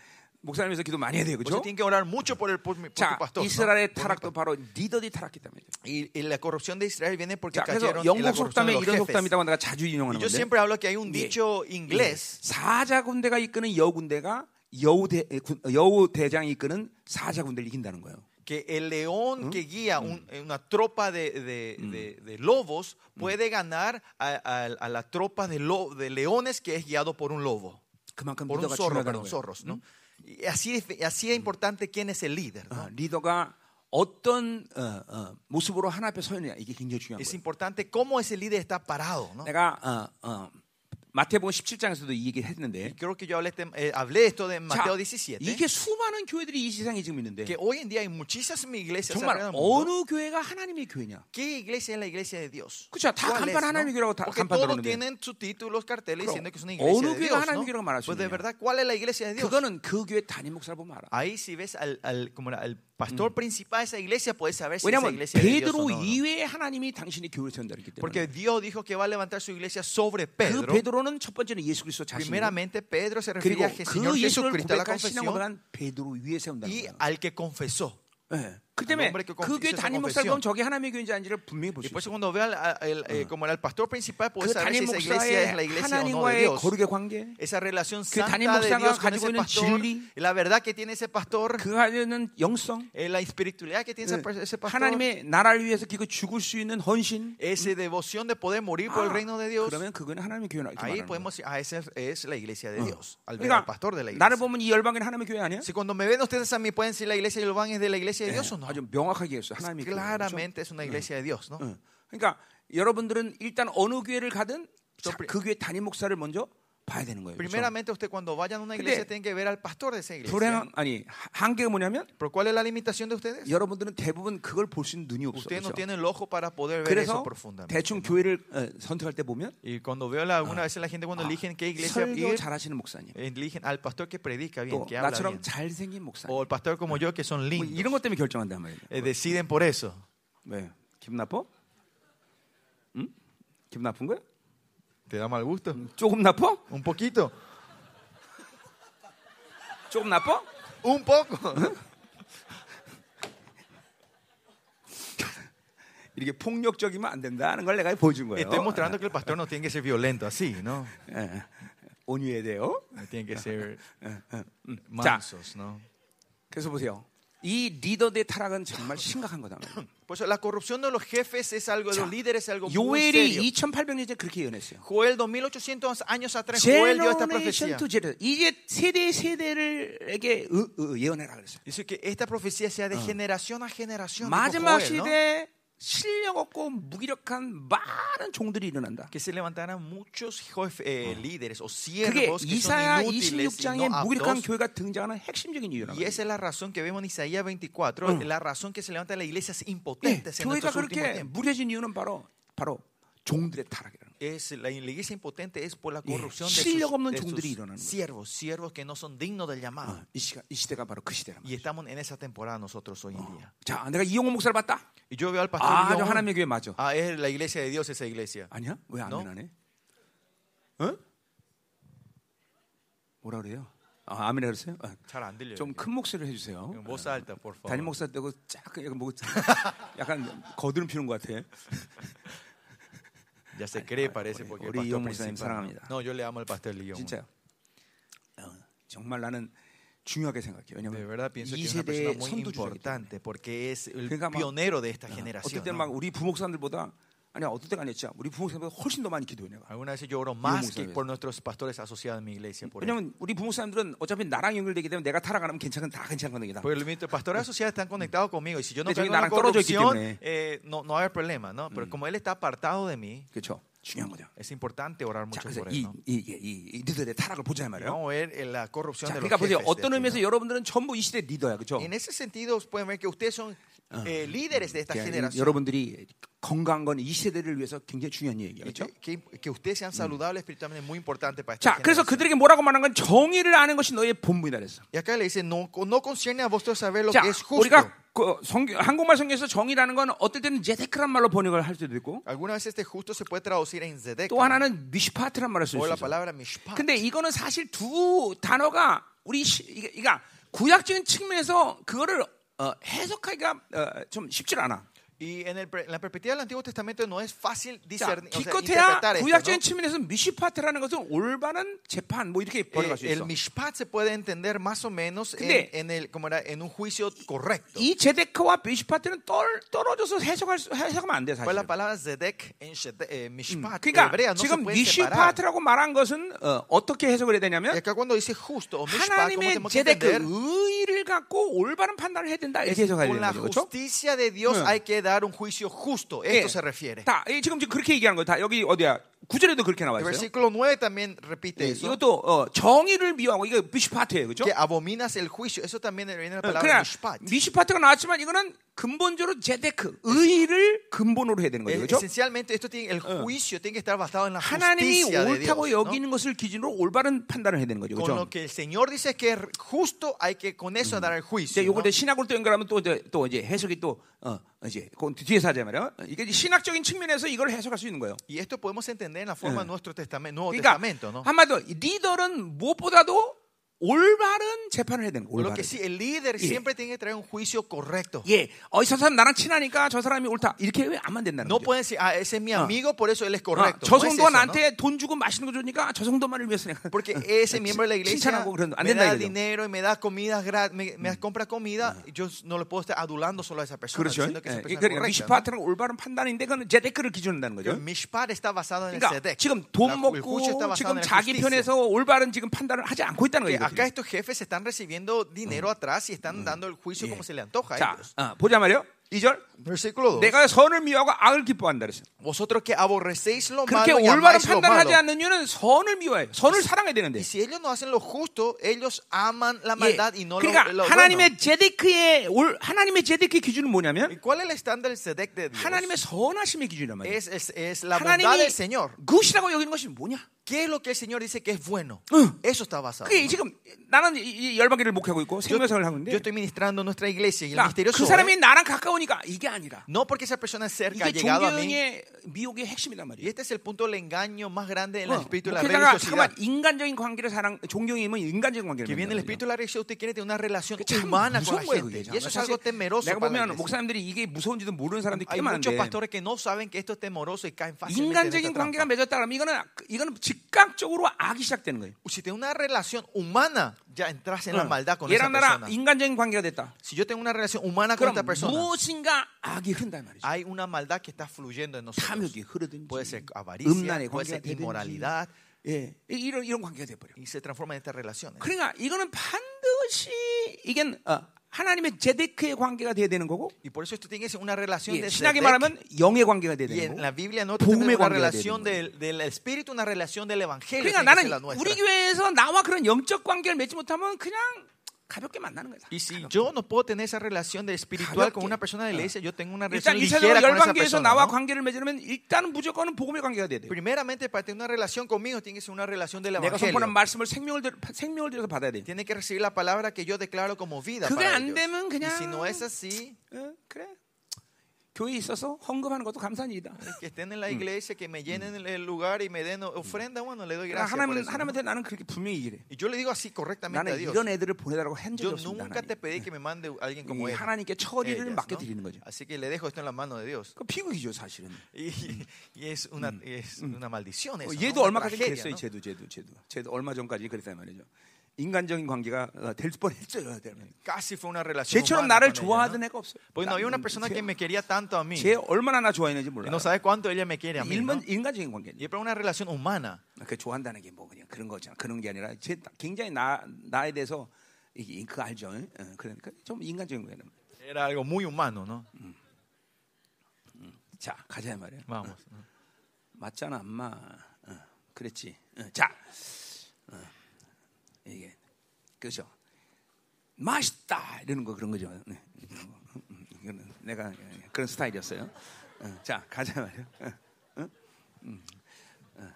목사님에서 기도 많이 해야 돼요.
Usted
그렇죠?
tiene Pues que orar mucho por, el, por, mi- por
자,
tu pastor. ¿no?
이스라엘의
Por mi
타락도 바로 리더들이 타락했기 때문에.
Y, y la corrupción de Israel viene porque
자, 그래서
cayeron en la
영국
corrupción
속담에
de los
이런
jefes.
속담이라고 내가 자주
Y
인용하는
yo
건데.
siempre hablo que hay un
예.
dicho inglés
사자 군대가 이끄는 여우 군대가 여우 대 군- 여우 대장이 이끄는 사자 군대를 이긴다는 거예요.
que el león que guía un- una tropa de, de- de- de lobos puede ganar a, a- a la tropa de, lo- de leones que es guiado por un lobo,
그만큼
por un
리더가
zorro,
중요하다는
perdón,
거예요.
zorros, ¿no? Y así, de- así de importante quién es el líder, ¿no?
어, 리더가 어떤 어, 어, 모습으로 하나 앞에 서 있느냐 이게 굉장히 중요한
Es
거예요.
importante cómo ese líder está parado, ¿no?
내가 어, 어, 마태복음 17장에서도 이 얘기를 했는데
Creo que yo hablé, este- eh, hablé esto de
자,
Mateo 17,
이게 수많은 교회들이 이 세상에 지금 있는데
que hoy en día hay muchísimas iglesias
정말
alrededor del mundo.
어느 교회가 하나님의 교회냐?
¿Qué iglesia es la iglesia de Dios?
그쵸, 다
¿Cuál
간판 하나님의 교회라고 다
Porque
간판
todos
들었는데.
tienen sus títulos, carteles
그럼,
diciendo que es una iglesia
어느
de
교회가
Dios,
하나님의 교회라고 말할
¿no?
수
Pues de
있느냐?
verdad, ¿cuál es la iglesia de Dios?
그거는 그 교회 담임 목사를 보면 알아.
Ahí si ves al, al- como era, al pastor principal de esa iglesia, puedes saber si es la
왜냐하면
iglesia de Dios
베드로
o no, ¿no?
이외에 하나님이 당신의 교회를 세운다 그랬기 때문에.
Porque Dios dijo que va a levantar su iglesia sobre
그
Pedro.
베드로는 첫 번째는 예수 그리스도 자신이고
Primeramente, Pedro se refiere
그리고
a Je- Señor
그 예수를
Jesucristo, a la
고백한 신앙으로
confesión,
한 베드로 위에 세운다는
y
거예요.
al que confesó.
예. 그 때문에
hombre que
그 교회
confesó
담임
esa
목사를 보면
confesión.
저게 하나님의 교회인지 아닌지를 분명히 볼 수
Y pues, por eso
있어요.
cuando veo al, al- eh, como era el pastor principal,
그
puedes saber
담임
si esa iglesia es
목사의
la iglesia o no de
하나님과의
Dios.
거룩의 관계,
esa relación
그 담임
santa de
목사가
Dios con
가지고
ese
있는
pastor, eh,
진리,
la verdad que tiene ese pastor,
그 안에는 영성,
eh, la espiritualidad que tiene ese pa- ese
예.
pastor,
하나님의 나라를 위해서 기고 죽을 수 있는 헌신.
esa devoción de poder morir por el reino de
아,
Dios.
그러면 그거는 하나님의 교회라 이렇게
Ahí
말하는 거예요.
podemos decir, ah, esa es la iglesia de Dios, al ver al
그러니까
pastor de la
나를
iglesia.
보면 이 열방은 하나님의 교회 아니야?
Si cuando me ven ustedes a mí, pueden decir la iglesia de Lobán es de la iglesia de Dios o Eh, no.
아주 명확하게 했어. 하나님의 교회. 그렇죠?
Claramente es una iglesia de Dios, ¿no? Eh,
응. 그러니까 여러분들은 일단 어느 교회를 가든 자,
저 프리-
그 교회 담임 목사를 먼저 봐야 되는 거예요. 그렇죠?
Primeramente, usted cuando vayan a una iglesia,
근데
tienen que ver al pastor de esa iglesia.
불행 아니 하- 한계가 뭐냐면
¿Pero cuál es la limitación de ustedes?
여러분들은 대부분 그걸 볼 수 있는 눈이 없어.
Ustedes
그렇죠?
no tienen el ojo para poder ver
그래서
eso profundamente.
대충 교회를 어, 선택할 때 보면 아,
Y cuando veo la- alguna vez la gente cuando
Ah,
eligen qué iglesia
설교
ir,
잘하시는 목사님,
eligen al pastor que predica bien,
또
que habla
나처럼
bien.
잘생긴 목사님
O el pastor como yo que
뭐
son lindos.
이런 것 때문에 결정한단 말이에요.
Eh, deciden por eso.
왜? 기분 나빠? 응? 기분 나쁜 거야?
¿Te da mal gusto?
조금 나빠?
Un poquito.
조금 나빠?
Un poco.
이렇게 폭력적이면 안 된다는 걸 내가 보여준 거예요.
Estoy mostrando que el pastor no tiene que ser violento así, ¿no?
예. 온유해야 돼요. 예, 음.
No Tiene que ser
자,
mansos, ¿no?
그래서 보세요. 이 리더들의 타락은 정말 심각한 거다.
Por eso Pues, la corrupción de los jefes es algo, de
자,
los líderes es algo muy serio.
요엘이 2800년 전에 그렇게 예언했어요.
Joel, 2800 años atrás, Joel dio esta
제너레이션
profecía.
투 제너레이션 이제 세대 세대를에게 으- 으- 예언해라 그랬어요.
Dice que esta profecía sea de generación a generación. dijo
마지막
Joel, ¿no?
시대에 실력 없고 무기력한 많은 종들이 일어난다.
que se levantarán muchos jef- eh, líderes o
그게
siervos que
이사야
son inútiles y
26장의
no
무기력한
aptos.
교회가 등장하는 핵심적인 이유라고.
Y esa es la razón que vemos en Isaías 24, la razón que se levanta la iglesia es impotente en
네, 교회가
estos últimos
그렇게
tiempos.
무뎌진 이유는 바로 바로 종들의 타락이라는 거예요.
Es, la iglesia impotente es por la corrupción de
실력 없는
sus,
종들이
de sus
일어나는 거예요.
siervos, siervos que no son dignos del llamado.
아, 이 시가 이 시대가 바로 그 시대란
Y
말이에요.
estamos en esa temporada nosotros hoy en día.
자, 아, 내가 이용호 목사를 봤다.
Y yo veo al pastor
아,
León,
저 하나님의 교회 맞아.
ah, es la iglesia de Dios esa iglesia.
아니야? 왜 안
No?
변하네? 어? 뭐라 그래요? 아, 아미라 그랬어요?
잘 안 들려요.
좀 큰 목소리를 해주세요.
이거 voz alta, por favor.
담임 목사 *laughs* 되고 쫙 약간 뭐 약간 거드름 피는 것 같아.
Ya se cree, parece,
우리-
porque el
우리
pastor
이용 목사님
principal.
사랑합니다.
No, yo le amo al pastor León.
진짜요. 어, 정말 나는 중요하게 생각해.
De
왜냐면
verdad pienso que
이
es una persona
세대의
muy
선두주자기 때문에.
importante porque es el
그러니까 막-
pionero de esta
어떨
generación. ¿no?
때막 우리 부목사님들보다 아니 어떨 때가 아니었지. 우리 부목사님보다 훨씬 더 많이 기도해 내가.
Algunas veces yo oro más que
목사님에서.
por nuestros pastores asociados en mi iglesia. Por eso.
왜냐면 우리 부목사님들은 어차피 나랑 연결되기 때문에 내가 타락하면 괜찮은 다 괜찮은 거다.
Porque los pastores asociados están conectados conmigo y si yo Mm. no
근데 저기
caigo en la
나랑 떨어져 있기
corrupción,
때문에.
eh, no, no hay problema, ¿no? Pero como él está apartado de mí,
그렇죠. 중요한 거죠.
es importante orar
자,
mucho
그래서
por él,
이,
¿no?
이, 이, 이, 이 리더의 타락을 보자 이 말이에요.
Vamos a ver eh, la corrupción
자,
de los
그러니까 보세요.
jefes
어,
de
어떤
este,
의미에서
¿no?
여러분들은 전부 이 시대 리더야, 그렇죠?
En ese sentido, pueden ver que ustedes son eh, líderes de esta generación.
예, 여러분들이 건강한 건 이 세대를 위해서 굉장히 중요한 얘기야,
Y
그렇죠?
que, que- que ustedes sean saludables espiritualmente es muy importante para esta
자, 그래서 그들에게
generación.
뭐라고 말한 건 정의를 아는 것이 너의 본분이다 그랬어.
Y acá le dice, no, no concierne a vosotros saber lo
자,
que es justo.
우리가 그 성경, 한국말 성경에서 정의라는 건 어떨 때는 제데크란 말로 번역을 할 수도 있고
Algunas veces este justo se puede traducir en Zedek
또 하나는 미슈파트란 말을 쓸수
o la
있어.
palabra Mishpat.
근데 이거는 사실 두 단어가 우리 시, 이게, 이게 구약적인 측면에서 그거를 어, 해석하기가 어, 좀 쉽지 않아.
Y en, el pre- en la perspectiva del Antiguo Testamento no es fácil
자,
discernir, o sea,
기껏해야
interpretar esto,
구약적인
¿no?
측면에서 미슈파트라는 것은 올바른 재판 뭐 이렇게 번역할 수
Eh, el
있어.
Mishpat se puede entender más o menos en,
근데-
en el, como era, en un juicio correcto.
이 제데크와 미슈파트는 떨, 떨어져서 해석할 수, 해석하면 안 돼,
Pues
사실.
la palabra Zedek en Shede- eh, Mishpat, hebrea,
그러니까
no se
지금
puede separar.
미슈파트라고 말한 것은 어, 떻게 해석을 해야
Y
되냐면
acá cuando dice justo o Mishpat, ¿cómo
하나님의
tenemos que
제데크
entender?
의의를 갖고 올바른 판단을 해야 된다
Es
이렇게 해석해야
con
되는
la
거죠. 그렇죠?
justicia de Dios
응.
hay que dar un juicio justo. Esto se refiere.
예. 다 이, 지금 지금 그렇게 얘기하는 거예요. 다 여기 어디야? 구절에도 그렇게 나와
El
있어요.
versículo 9 también repite
네,
eso.
이것도 어, 정의를 미워하고 이거 미슈파트예요. 그렇죠?
Que abominas el juicio. Eso también viene en la palabra
그러나
Mishpat.
미슈파트가 나왔지만 이거는 근본적으로 제데크 의의를 근본으로 해야 되는
Eh,
거죠. 그렇죠?
esencialmente esto tiene, el juicio tiene que estar basado en la
하나님이
justicia de Dios.
옳다고
¿no?
여기는 것을 기준으로 올바른 판단을 해야 되는 거죠.
Con
그렇죠?
lo que el Señor dice que es justo, hay que con eso dar el juicio.
이제 요걸
¿no?
이제 신학으로 또 연결하면 또 이제 또 이제 해석이 또 어, 이제 그건 뒤에서 하자 말이야. 이게 이제 신학적인 측면에서 이걸 해석할 수 있는 거예요.
Y esto podemos entender en la forma de nuestro testamento, Nuevo
그러니까
Testamento. ¿no?
한마디로 리더는 무엇보다도 올바른 재판을 해야 되는
Lo
거예요.
que
올바른.
sí, el líder
Yeah.
siempre tiene que traer un juicio correcto.
예, 어저 사람 나랑 친하니까 저 사람이 옳다 이렇게 하면 안 된다는
No
거죠.
pueden decir, ah, ese es mi amigo, por eso él es
아,
correcto.
저
No es
정도
eso, ¿no?
나한테 돈 주고 맛있는 거 주니까 저 정도만을 위해서 내가
*laughs* Porque ese miembro de la iglesia
칭찬하고 그런 안
me
된다
da
이거죠.
dinero y me da comida, gra- me, me compra comida, yo no le puedo estar adulando solo a esa persona,
그렇죠.
diciendo ¿eh? que ¿eh? esa
예,
persona es
그러니까
correcta, ¿no?
미시파트는 올바른 판단인데 그건 제데크를 기준으로 한다는
Que
거죠.
El Mishpat está basado en el
그러니까
Sedek.
지금 돈
La- el juicio está
먹고
basado
지금
en la
자기
justicia.
편에서 올바른 지금 판단을 하지 않고 있다는
Que
거예요.
acá estos jefes están recibiendo dinero atrás y están dando el juicio como se le antoja a
자,
ellos.
어, 보자 말이요. 2절.
Versículo 2.
내가 선을 미워하고 악을 기뻐한다 그랬어요.
Vosotros que aborrecéis lo
그렇게
malo y
올바른
amáis lo
판단을 하지
malo.
않는 이유는 선을 미워해요. 선을 사랑해야 되는데.
Y si ellos no hacen lo justo, ellos aman la
예.
maldad y no lo,
그러니까
lo bueno.
하나님의 제데크의 올 하나님의 제데크의 기준은
¿Y
뭐냐면
cuál es el estándar del Sedek de Dios?
하나님의 선하심의 기준이란 말이에요.
Es, es, es la bondad
하나님이
del Señor.
그것이라고 여기는 것이 뭐냐?
¿Qué es lo que el Señor dice que es bueno? Eso está basado.
그게 지금 나는 이- 이 열방기를 목회하고 있고
Yo,
생명상을 하고
yo
있는데
estoy ministrando en nuestra iglesia y el
그러니까
ministerio
그
sobre-
사람이 나랑 가까우니까 이게 아니라
No porque esa persona es cerca ha
이게
llegado a mí.
존경의 미혹의 핵심이란
Y
말이에요.
este es el punto del engaño más grande en
어,
el espíritu de la
목회자가
religiosidad.
잠깐만 인간적인 관계를 사랑 존경이면 인간적인 관계를
Que viene
만드는 거죠.
el espíritu de la religiosidad, usted quiere tener una relación
참
humana con la
무서운 거예요
gente.
그게
Y eso es algo temeroso
내가
para la
보면
iglesia.
목사님들이 이게 무서운지도 모르는 사람들이 꽤
Hay muchos
많은데
pastores que no saben que esto es temeroso y caen fácilmente en esta
인간적인 관계가
trampa.
맺었다 그러면 이거는 이거는 즉각적으로 악이 시작되는 거예요
Si tienes una relación humana, ya entras
Mm.
en la maldad con esa
얘랑
persona.
나랑 인간적인 관계가 됐다
Si yo tengo una relación humana con
그럼
esta persona,
무엇인가 악이 흐른단 말이죠
hay una maldad que está fluyendo en nosotros.
탐욕이 흐르든지
Puede ser
음란의
avaricia, puede
관계가
ser
되든지
inmoralidad
예, 이- 이런, 이런 관계가 돼버려
y se transforma en estas relaciones.
그러니까 이거는 반드시 이게 어, 하나님의 제데크의 관계가 돼야 되는 거고
Y por eso esto tiene que ser una relación
예,
de
신학에
Zedek.
말하면 영의 관계가 돼야
Y
되는
en
거고
la Biblia no
복음의
tenemos una
관계가
relación
돼야
del, del Espíritu, una relación del Evangelio.
그러니까
tiene que ser
나는
la nuestra.
우리 교회에서 나와 그런 영적 관계를 맺지 못하면 그냥 가볍게 만나는 거야.
Y si yo no puedo tener esa relación de espiritual con una persona de la iglesia, yo tengo una
일단
relación ligera
일차적으로
con
열
esa
관계에서
persona.
나와
¿no?
관계를 맺으려면 일단은 무조건 복음의 관계가 돼야 돼.
Primeramente, para tener una relación conmigo, tiene que ser una relación del
내가 선포한
Evangelio.
말씀을 생명을 들, 생명을 들여서 받아야 돼.
Tiene que recibir la palabra que yo declaro como vida.
그게
Para
안
ellos.
되면
Y
어? 그냥-
si no es así,
어, 그래. 교회에 있어서 헌금하는 것도 감사한 일이다.
*laughs* Que estén en la iglesia, que me llenen el- el lugar y me den ofrenda, bueno, le doy
그러니까
gracias. por
하나님,
eso, ¿no?
하나님한테 나는 그렇게 분명히 얘기를 해.
Y yo le digo así correctamente a
나는
Dios.
이런 애들을 보내달라고 한 적이
Yo
없습니다.
nunca te
하나님.
pedí que me mande alguien
이
como él.
하나님께 처리를
ellas,
맡겨
¿no?
드리는 거죠.
Así que le dejo esto en la mano de Dios. *laughs*
그 비극이죠, 사실은.
Y, y es, una, es una maldición eso.
어,
¿no?
얘도
Una
얼마까지
tragedia,
그랬어요,
¿no?
쟤도, 쟤도, 쟤도. 쟤도 얼마 전까지 그랬단 말이죠. 인간적인 관계가 어, 될 뻔했어요.
Casi fue una relación.
쟤처럼
humana
나를
con ella, ¿no?
좋아하던 애가 없어요.
Pues no había una
나는
persona
쟤-
que me quería tanto a mí.
쟤 얼마나 나 좋아했는지 몰라.
No sabes cuánto ella me quiere a mí. ¿no?
일반 인간적인 관계.
oh, Y es para una relación humana.
그 좋아한다는 게 뭐 그냥 그런 거잖아. 그런 게 아니라 쟤 굉장히 나 나에 대해서 이게 그 알죠. 어, 그러니까 좀 인간적인 거예요.
Era algo muy humano, ¿no?
자, 가자 말이야.
Vamos.
맞잖아, 엄마. 어, 그랬지. 어, 자, 어, 이게 그렇죠. 맛있다 이러는 거 그런 거죠. 네. 음, 이거는 내가 그런 스타일이었어요. 어, 자, 가자 말이야. 어, 어? 음, 어.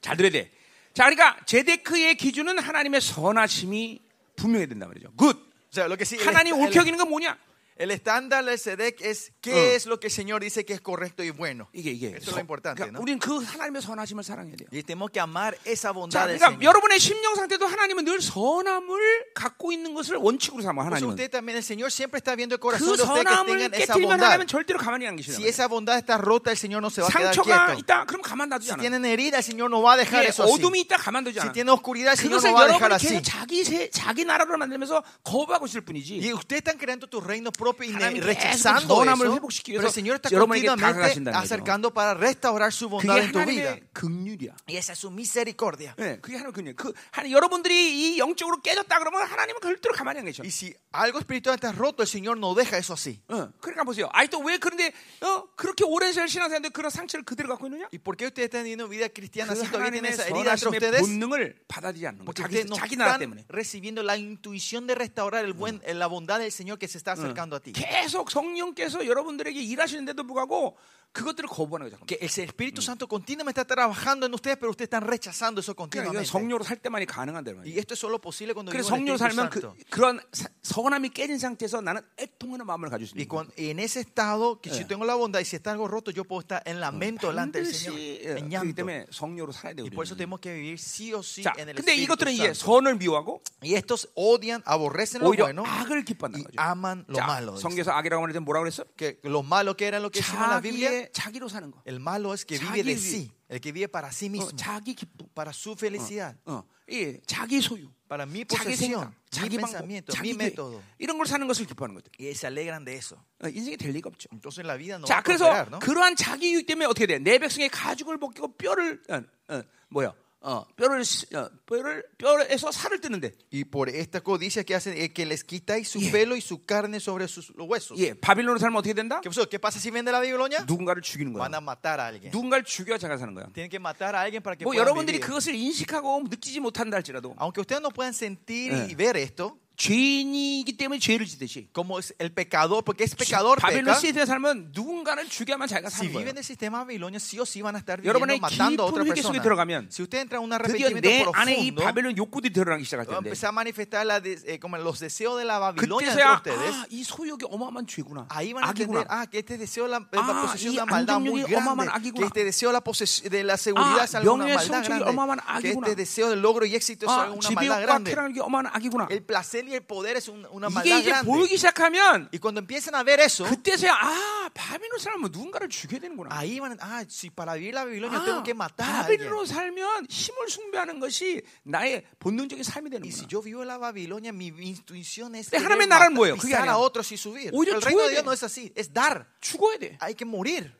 잘 들어야 돼. 자, 그러니까 제데크의 기준은 하나님의 선하심이 분명해야 된다 말이죠. 굿.
O sea, lo que sí. el
하나님
est- el-
옳게 여기는 건 뭐냐?
El estándar del SEDEC es qué
Ah.
es lo que el Señor dice que es correcto y bueno.
이게 이게.
Eso es lo importante, ¿no?
우리는 그 하나님의 선하심을 사랑해야 돼요.
Y tenemos que amar esa
자,
bondad del
그러니까
Señor.
여러분의 심령 상태도 하나님은 늘 선함을 갖고 있는 것을 원칙으로 삼아
Pues
하나님은
usted también, el Señor siempre está viendo el
그
corazón de ustedes que
선함을
tengan esa
깨뜨리면
bondad.
하나님은 절대로 가만히 안 계시는
Si
거예요.
esa bondad está rota, el Señor no se va a quedar
상처가
quieto.
있다, 그럼 가만 놔두지
Si
않아.
tienen herida, el Señor no va a
예,
dejar eso así.
어둠이 있다, 가만 두지
Si
않아.
tiene oscuridad, el Señor
그것을
no va a dejar
여러분이
así.
계속 자기 세, 자기 나라로 만들면서 거부하고 있을 뿐이지.
Y ustedes están creando tu reino propio y
하나님
ne-
계속
rechazando
선함을
eso.
회복시키기
Pero
위해서
el Señor está
여러분에게
continuamente
다가가신다는 거죠.
acercando para restaurar su
그게
bondad en tu vida.
뭐 하나님의 긍휼이야.
Y esa es su misericordia.
예, 그게 하나님의 긍휼. 그 하나님 여러분들이 이 영적으로 깨졌다 그러면 하나님은 절대로 가만히 안 계셔.
Y si algo espiritual está roto, el Señor no deja eso así.
어, 그러니까 보세요. 아이 또 왜 그런데 어, 그렇게 오랜 시간 신앙생활인데 그런 상처를 그대로 갖고 있느냐?
¿Y por qué ustedes están teniendo vida cristiana
그
si todavía
하나님의
tienen esa herida entre
선하심의
ustedes?
본능을 뭐 받아들이지 않는 거
Porque
자기
ustedes no
자기 나라
están
때문에
recibiendo la intuición de restaurar el buen, la bondad del Señor que se está acercando a ti.
계속 성령께서 여러분들에게 일하시는데도 불구하고 그것들을 거부하는 거죠.
Que el Espíritu Santo continuamente está trabajando en ustedes, pero ustedes están rechazando eso
그러니까 이건
continuamente.
성령으로 살 때만이 가능한데
Y
말이에요.
esto es solo posible cuando
그래서
vivimos en el
성령으로
Espíritu
살면 그,
Santo.
그런 사- 선함이 깨진 상태에서 나는 애통하는 마음을 가질 수
Y
있는 거예요.
cuando- en ese estado, que si
Eh. Ah,
tengo la bondad y si está algo roto, yo puedo estar en lamento delante del Señor.
반드시 예,
En
그렇기
llanto.
때문에 성령으로 살아야 돼요.
Y por eso
우리는.
tenemos que vivir sí o sí
자,
en el
근데
Espíritu
이것들은 이제
Santo.
선을 미워하고
Y estos odian, aborrecen lo
오히려
bueno
악을 기뻐한다는 거죠.
y aman lo
자,
malo. dice.
성경에서 악이라고 하는데 뭐라고 그랬어?
Que lo malo que era lo que decimos en la Biblia,
자기의 자기로 사는 거.
el malo es que vive
자기
de
위-
sí, el que vive Oh, para sí
어,
mismo,
자기 기쁨.
para su felicidad,
어, 예, 자기 소유,
para mi
자기 생각,
posesión, mi
자기 방법,
pensamiento, mi
자기 계획,
método.
이런 걸 사는 것을 기뻐하는 거죠.
Y se alegran de eso.
어, 인생이 될 리가 없죠.
Entonces la vida no va
자,
a prosperar,
그래서
¿no?
그러한 자기 유익 때문에 어떻게 돼? 내 백성의 가죽을 벗기고 뼈를 어, 어, 뭐야? 어, 뼈를 시- 어, 뼈를 뼈에서 살을 뜨는데,
Y por esta codicia que hacen, es que les quitáis su pelo y su carne sobre sus los huesos.
예, 바빌론으로 살면 어떻게 된다?
¿Qué, pasó? ¿Qué pasa si vende la Babilonia?
누군가를 죽이는 거야.
Van a matar a alguien.
누군가를 죽여야 자가 사는 거야.
Tienen que matar a alguien para que
뭐
puedan
여러분들이
vivir.
그것을 인식하고 느끼지 못한다 할지라도
Aunque ustedes no puedan sentir
Eh.
y ver esto,
죄인이기 때문에 죄를 짓듯이
como es el pecador, porque es pecador
바벨론
peca,
시대에 살면 누군가를 죽여야만 자기가 사는
si viven
거예요.
en el sistema babilonio, sí o sí van a estar
여러분의
viviendo matando a
깊은
otra
회개 속에
persona.
들어가면
Si usted entra en un
드디어 내
arrepentimiento
안에 이
profundo, va
바벨론 욕구들이 드러나기 시작할
a
텐데
empezar a manifestar la des- eh, como los deseos de la Babilonia entre
그때서야
ustedes.
아, 이 소욕이 어마어마한 죄구나.
Ahí van a
아,
entender,
악이구나.
ah, que este deseo de la, de
Ah,
la posesión
y
es una maldad muy
안정욕이 어마어마한
grande.
악이구나.
Que este deseo de la, poses- de la seguridad
Ah,
es alguna
명예의
maldad
성취욕이 어마어마한
grande. Que
악이구나.
este deseo del logro y éxito es
아,
alguna maldad
지배욕과
grande.
태란이 어마어마한 악이구나.
El placer y el poder es un- una
이게
maldad
이제
grande.
보이기 시작하면
Y cuando empiezan a ver eso,
그때서야 아 바벨론 살면 누군가를 죽여야 되는구나.
ahí van, ah, si para vivir la Babilonia tengo
아,
que matar a alguien.
바벨론으로 살면 힘을 숭배하는 것이 나의 본능적인 삶이
Y si
되는구나.
yo vivo en la Babilonia, mi intuición es
Pero
querer
하나님의 나라는 뭐예요? 그게
pisar
아니야.
a otros y subir.
오히려
El reino
줘야
de Dios
돼.
no es así, es dar.
죽어야 돼.
Hay que morir.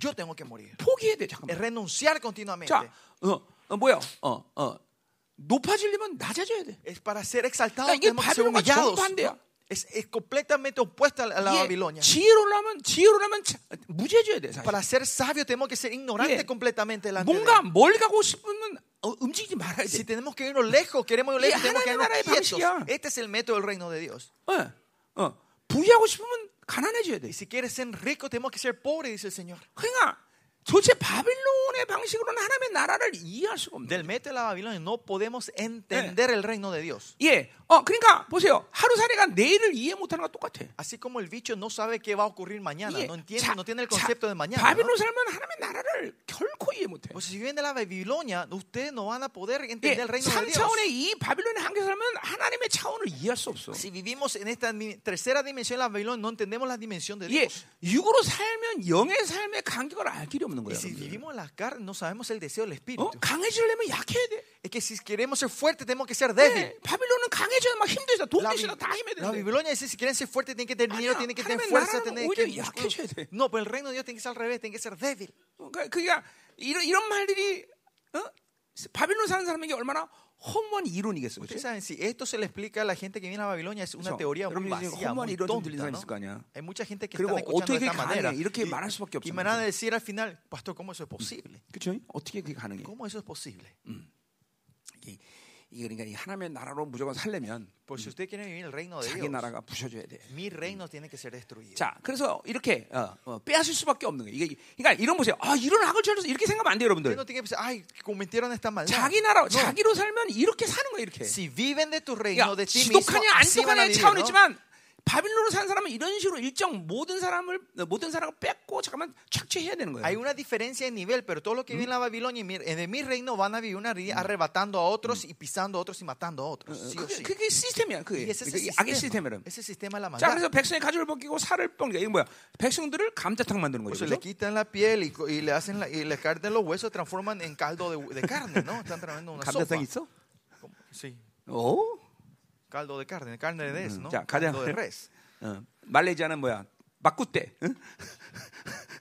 Yo tengo que morir.
포기해야 돼. 잠깐만.
Es renunciar continuamente.
자, 어, 어 뭐야? 어, 어. 높아지려면 낮아져야 돼.
Es para ser exaltados,
그러니까 이게
tenemos que ser
바빌론과
humillados.
정반대야.
¿no? Es, es completamente opuesta a la
이게
Babilonia.
지혜로라면 지혜로라면 자- 무죄져야 돼. 사실.
Para ser sabios tenemos que ser ignorantes
Yeah.
completamente delante de
뭔가
Él.
멀리 가고 싶으면 어, 움직이지 말아야
Si
돼.
tenemos que irnos lejos, queremos ir
Yeah,
lejos, tenemos que irnos
하나님의 나라의
quietos.
방식이야.
Este es el método del reino de Dios.
어, 어. 부유하고 싶으면 가난해져야 돼.
Y si quieres ser rico, tenemos que ser pobres, dice el Señor.
그러니까 도대체 바빌론의 방식으로는 하나님의 나라를 이해할 수가 없네.
Del mete la Babilonia no
Eh.
podemos entender el reino de Dios.
예, 어, 그러니까 보세요. 하루살이가 내일을 이해 못하는 거 똑같아.
Así como el bicho no sabe qué va a ocurrir mañana,
이게
no entiende,
자-
no tiene el
자-
concepto de mañana. ¿no?
바빌론 살면 하나님의 나라를 결코 이해 못해.
Pues si viven de la Babilonia, ustedes no van a poder
예,
entender el reino de Dios.
3차원의 이 바빌론의 한계 살면 하나님의 차원을 이해할 수 없어.
Si vivimos en esta di- tercera dimensión de la Babilonia, no entendemos la dimensión de
예,
Dios.
육으로 살면 영의 삶의 간격을 알 길이 없는
Y
거야.
si
여러분들.
vivimos en la carne, no sabemos el deseo
어?
del Espíritu.
강해지려면 약해야 돼.
Es que si queremos ser fuertes, tenemos que ser débiles.
네, 바빌론은 강해져야 막 힘도 있어.
La,
돈도
Bi-
있어. 다 힘에
la
돼.
Babilonia dice, si quieren ser fuertes, tienen que tener dinero,
Año,
tienen que tener
Jaime,
fuerza,
nada,
tienen
oye,
que...
ya,
músculo.
¿qué es eso?
No, pero el reino de Dios tiene que ser al revés, tiene que ser débil.
그러니까 그러니까 이런 이런 말들이 어? 바빌론 사는 사람에게 얼마나 그렇죠? 허무한 이론이겠어. 그렇지?
Ustedes saben, si esto se le explica a la gente que viene a Babilonia, es una
그렇죠.
teoría muy
여러분이 이제
vacía,
허무한
muy
이론 좀 들린
tonta,
사람
¿no?
있을 거 아니야.
Hay mucha gente que
그리고
está escuchando
어떻게
de esta manera.
가능해? 이렇게
Y-
말할 수밖에
y
없어.
me van a decir al final, pastor, ¿cómo eso es posible?
그렇죠? 어떻게 그게 가능해?
¿Cómo eso es posible?
이게, 이게 그러니까 이 하나님의 나라로 무조건 살려면
Pues si usted quiere vivir en el reino de
자기
Dios,
나라가 부셔져야 돼.
mi reino tiene que ser destruido.
자, 그래서 이렇게 어, 어, 빼앗을 수밖에 없는 거예요. 이게 그러니까 이런 보세요. 아, 이런 악을 저질러서 이렇게 생각하면 안 돼요,
Usted
여러분들.
no tiene que pensar, ay, cometieron esta maldad.
자기 나라,
No.
자기로 살면 이렇게 사는 거예요, 이렇게.
Si viven de tu
그러니까
reino, de ti mismo,
지독하냐 안
así van
지독하냐의
a vivir, ¿no?
차원이지만 바빌론으로 사는 사람은 이런 식으로 일정 모든 사람을 모든 사람을 뺏고 잠깐만 착취해야 되는
Hay
거예요. 어,
una diferencia de nivel, pero todo lo que vive en la Babilonia, y mi- en mi reino, van a vivir una vida arrebatando a otros y pisando a otros y matando a otros. sí o
그게,
sí.
그게 시스템이야. 그게
Y ese es
그게
el
악의
sistema.
시스템이라면.
Ese sistema es la
자,
maldad.
그래서 백성의 가죽을 벗기고 살을 뻥겨. 이게 뭐야? 백성들을 감자탕 만드는
Por
거죠.
eso Pues le
그죠?
quitan la piel y, co- y le hacen la- y le cargan los huesos, transforman en caldo de, de carne, ¿no? Están tremendo una sopa.
감자탕 있어? 어?
Como- Sí,
오.
caldo de carne, Mm, carne de res, ¿no?
자, 가자.
Caldo de res.
어, 말레이시아는 뭐야? 막구떼. 응? *laughs*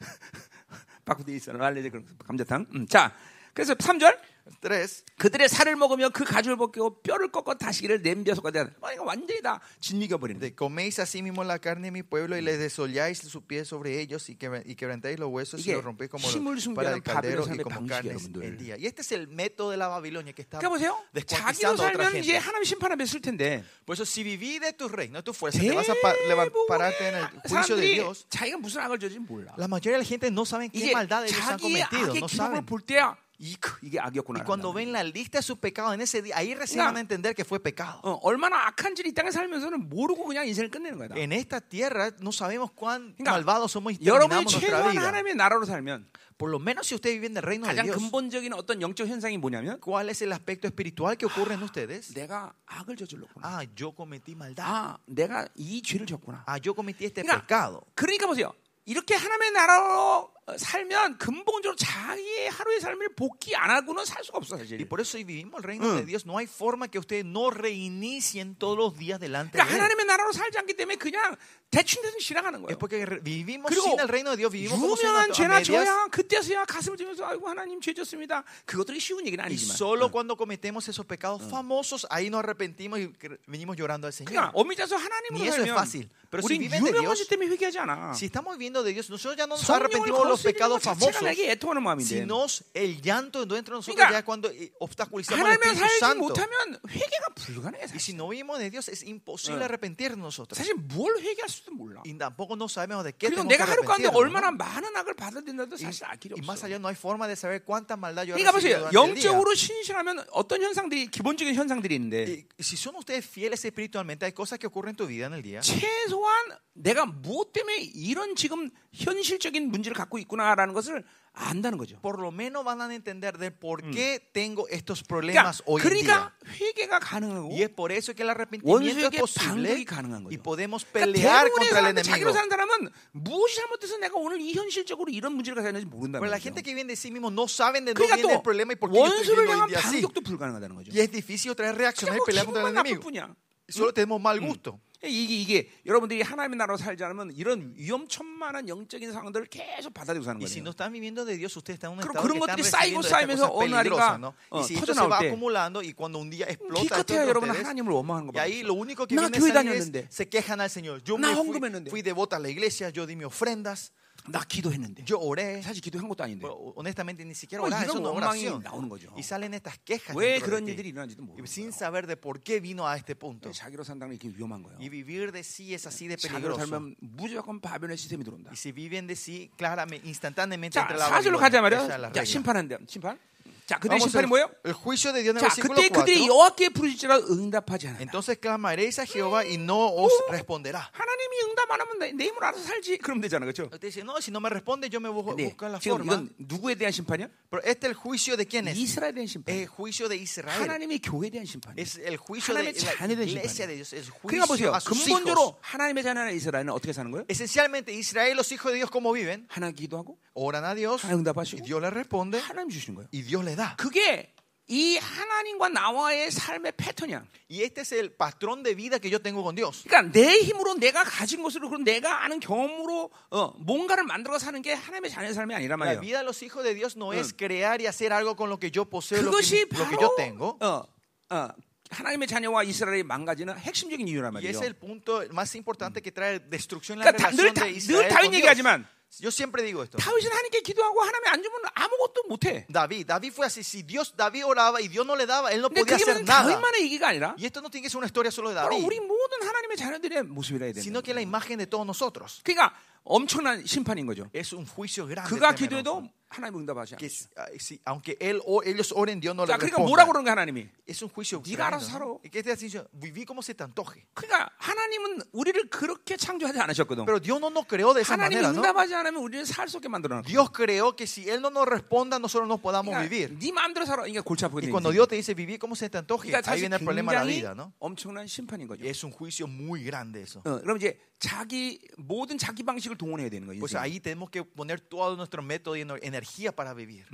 막구떼 있어요. 말레이시아 그런 거. 감자탕. 음, 자, 그래서 3절
Tres.
그들의 살을 먹으며 그 가죽을 벗기고 뼈를 꺾어 다시기를 냄벼서 꺼내라. 그러니까 완전히 다 짓미겨 버리는.
De coméis así mismo la carne de mi pueblo y les desolláis su pie sobre ellos y, quebra- y quebrantáis los huesos y
이게
los rompéis como
힘을
los,
숨겨야
para
하는
el
바벨론
caldero y
사람의
como
방식이야,
carnes
여러분들.
el día. Y este es el método de la Babilonia que está
그러니까 보세요. 자기로
descuartizando a otra
살면 이제
gente.
하나님 심판 앞에 쓸 텐데.
Por eso si viví de tus reinos, tu fuerza, te vas a pa- leva- pararte en el
대부분의
juicio de
사람들이
Dios.
자기가 무슨 악을 저지 몰라.
La mayoría de la gente no saben qué
이게
maldades ellos han
자기의
cometido,
악의
no
기록을
saben.
볼 때야 이, 크, 이게 악이었구나.
Y cuando ven la lista de sus pecados en ese día, ahí recién
Claro.
van a entender que fue pecado.
어, 얼마나 악한지를 이 땅에 살면서는 모르고 그냥 인생을 끝내는 거다.
En esta tierra no sabemos cuán
그러니까
malvados somos y
여러분이
terminamos nuestra
최소한
vida.
하나님의 나라로 살면
Por lo menos si usted vive en el reino de
가장
Dios.
근본적인 어떤 영적 현상이 뭐냐면
¿Cuál es el aspecto espiritual que ocurre en ustedes?
내가 악을 저질렀구나.
Ah, yo cometí maldad.
아, 내가 이 죄를 졌구나.
Ah, yo cometí este
Mira.
pecado.
그러니까 보세요. 이렇게 하나님의 나라로 어, 살면 근본적으로 자기의 하루의 삶을 복귀 안 하고는 살 수가 없어
Y
사실.
por eso si vivimos el reino de Dios, no hay forma que ustedes no reinicien todos los días delante de
그러니까
Él.
하나님의 나라로 살지 않기 때문에 그냥 대충 대충 지나가는
Es
거예요.
porque re- vivimos
그리고
sin el reino de Dios, vivimos como si
유명한 죄나
medias.
저야 그때서야 가슴을 들면서 아이고 하나님 죄졌습니다. 그것들이 쉬운 얘기는
Y
아니지만.
solo cuando cometemos esos pecados famosos, ahí nos arrepentimos y cre- venimos llorando al
그러니까
Señor.
엄밀해서
Ni
하나님으로
eso es
살면
fácil. Pero si
우린
viven de
유명한
Dios,
죄 때문에 회개하지 않아.
Si estamos viviendo de Dios, nosotros ya no nos
성령을
arrepentimos de los
거스리는 것
pecados
자체가
famosos,
나에게 애통하는 마음인데
sino el llanto dentro de nosotros
그러니까
ya es cuando eh, obstaculizamos al
하나님을
Espíritu
살지
Santo.
못하면 회개가 불가능해
Y
사실.
si no vivimos de Dios, es imposible
Eh.
arrepentirnos nosotros.
사실 뭘 회개할 수도 몰라.
Y tampoco no sabemos de qué
그리고
tenemos que
내가 하루 가운데
arrepentirnos,
얼마나
¿no?
많은 악을 받아들인다도 사실 알 길이
Y más
없어.
allá no hay forma de saber cuánta maldad yo he
그러니까 보세요.
recibido durante el día.
영적으로 신실하면 어떤 현상들이 기본적인 현상들이 있는데
Y- y si son ustedes fieles espiritualmente, hay cosas que ocurren en tu vida en el día.
최소한 내가 무엇 때문에 이런 지금 현실적인 문제를 갖고 있구나라는 것을 안다는 거죠.
Por lo menos van a entender de por qué tengo estos
그러니까,
problemas hoy en día.
그러니까 회개가 가능하고
Y es por eso que el arrepentimiento es
원수에게
posible
반격이 가능한 거죠.
y podemos
그러니까
pelear
대부분의
contra el
사람들 자기로
enemigo.
사는 사람은 무엇이 잘못돼서 내가 오늘 이 현실적으로 이런 문제를 가지고 있는지 모른다는
Pero la
거죠.
gente que viene de sí mismo no saben de dónde viene
그러니까
el problema y por
또
qué yo estoy
원수를
viviendo hoy
향한
en día así.
반격도 불가능하다는 거죠.
Y es difícil otra vez reaccionar y
그냥
pelear
뭐
contra el
기분만 나쁠
enemigo.
뿐이야.
Solo tenemos mal gusto.
이게 이게 여러분들이 하나님의 나라로 살지 않으면 이런 위험천만한 영적인 상황들을 계속 받아들이고 사는
Y si no
거예요.
están viviendo de Dios, ustedes están en un
그럼
estado que
그런
están
것들이 쌓이고
recibiendo estas
쌓이면서
cosas
어느 날인가,
peligrosas, ¿no?
어,
Y si esto se
터져나올
va
때
acumulando y cuando un día explota esto
기껏해야
entre
여러분은
ustedes,
하나님을 원망하는
y ahí
거예요.
lo único que
나
viene a
교회
salir es
다녔는데
se quejan al Señor. Yo
나
me fui,
헌금했는데.
fui devoto a la iglesia, yo di mis ofrendas.
나 기도했는데. 뭐,
Yo oré.
사실 기도한 것도 아닌데.
Bueno, honestamente, ni siquiera
Bueno,
orar,
이런
eso Eh. no es
원망이
oración.
나오는 거죠.
Y salen estas quejas
왜
dentro de
그런
ti.
일들이 일어난지도
Y
모르는
sin
거예요.
saber de por qué vino a este punto.
자기로 산다는 게 어. 이렇게 위험한 거예요.
Y vivir de sí es así de
자기로
peligroso.
살면 무조건 바벨의 시스템이 들어온다.
Y si viven de sí, claramente, instantáneamente
자,
entra la
사절로
Babilonia.
가자
Esa es la
말이야. 자,
regla.
심판한대. 심판. 자, 그들의
Vamos
심판이
al-
뭐예요?
el juicio de Dios en el
자,
versículo
그때 그들이
4.
여호와께 부르짖으라 응답하지 않았다.
Entonces clamaréis a Jehová y no os
Uh.
responderá.
하나님이 응답 안 하면 내, 내 힘으로 알아서 살지. 그러면 되잖아. 그렇죠?
Usted dice, no, si no me responde, yo me voy a
근데
buscar la
지금
forma.
이건 누구에 대한 심판이야?
Pero este es el juicio de quién es? Es
네. 이스라엘에 대한
el
심판.
juicio de Israel.
하나님의 교회에 대한 심판이야.
Es el juicio de
하나님의
la
자녀에 대한
iglesia
심판이야.
de Dios. Es el
그러니까 보세요.
juicio a sus hijos.
근본적으로 하나님의 자녀나 이스라엘은 어떻게 사는 거예요?
Esencialmente, Israel, los hijos de Dios, ¿cómo viven?
하나 기도하고
Oran a Dios,
하나님
y
응답하시고
Dios les responde
하나님 주시는 거예요.
y Dios
네.
les da.
그게 이 하나님과 나와의 삶의 패턴이야.
Y este es el patrón de vida que yo tengo con Dios.
그러니까 내 힘으로 내가 가진 것으로 그런 내가 아는 경험으로 어, 뭔가를 만들어 사는 게 하나님의 자녀의 삶이 아니란
La
말이에요.
vida de los hijos de Dios no es crear y hacer Mm. algo con lo que yo poseo, lo que,
그것이
lo que
바로
yo tengo.
어, 어, 하나님의 자녀와 이스라엘이 망가지는 핵심적인 이유란
Y
말이에요.
es el punto más importante que trae destrucción en la
그러니까 다- 늘,
relación
다,
de
늘
Israel
다윗
con Dios.
얘기하지만
Yo siempre digo esto.
다윗은 하나님께 기도하고 하나님이 안 주면 아무것도 못해.
David, David fue así. Si Dios, David oraba y Dios no le daba, él no
근데
podía
그게
하cer
무슨
nada.
다윗만의 얘기가 아니라
Y esto no tiene que ser una historia solo de
바로
David,
우리 모든 하나님의 자녀들의 모습이라 해야 되는
sino
거예요.
que es la imagen de todos nosotros.
그러니까 엄청난 심판인 거죠.
Es un ju이cio grande.
그가
temeroso.
기도해도 하나님 응답하지
que
않아.
si- ah, si- aunque él o ellos oren, Dios no le
자, 그러니까
responde.
뭐라고 그러는 게 하나님이?
Es un juicio
네가
grande.
알아서
¿no?
살아.
Y que te hace decir, viví como se te antoje.
그러니까 하나님은 우리를 그렇게 창조하지 않으셨거든.
Pero Dios no nos creó de esa
하나님이
manera, ¿no?
응답하지 않으면 우리는 살 수 없게 만들어 놨고.
Dios creó que si él no nos responda, nosotros no podamos vivir.
네 마음대로 살아. 그러니까 골치 아프게 되는
Y cuando
거지.
Dios te dice vivir como se te antoje,
그러니까
ahí
사실
viene el problema de la
굉장히
vida, ¿no?
엄청난 심판인 거죠.
Y es un juicio muy grande eso.
어, 그럼 이제 자기 모든 자기 방식을 동원해야 되는 거예요.
Pues
인생에.
ahí tenemos que poner todo nuestro método y ener- energía para vivir.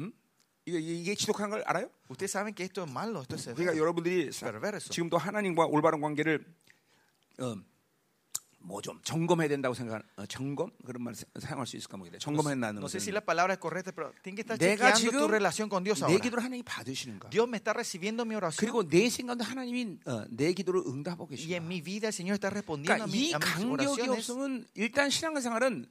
이게, 이게 지독한 걸 알아요?
Ustedes saben que esto es malo, esto es
그러니까
severo.
여러분들이 사-
perverso.
지금도 하나님과 올바른 관계를 어, 뭐 좀 점검해야 된다고 생각 어, 점검 그런 말 사- 사용할 수 있을까 모르겠네. 점검해나는
No sé si
것은
la palabra es correcta, pero tienen que estar
내가
chequeando
지금
tu relación con Dios
내
ahora.
기도를 하나님이 받으시는가?
Dios me está recibiendo mi oración
그리고 내 생각도 하나님이 어, 내 기도를 응답하고
y en
계시는가?
mi vida el Señor está respondiendo
그러니까
a, mi-
이
a mis
간격이
oraciones.
없으면 일단 신앙생활은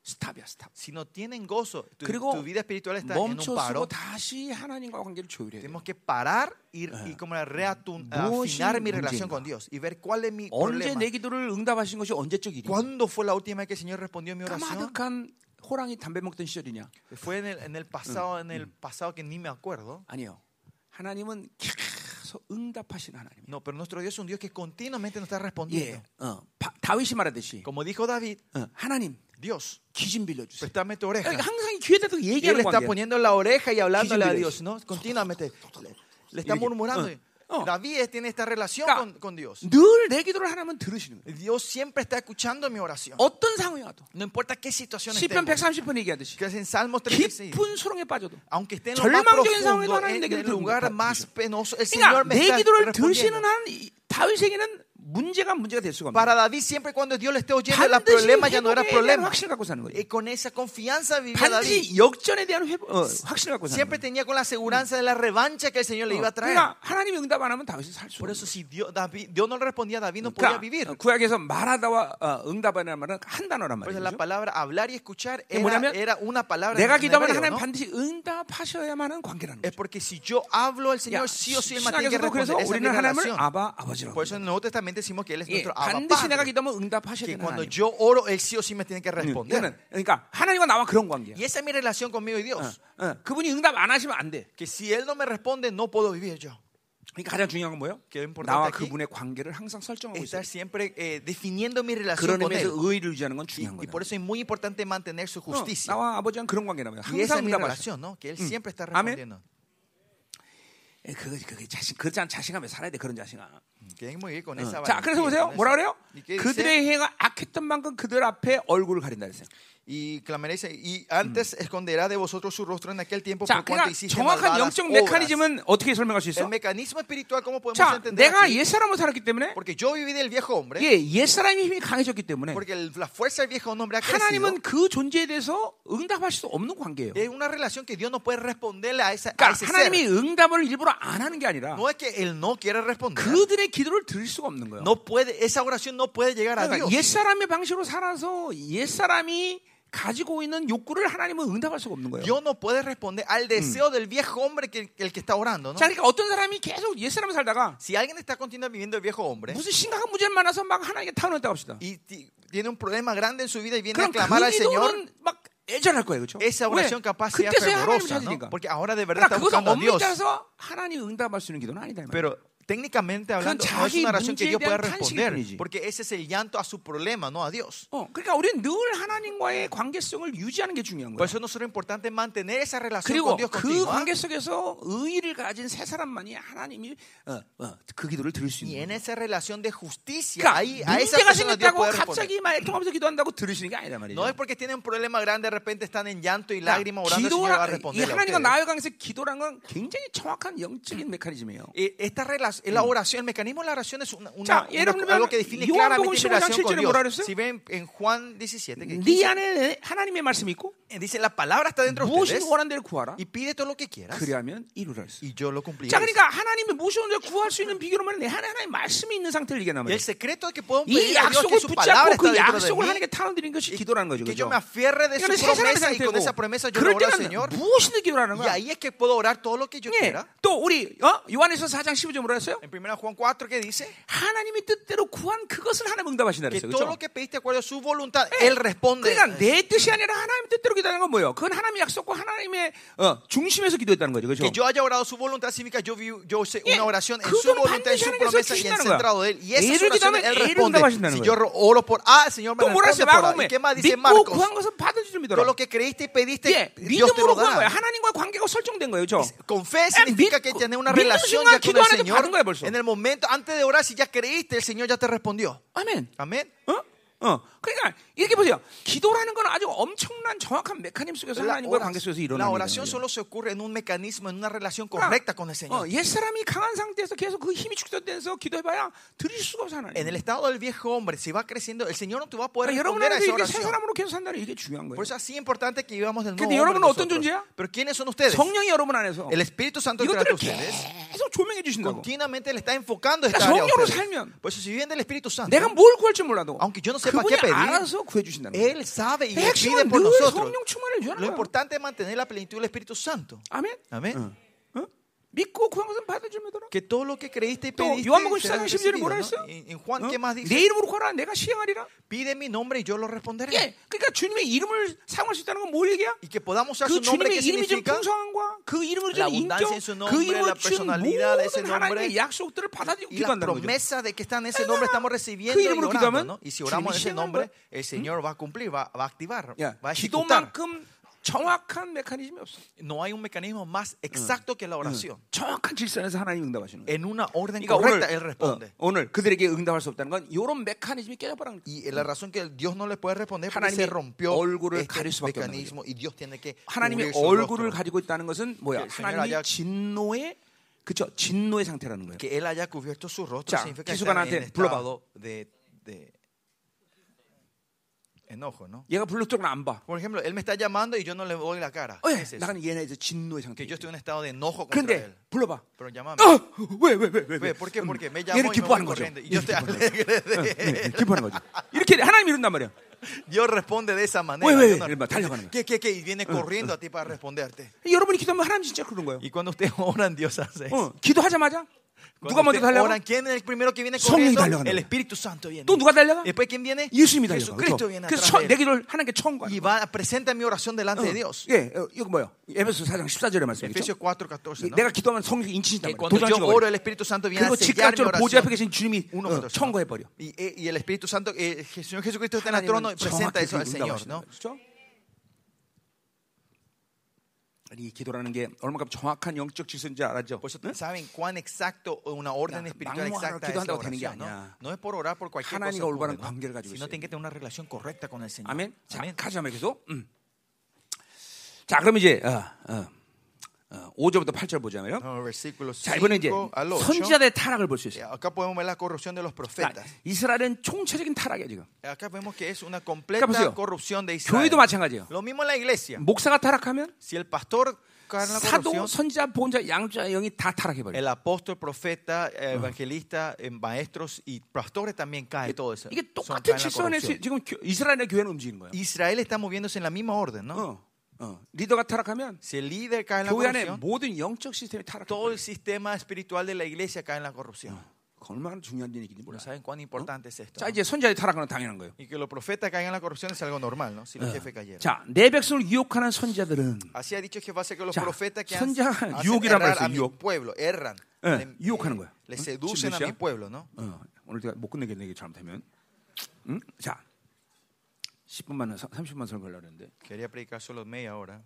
스탑이야 스탑.
Si no tienen gozo, tu,
그리고
tu vida espiritual está en un
멈춰서고
paro.
다시 ha나님과 관계를 조율해야 돼.
Tenemos que parar y, y como reatun-
무엇이
afinar mi
문제인가?
relación con Dios y ver cuál es mi
언제
problema.
내 기도를 응답하신 것이 언제적 일이야?
¿Cuándo fue la última vez que el Señor respondió mi oración?
까마득한 호랑이 담배 먹던 시절이냐?
Fue en el, en el pasado, en
Mm.
el pasado que ni me acuerdo.
아니요. 하나님은 계속 응답하시는 하나님.
No, pero nuestro Dios es un Dios que continuamente nos está
예,
respondiendo.
어, 바- 다윗이 말하듯이
Como dijo David,
어, 하나님
Dios,
귀 좀 빌려주세요.
préstame tu oreja.
그러니까 항상 이 귀에다 대고
Y él le
얘기하는
está
관계.
poniendo la oreja y hablándole
Quisiera
a Dios,
eso.
¿no? Continuamente. Le- Le
Mire que-
está murmurando.
ah, ah.
David es- tiene esta relación
Claro.
con, con Dios.
늘 내 gido를 하나면 들으시는 거예요.
Dios siempre está escuchando mi oración.
어떤 상황이 와도
No importa qué situación esté.
그러니까 시편 130편 얘기하듯이
Que es en Salmos 36.
깊은 수렁에 빠져도
Aunque esté en lo más
절망적인 상황에도
profundo,
하나님
en
내게는
el lugar
들어옵니다.
más penoso, el
그러니까
Señor me
내
está
기도를
respondiendo.
들으시는 한 이- 다윗에게는 문제가 문제가 될 수가
Para
없어요.
David, siempre cuando Dios le esté oyendo, el
반드시
problema ya no era
회복에 대한
problema.
확신을 갖고 사는
Y
거예요.
con esa confianza vivía David.
반드시 역전에 대한 회복, 어, 확신을 갖고 사는
Siempre
거예요.
tenía con la seguridad de la revancha que el Señor le iba a
어,
traer.
그러니까 하나님이 응답 안 하면 다윗이 살 수
Por
없어요.
eso, si Dios, David- Dios no le respondía a David, no podía
그러니까
vivir.
어, 구약에서 말하다와 어, 응답하는 말은 한 단어란
Por eso,
말이죠.
la palabra hablar y escuchar
¿Qué
era,
뭐냐면,
era una palabra.
내가
en
기도하면
hebreo,
하나님
¿no?
반드시 응답하셔야만 하는 관계라는
Es
거죠.
porque si yo hablo, el Señor
야,
sí o sí él me tiene que
신학에서도 그래서
responder. Esa es mi
우리는 하나님을
relación.
아바 아버지라고
Por eso en el Nuevo Testamento decimos que Él es
예,
nuestro Abba
반드시 내가
Padre,
기도하면 응답하셔야
Que
되는
cuando
하나님.
yo oro, Él sí o sí me tiene que
응,
responder.
이거는 그러니까 하나님과 나와 그런 관계야.
Y esa es mi relación conmigo y Dios.
어, 어, 그분이 응답 안 하시면 안 돼.
Que si Él no me responde, no puedo vivir yo.
그러니까 가장 중요한 건 뭐예요?
Que importante
나와
aquí-
그분의 관계를 항상 설정하고 있어요.
Estar siempre eh, definiendo mi relación
그런
con
의미에서
Él.
의의를 유지하는 건
Y,
중요한
y
거예요.
por eso es muy importante mantener su
어,
justicia.
나와 아버지랑 그런 관계라면
Y esa
항상
es mi
응답하시죠.
relación, ¿no? Que Él siempre está
Amén.
respondiendo.
예, 그거 그게 자신 그렇지 않 자신감에 살아야 돼 그런 자신감.
Que hay muy bien con
응.
esa
자,
valentía,
그래서 보세요.
con
뭐라
esa-
그래요?
¿Y qué dice?
그들의 행위가 악했던 만큼 그들 앞에 얼굴을 가린다 그랬어요.
Y clamaréis, y antes esconderá de vosotros su rostro en aquel tiempo
자,
por
그러니까
cuanto hiciste
정확한
malvadas
영적
obras.
메커니즘은 어떻게 설명할 수 있어?
El mecanismo espiritual, ¿cómo podemos
자,
entender?
내가
aquí?
옛사람으로 살았기 때문에
Porque yo viví del viejo hombre,
예, 옛사람의 힘이 강해졌기 때문에
porque el- la fuerza del viejo hombre ha crecido.
하나님은 그 존재에 대해서 응답할 수 없는 관계예요.
Es una relación que Dios no puede responderle a, esa, a
그러니까
ese ser.
하나님이 응답을 일부러 안 하는 게 아니라
No es que él no quiere responder.
그들의 기도를 들을 수가 없는 거예요.
No puede, esa oración no puede llegar a
그러니까
Dios.
옛사람의 방식으로 살아서 옛사람이 가지고 있는 욕구를 하나님은 응답할 수가 없는 거예요.
Dios no puede responder al deseo del viejo hombre que el que está orando, ¿no?
자, 그러니까 어떤 사람이 계속 옛사람을 살다가
Si alguien está continuamente viviendo el viejo hombre
무슨 심각한 문제를 만나서 막 하나님께 타오른다고 합시다.
y ti- tiene un problema grande en su vida y viene a
그럼
clamar
그
al Señor,
기도는 막 애절할 거예요, 그렇죠?
esa oración capaz sea
그때서야 하나님
fervorosa,
찾으니까.
¿no? Porque ahora de verdad
그러나
está
그것은
buscando a
엄밀히
Dios.
따라서 하나님 응답할 수 있는 기도는 아니다. 이 말이에요.
Pero técnicamente hablando, no es
자기
una oración que
문제에
Dios pueda
대한 탄식일 뿐이지.
responder, porque ese es el llanto a su problema, no a Dios.
어, 그러니까 우리는 늘 하나님과의 관계성을 유지하는 게 중요한
Por
거예요.
eso nosotros es importante mantener esa relación
그리고
con Dios
그
continua.
관계 속에서 의의를 가진 세 사람만이 하나님이 어, 어, 그 기도를 들을 수
Y
있는
en
거예요.
esa relación de justicia, ahí,
그러니까
a esa
문제가
persona Dios
생겼다고
puede responder.
갑자기 막 통하면서 기도한다고 들으시는 게 아니란 말이에요.
No es porque tienen un problema grande, de repente están en llanto y lágrimas orando, el Señor va a
기도라, 이
responder.
하나님과 나의 관계에서 기도란 건 굉장히 정확한 영적인 메커니즘이에요.
Esta relación, es la oración, el mecanismo de la oración es una, una-
자,
Mm. una-
예를 들면
algo que define
요한복음
claramente mi
15장
relación
17
con
에 뭐라
Dios.
그랬어요?
Si ven en Juan 17, que
네 안에 하나님의 말씀이 있고
dice la palabra está dentro de
무엇이
ustedes
원하는 대로 구하라.
y pide todo lo que quieras
그리하면 이루라.
y yo lo cumpliré.
자, 그러니까 하나님이 무엇이 원하는 대로 구할 수 있는 비결은 내 하나- 하나님의 말씀이 있는 상태를 얘기하는
Y
말이에요.
el secreto es que podemos
이
pedir a Dios que
약속을
su palabra
붙잡고
está
그
dentro de
약속을
mí,
하나님께 타는드리는 것이 기도라는 거죠.
que yo
그죠?
me afierre de su
그러니까 세 사람의
promesa y
상태고
con esa promesa yo le
그럴
oro al
때는
Señor.
무엇이든 기도라는
Y
거야.
ahí es que puedo orar todo lo que yo
예,
quiera.
또 우리 어? 요한에서 4장 15절 뭐라 했어요?
En 1 Juan 4 que dice
하나님이 뜻대로 구한 그것을 하나님 응답하신다
que
그랬어요.
todo
그렇죠?
lo que pediste de acuerdo a su voluntad,
예,
Él responde.
그러니까 내 뜻이 아니라 하나님 뜻대로 기도하는 건 뭐예요? 그건 하나님의 약속과 하나님의 어, 중심에서 기도했다는 거죠.
Que
그렇죠?
yo haya orado su voluntad significa yo, vi- yo hice
예,
una oración en su
그건
voluntad,
반드시
en su
하나님께서
promesa y en
주신다는
centrado
거야.
de Él. Y esas
예를
oraciones
기도하면
Él
예를
responde.
응답하신다는
Si
거야.
yo oro por A, el Señor me
또 뭐라
responde
했어요?
por A. ¿Y
마가복음에
qué más dice
믿고
Marcos?
구한 것은 받을 줄 믿어라.
Todo lo que creíste y
예,
pediste, Dios te lo
믿음으로 구한 거야.
da.
하나님과 관계가 설정된 거예요. 그렇죠?
Con fe
아,
significa
믿-
que tener una
믿는
relación
순간
ya con el
기도하는데 받은
Señor.
거야, 벌써.
En el momento, antes de orar, si ya creíste, el Señor ya te respondió.
아멘.
Amén.
어? 어. 그러니까 이렇게 보세요. 기도라는 건 아주 엄청난 정확한 메커니즘 속에서
La,
하나님과
ora-
관계 속에서
la
일어나는
oración
거예요.
solo se ocurre en un mecanismo, en una relación correcta con el
어,
Señor.
옛사람이 강한 상태에서 계속 그 힘이 축소돼서 기도해봐야 드릴 수가 없어 하나님.
En el estado del viejo hombre, si va creciendo, el Señor no te va a poder
그러니까
responder a
여러분한테
esa
이게 새
oración.
사람으로 계속 산다는 이게 중요한 거예요.
Por eso es así importante que vivamos del nuevo
근데
hombre
여러분은 어떤
nosotros.
존재야?
Pero ¿quiénes son ustedes?
성령이 여러분 안에서
El Espíritu Santo que trata
이것들을
a ustedes
계속 조명해 주신다고.
continuamente le está enfocando esta
그러니까
área a
성령으로
ustedes.
살면
Por eso si viven del Espíritu Santo,
내가 뭘 구할지 몰라도
aunque yo no sepa
그분이
qué pedir,
알아서 구해 주신다는 거예요.
Él sabe y le pide
핵심은
por
늘
nosotros.
성령 충만을
Lo
유하는 거야.
importante es mantener la plenitud del Espíritu Santo.
아멘.
Amén.
어? 믿고 구한 것은 받을 줄 믿어라.
Que todo lo que creíste y
또
pediste
요한복음
será
14장 11
recibido,
절에 뭐라
¿no?
했어요?
En en Juan,
어?
¿qué más
내
dice?
이름으로 구하라 내가 시행하리라.
Pide mi nombre y yo lo responderé.
예, 그러니까 주님의 이름을 사용할 수 있다는 건 뭘 얘기야?
Y que podamos usar
그
su nombre, que
주님의 이름이 준
significa
풍성함과 그 이름을
La
준 인격,
abundancia en su
그
nombre, la
이름을 준
personalidad de ese
모든 하나님의
nombre,
약속들을 받아들이고
y la
기도한다는 거죠.
promesa de que está en ese nombre estamos recibiendo
그
y
이름으로
orando,
기도하면
¿no? Y si oramos en ese
주님이
nombre,
시행하는 거야.
el Señor va a cumplir, va, va a activar,
야,
va a ejecutar.
기도만큼 정확한 메커니즘이 없어.
No hay un mecanismo más exacto que la oración.
정확한 질서에서 하나님 응답하시는 거예요.
En una orden
그러니까
correcta,
오늘,
Él responde.
어, 오늘 그들에게 응답할 수 없다는 건 이런 메커니즘이 깨져버린 거예요.
Y eh, la razón que Dios no le puede responder es porque
하나님의
se rompió
얼굴을 가릴
este
수밖에 없는
mecanismo y Dios tiene que
하나님의
cubrir su
얼굴을
rostro.
가지고 있다는 것은 뭐야?
그,
하나님의
하나님-
진노의 그쵸? 진노의 상태라는 거예요.
que Él haya cubierto su rostro
자,
significa que está
기수관한테
en estado de, de enojo, ¿no?
얘가 불러 쪽은 안 봐.
Por ejemplo, Él me está llamando y yo no le doy la cara.
어,
¿Qué
예,
es eso?
나는 얘네 이제 진노의 상태.
Que yo estoy en un estado de enojo contra Él.
그런데 불러봐.
Pero llámame.
어왜왜왜 왜? 음. 왜,
Ve, ¿Por qué? Porque me llamó
얘를
y me voy
기뻐하는 뭐 거죠.
corriendo. Y
얘를
yo estoy
기뻐하는
alegre de
거죠.
*laughs*
예, 예, 기뻐하는 거죠. 이렇게 하나님 이룬단 말이야.
Dios responde de esa manera.
왜, 왜,
Yo
왜, 막 달려가는 거야.
¿Qué, qué, qué? Y viene corriendo a ti para responderte.
여러분이 기도하면 하나님 진짜 그런 거예요.
Y cuando ustedes *laughs* oran, Dios hace eso.
어, 기도하자마자
Cuando
누가 먼저
ustedes
달려가?
oran, ¿Quién es el primero que viene
성령이
corriendo?
달려간다고요.
El Espíritu Santo viene.
또 누가 달려가?
Después, ¿quién viene?
예수님이 달려가.
Jesucristo
그렇죠?
viene
그래서
atrás
처-
de Ah.
내
él.
기도를 하나님께 처음 가.
Y va, presenta mi oración delante de Dios.
예, 어, 이거 뭐요? 에베소 4장 14절의 말씀이죠. 예,
Efesios 4, 14. ¿no?
내가 기도하면 성령이
Que
인치신단 말이야.
cuando
도장
yo oro,
찍어버려.
el Espíritu Santo viene a
그리고
sellar mi uh,
즉각적으로 보좌 앞에
oración.
계신 주님이
1,
어,
14,
청구해버려.
¿no? Y, eh, y el Espíritu Santo, eh, el Señor Jesucristo está en el trono
하나님은
y presenta
정확히
eso al
응답하시는
Señor.
거예요.
¿no?
그렇죠? 아니, 이 기도라는 게 얼마큼 정확한 영적 질서인지 알았죠?
Por eso, ¿saben cuán exacto o una orden
Ya,
espiritual
vamos a orar,
exacta es la
기도한다고 되는 게
oración?
아니야.
¿no? no es por orar por cualquier cosa,
하나님과 올바른
ocurre, ¿no?
관계를 가지고
sino
있어요.
tienen que tener una relación correcta con el Señor.
아멘. 자,
Amén.
가자면 계속. 음. 자, 그럼 이제 어, 어, 어, 5절부터 8절 보자면요.
Vamos al Versículo
자, 이번에 이제
5 al 8.
선지자들의 타락을 볼 수 있어요.
Acá podemos ver la corrupción de los
그러니까
profetas.
이스라엘은 총체적인 타락이에요, 지금.
Acá vemos que es una
보세요.
completa corrupción de
교회도
Israel.
마찬가지예요.
Lo mismo en la iglesia.
목사가 타락하면
Si el pastor buscar en la
사도,
corrupción.
선지자, 보험자, 양자, 영이 다 타락해버려.
El apóstol, profeta, eh, evangelista, eh, maestros y pastores también cae todo eso.
이게
Son-
똑같은
caen en la
직선에
corrupción.
지- 지금 교- 이스라엘의 교회는 움직이는 거야.
Israel está moviéndose en la misma orden, ¿no?
어, 어. 리더가 타락하면
Si el líder cae en la
교회 안에
corrupción,
모든 영적 시스템이
todo
타락해버려.
el sistema espiritual de la iglesia cae en la corrupción.
얼마나 중요한 일인지
No
몰라.
saben cuán importante es esto.
자,
¿no?
이제 선지자들이 타락하는 건 당연한 거예요.
Y que los profetas caigan en la corrupción es algo normal, ¿no? Si los jefes cayeron.
자, 내 백성을 유혹하는 선지자들은
Así ha dicho Jehová que los
자,
profetas que han,
선지자,
hacen
유혹이란
errar
말이죠,
a mi
유혹.
pueblo, erran,
예,
le,
유혹하는 거야.
le
응? 지금
seducen a mi
몇 시야?
pueblo, ¿no?
어, 오늘 내가 못 끝내겠네 이게 잘못하면. 응? 자, 10분만 30분만 설교하려고 했는데.
Quería predicar solo media hora.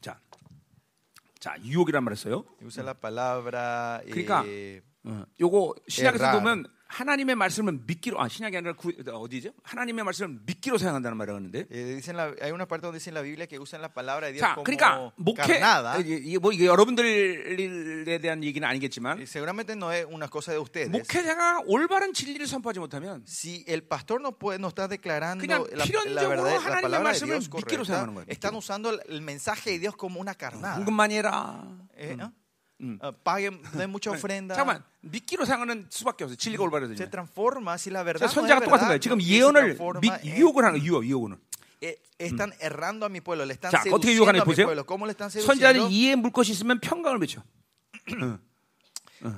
자. 자, 유혹이란 말했어요.
Y usa la palabra. eh,
그러니까 어, 요거 신약에서
에라.
보면 하나님의 말씀을 믿기로 아 신약이 아니라 구, 어디죠? 하나님의 말씀을 믿기로 사용한다는 말을 하는데.
eh, dicen la- hay una parte donde dice en la Biblia que usan la palabra de Dios
자,
como
그러니까 목회
carnada.
이게- 이게 뭐 이게 여러분들에 대한 얘기는 아니겠지만
Y seguramente no es una cosa de ustedes.
목회자가 올바른 진리를 선포하지 못하면
Si el pastor no puede, no está declarando la,
그냥
la
필연적으로
verdad, la
하나님의
palabra de
말씀을
Dios
믿기로
correcta,
사용하는 거예요,
están
믿기로.
usando el, el mensaje de Dios como una carnada.
헌금만 해라.
Eh, ¿no? Ah, paguen, den mucha ofrenda.
잠깐만 믿기로 사용하는 수밖에 없어요. 진리가 올바르지.
se transforma si la verdad no es
선자가 똑같은
verdad,
거예요. 지금
porque se
예언을
transforma
믿-
en-
유혹을 하는 거예요. 유혹, 유혹은.
eh, están errando a mi pueblo, le están
자, 어떻게
seduciendo a
유혹하는지
mi
보세요.
pueblo. ¿Cómo le están
선자는
seduciendo?
이에 물 것이 있으면 평강을 맺죠.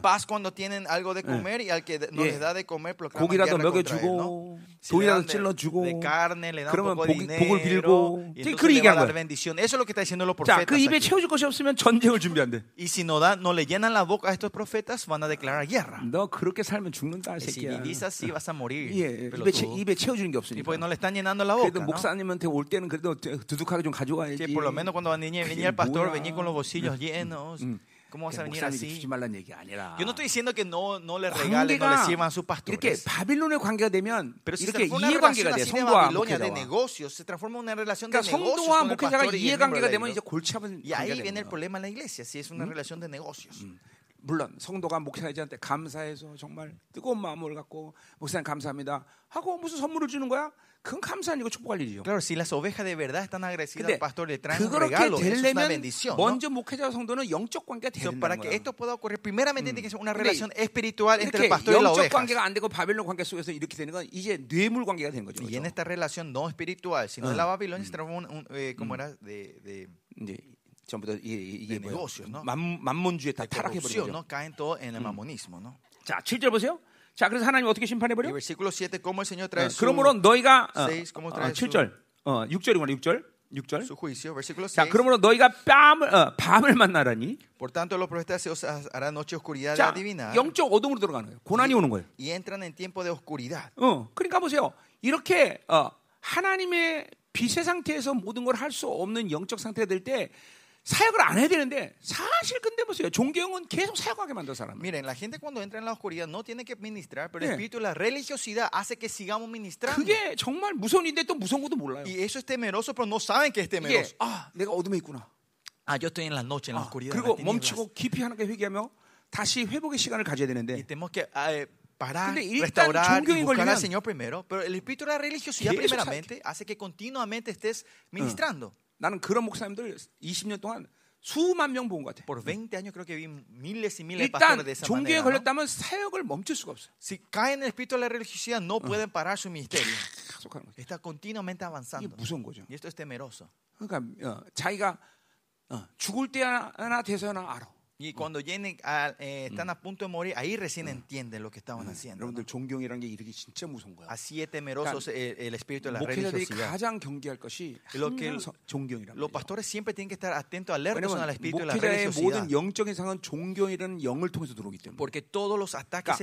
Paz cuando tienen algo de comer Eh. y al que de- no
예.
les da de comer proclaman
고기라도
guerra contra él,
먹여주고
¿no? Si le
돈이라도
dan de- de
찔러주고
carne, le dan un
그러면
poco de
복이- 복을
dinero
빌고
y
이제
entonces
그런
le va a
얘기하는
dar
거예요.
bendición. Eso es lo que está diciendo
자,
los profetas.
그 입에
aquí.
채워줄 것이 없으면 전쟁을 준비한대.
Y si no, dan- no le llenan la boca a estos profetas, van a declarar guerra.
너 그렇게 살면 죽는다,
Y Si
새끼야.
vivís así, vas a morir.
예, 예. 입에, 채,
pelotudo.
입에 채워주는 게
Y
없으니까.
pues no le están llenando la boca.
그래도
¿no?
목사님한테 올 때는 그래도 어, 두둑하게 좀 가져와야지.
Que por lo menos cuando venía, venía el pastor,
뭐야.
venía con los bolsillos llenos. ¿Cómo vas a venir
목사님이
así?
주지 말란 얘기 아니라.
Yo no estoy diciendo que no, no le regalen, no le
관계가
sirvan a sus
이렇게
pastores.
바빌론의 관계가 되면
Pero si se
이렇게
transforma en una
이해관계가
relación
돼
así de
성도와
Babilonia, de
목회자와
negocios, se transforma en una relación de
그러니까
negocios
성도와
con el
목회자가
pastor y el miembro
이해관계가
de la
되면 이제
iglesia.
골치 아픈
Y ahí
관계가
viene
되는
el
거예요
problema en la iglesia, si es una relación de negocios.
물론 성도가 목사님한테 감사해서 정말 뜨거운 마음을 갖고 목사님 감사합니다 하고 무슨 선물을 주는 거야? 그건 감사 아니고 축복할 일이죠
Claro, si las ovejas de verdad están agradecidas
근데
al pastor, le traen un
그렇게
regalo, eso es una
되려면
bendición. ¿no?
먼저 목회자와 성도는 영적 관계가 돼야
So, para
된다는
que
거야
esto pueda ocurrir, primeramente tiene que ser una
근데
relación espiritual entre
이렇게
el pastor y la
영적
oveja.
관계가 안 되고 바빌론 관계 속에서 이렇게 되는 건 이제 뇌물 관계가 되는 거죠
Y en
그렇죠?
esta relación no espiritual, sino de la Babilonia, se transforma en un, eh, ¿cómo era? De, de,
이제 전부 다 이게, 이게
네,
뭐야?
negocios, no?
만, 만문주의 다
de
타락해
corrupción,
버리죠.
¿no? Caen todo en el mamonismo, ¿no?
자, 7절 보세요. 자, 그래서 하나님 어떻게 심판해
Y
버려? 어,
versículo 7, ¿cómo el Señor trae su,
그러므로 너희가 어,
seis, como
어,
trae
7절. 어, 6절이구나. 6절. 6절.
su juicio? Versículo 6.
자, 그러므로 너희가 뺨을 어, 밤을 만나라니.
Por tanto, los profetas se os harán noche oscuridad de
자,
adivinar
영적 어둠으로 들어가는 거예요.
네.
고난이 오는 거예요.
y entran en tiempo de oscuridad.
어, 그러니까 보세요. 이렇게 어, 하나님의 빛의 상태에서 모든 걸 할 수 없는 영적 상태가 될 때 사역을 안 해야 되는데 사실 근데 보세요. 존경은 계속 사역하게 만든 사람.
Miren, la gente cuando entra en la oscuridad no tiene que ministrar, pero el
Sí.
espíritu de la religiosidad hace que sigamos ministrando.
그게 정말 무서운 일인데 또 무서운 것도 몰라요.
Y eso es temeroso, pero no saben que es
이게
temeroso.
아 내가 어둠에 있구나.
Ah, yo estoy en la noche, en la
아,
oscuridad. en
그리고
las tinieblas.
멈추고 깊이 하나님께 회개하며 다시 회복의 시간을 가져야
Y
되는데
tenemos que eh, parar,
근데 일단
restaurar
종교에
y buscar
걸리면
al Señor primero. Pero el espíritu de la religiosidad,
계속
primeramente, hace que continuamente estés ministrando.
나는 그런 목사님들 20년 동안 수만 명 본 것 같아.
Por 20 años creo que vi miles y miles de pastores de
일단
esa
종교에
manera. ¿no?
걸렸다면 사역을 멈출 수가 없어.
Si caen en el espíritu de la religiosidad, no pueden parar su *laughs* ministerio.
계속 하는 거지.
Está continuamente
이게
avanzando.
무서운 거죠.
Y pues, esto es temeroso.
그러니까 어, 자기가 어, 죽을 때나 돼서나 알아.
Y Ah. cuando lleguen a- eh, están a punto de morir, ahí recién entienden lo que estaban haciendo.
여러분들
¿no?
존경이라는 게 이렇게 진짜 무서운 거야.
Así es temeroso el, el espíritu de la
아, 목회자들이
religiosidad.
가장 경계할 것이
Lo que-
항상 서- 존경이란
Los
말이야.
pastores siempre tienen que estar atentos, alertos al
왜냐면
espíritu de la
목회자의
religiosidad.
모든 영적인 상은 존경이라는 영을 통해서 들어오기 때문에.
Porque todos los ataques
그러니까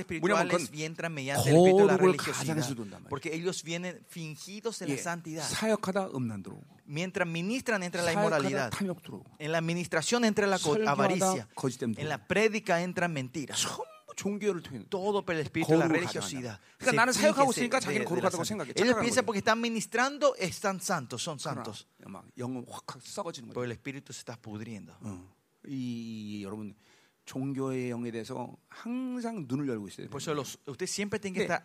뭐냐면
espirituales
그건
entran mediante el espíritu de la
거룩을 가장 해서
religiosidad.
돈단 말이에요.
Porque ellos vienen fingidos en
예,
la santidad.
사역하다 음란 들어오고
Mientras ministran entra la
사역하다
inmoralidad.
탐욕 들어오고
En la administración entra la co-
설교하다
avaricia.
거짓됨 들어오고
En la prédica entran mentiras.
전부 종교를 통해
Todo por el espíritu de la
거룩을
religiosidad.
가져간다.
Se
그러니까 나는
finge
사역하고
se-
있으니까
de-
자기는
de la
거룩하다고 생각해.
santidad. Ellos
착각하는
piensan
거죠.
porque están ministrando, están santos, son santos.
막 영은 확확 썩어지는 거예요
Pero el espíritu se está pudriendo.
어. 이, 이- 이- 여러분 종교의 영에 대해서 항상 눈을 열고 있어야 돼요.
Por eso los, ustedes siempre tienen que
근데
estar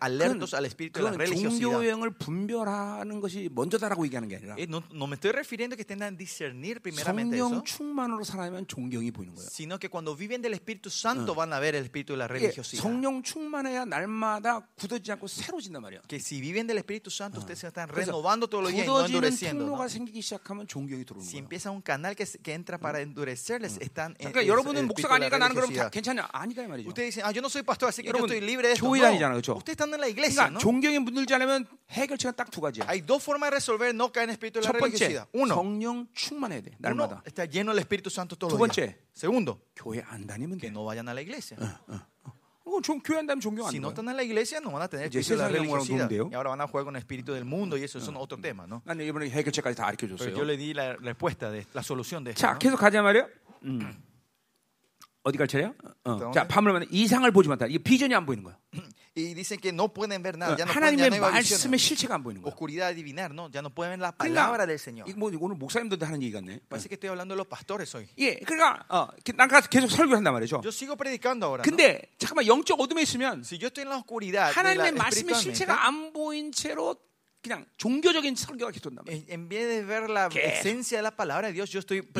네,
alertos
그건-
al espíritu de la
그건
religiosidad.
종교의 영을 분별하는 것이 먼저다라고 얘기하는 게 아니라
Eh, no, no me estoy refiriendo que tengan discernir primeramente eso,
성령 충만으로 살아면 존경이 보이는 거예요.
sino que cuando viven del Espíritu Santo van a ver el espíritu de la
이게
religiosidad.
성령 충만해야 날마다 굳어지지 않고 새로진단 말이에요.
Que si viven del Espíritu Santo, ustedes se están
그래서
renovando todos los días y no
굳어지는
endureciendo. ¿no?
통로가 생기기 시작하면 존경이 들어오는
Si
거예요.
empieza un canal que, se- que entra para endurecerles, están en
그러니까
es- eh, el
여러분은 목사가
espíritu de la
아니니까 나는 그럼 다
religiosidad.
괜찮냐? 아니다 이 말이죠.
Ustedes dicen, ah, yo no soy pastor, así que yo
여러분,
estoy libre de esto.
교회 다니잖아, 그쵸?
No, ustedes están en la iglesia,
그러니까
¿no?
존경에 물들지 않으면 해결책은 딱 두 가지야.
Hay dos formas de resolver no caer en el espíritu de
첫
la
번째,
religiosidad. Uno,
성령 충만해야 돼.
uno
날마다.
está lleno del Espíritu Santo todos
두
los días.
번째.
Segundo,
교회 안 다니면
que
돼.
no vayan a la iglesia.
어, 종- 교회 안 다니면 존경
Si
안
no
돼.
están en la iglesia, no van a tener el
이제
espíritu de la
세상이랑
religiosidad.
놀면 돼요?
Y ahora van a jugar con el espíritu del mundo y eso es otro tema, ¿no?
나는 이번에 해결책까지 다 가르쳐
Pero yo
줬어요.
le di la respuesta, de, la solución de esto.
자,
¿no?
계속 가자 말이야. 음. 어디 갈 차례야? 어, 어. 자, 밤을 만나 이상을 보지 못한다. 이게 비전이 안 보이는 거야.
Mm. Y dicen que no pueden ver
어,
nada, ya no, pueden, ya no
하나님의
hay visiones.
말씀의 실체가 안 보이는 거야.
Oscuridad adivinar, ¿no? Ya no pueden ver la palabra
그러니까
del Señor.
이거 뭐 오늘 목사님들도 하는 얘기 같네.
Parece que estoy hablando de los pastores hoy.
예, 그러니까 어, 난 가서 계속 설교를 한단 말이죠.
Yo sigo predicando ahora. ¿no?
근데 잠깐만 영적 어둠에 있으면
Si yo estoy en la oscuridad, de la-
하나님의 말씀의
espiritualmente,
실체가 안 보인 채로 그냥 종교적인 설교가 계속 온단 말이야.
en, en vez de ver la
¿Qué?
esencia de la palabra de Dios, yo estoy
이 뒤에 어,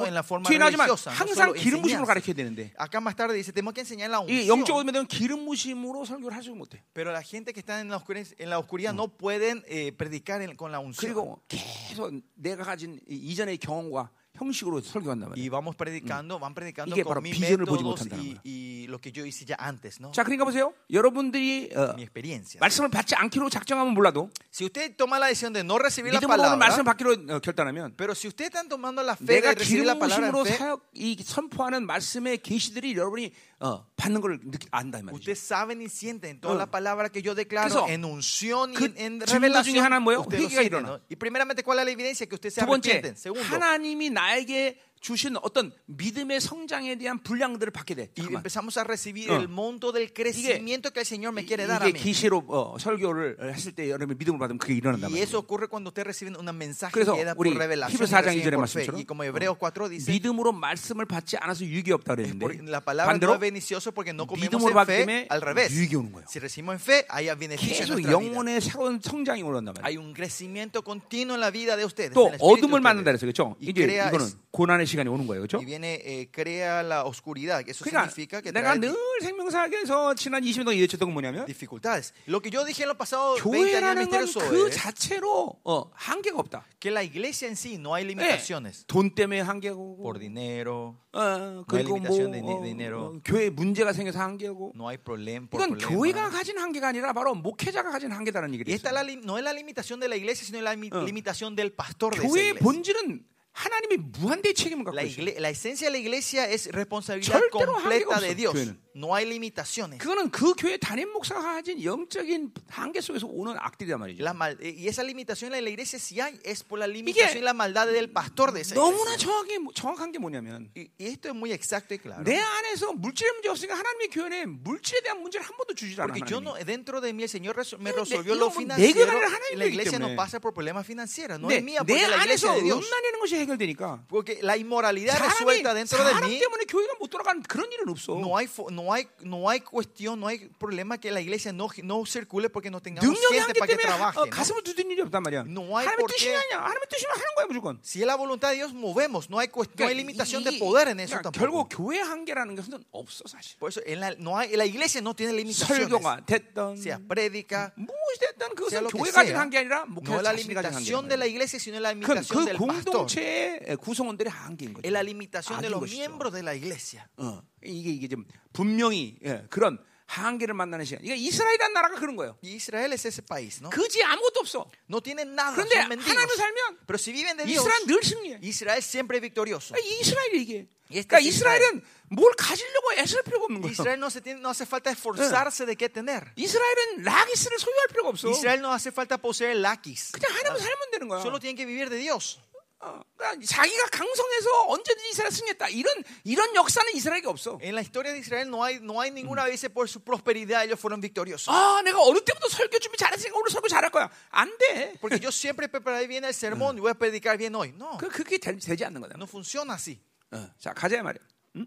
predicando en la forma
뒤에 나지만
religiosa. no
항상
solo
기름 부심으로
enseñanza.
가르쳐야 음, 되는데
Acá más tarde dice, tenemos que enseñar la
이 영적
unción.
어둠에 대한 기름 부심으로 설교를 하지 못해.
Pero la gente que está en la oscuridad, en la oscuridad no pueden eh, predicar en- con la unción.
그리고 계속 내가 가진 이- 이전의 경험과 형식으로 설교한단 말이야.
Y vamos predicando, van predicando
이게 바로
con mis
비전을 보지
métodos
못한다는
y,
거야.
y lo que yo hice ya antes, ¿no?
자, 그러니까 보세요. 여러분들이 어,
Mi experiencia.
말씀을 받지 않기로 작정하면 몰라도
Si usted toma la decisión de no recibir la
믿음으로 오늘 말씀을
palabra,
받기로 어, 결단하면
pero si usted están tomando la fe
내가
de recibir la
기름
palabra,
부심으로
en fe,
사역 이 선포하는 말씀의 계시들이 여러분이 어, 받는 걸 느끼, 안다 이 말이죠.
Ustedes saben y sienten toda
어.
la palabra que yo
그래서
declaro en unción y
그
en, en
증거 중에
revelación.
하나는 뭐예요?
ustedes lo
회개가
sienten,
일어나.
¿no? Y primeramente, ¿cuál es la evidencia que ustedes se
두 번째,
arrepienten? Segundo,
하나님이 나에게 주신 어떤 믿음의 성장에 대한 분량들을 받게 돼.
y
잠깐만.
empezamos a recibir
어.
el monto del crecimiento que el Señor me quiere dar a
이게
mí.
계시로 어, 설교를 했을 때 여러분이 믿음을 받으면 그게 일어난다
Y eso
말이죠.
ocurre cuando ustedes reciben una mensaje
그래서
que da por
우리
revelación
히브리
y
4장
reciben
2절의
por fe.
말씀처럼 어,
Y como Hebreos 4 dice,
믿음으로 말씀을 받지 않아서 유익이 없다
por-
그랬는데
la palabra no
반대로
es beneficiosa porque no comemos
믿음으로
en
받기
fe,
때문에
al revés.
유익이 오는 거예요.
Si recibimos en fe, hay beneficio en
계속
nuestra vida.
영혼의 새로운 성장이 오른단 말이에요.
Hay un crecimiento continuo en la vida de ustedes.
또
en el espíritu de
어둠을 만난다
ustedes.
그랬어요. 그렇죠?
Y
이제
crea
이거는
es-
고난의 시간이 오는 거예요. 그렇죠?
y viene eh, crea la oscuridad. que Eso
그러니까
significa que
내가
trae
늘 생명사학에서 지난 20년 동안 얘기했던 건 뭐냐면
dificultades. Lo que yo dije en los pasados 20 años
교회라는
misterioso
건 그
es
자체로 어, 한계가 없다.
que la iglesia en sí no hay
예,
limitaciones
돈 때문에 한계고
por dinero,
어, 그리고 뭐
limitación de di- dinero.
어, 어, 교회 문제가 생겨서 한계고
no hay problem- por
이건 교회가
problema.
가진 한계가 아니라 바로 목회자가 가진 한계다라는
Y
얘기를
esta la
했어요.
lim- no es la limitación de la iglesia, sino la mi-
어.
limitación del pastor de esa
교회의
iglesia.
본질은 하나님이 무한대의 책임을 갖고
La,
있어요.
igle- la esencia de la iglesia es responsabilidad
절대로
completa
한계가
de
없어,
Dios.
교회는.
No hay limitaciones.
그거는 그 교회 담임 목사가 가진 영적인 한계 속에서 오는 악들이란 말이죠.
La mal- eh, y esa limitación en la iglesia, si hay, es por la limitación y la maldad del pastor de esa iglesia.
너무나 정확히 정확한 게 뭐냐면
Y, y esto es muy exacto y claro.
내 안에서 물질 문제 없으니까 하나님의 교회는 물질에 대한 문제를 한 번도 주지 않아.
Porque yo no,
하나님이.
dentro de mí el Señor reso- me
근데
resolvió
이건
lo
뭐
financiero.
내가 아니라
y
하나님의
La
일이기
iglesia no
때문에.
pasa por problemas financieros, no
근데
es mía,
네,
porque
내
es la iglesia
안에서
de Dios.
음란이라는 것이 해결되니까
Porque la inmoralidad
사람이
resuelta dentro de
사람
mí.
때문에 교회가 못 돌아가는 그런 일은 없어.
No hay, fo- no, hay, no hay cuestión, no hay problema que la iglesia no, no circule porque no tengamos
능력이 한계
gente para que
때문에
trabaje.
어,
¿no?
가슴을 두드리는 일이 없단 말이야.
No hay
하나님의
por qué.
뜻이냐 아니야. 하나님의 뜻이면 하는 거야 무조건.
Si es la voluntad de Dios, movemos. No hay, cuest- no hay
이-
limitación
이-
de poder en eso
그러니까 결국
tampoco.
교회 한계라는 것은 없어 사실.
Por eso en la, no hay, la iglesia no tiene limitaciones.
설교가 됐던
Sea prédica,
무엇이 됐던
sea
그것은
lo que
교회 가진
sea.
한계 아니라
No
목회
es la
자신이 가진
limitación de la
한계.
iglesia, sino la
그,
limitación
그
del pastor.
공동체의 구성원들의 한계인 거죠.
es la limitación de
악인
los
것이죠.
miembros de la iglesia.
어, 이게 이게 좀 분명히 예, 그런 한계를 만나는 시간. 그러니까 이스라엘이란 나라가 그런 거예요.
Y Israel es ese país, ¿no?
그지 아무것도 없어.
No tienen nada,
그런데
son mendigos.
하나님을 살면
Pero si viven de Dios,
이스라엘 늘 승리해.
Israel siempre es victorioso.
그러니까 이스라엘이 이게.
Este
그러니까
es Israel.
이스라엘은 뭘 가지려고 애쓸 필요가 없는 거예요.
Israel no, se tiene- no hace falta esforzarse de qué tener.
이스라엘은 라기스를 소유할 필요가 없어.
Israel no hace falta poseer el laquis.
그냥 하나님을 살면 되는 거야.
Solo tienen que vivir de Dios.
어, 그러니까 자기가 강성해서 언제든지 이스라엘 승리했다. 이런 이런 역사는 이스라엘이 없어.
En la historia de Israel no hay, no hay ninguna vez que por su prosperidad ellos fueron victoriosos.
아, 내가 어느 때부터 설교 준비 잘했으니까 오늘 설교 잘할 거야. 안 돼.
Porque yo siempre preparé bien el sermón y voy a predicar bien hoy. No,
그 그게 되, 지 않는 거다.
no funciona así.
어, 자 가자 말이야. 응? 음?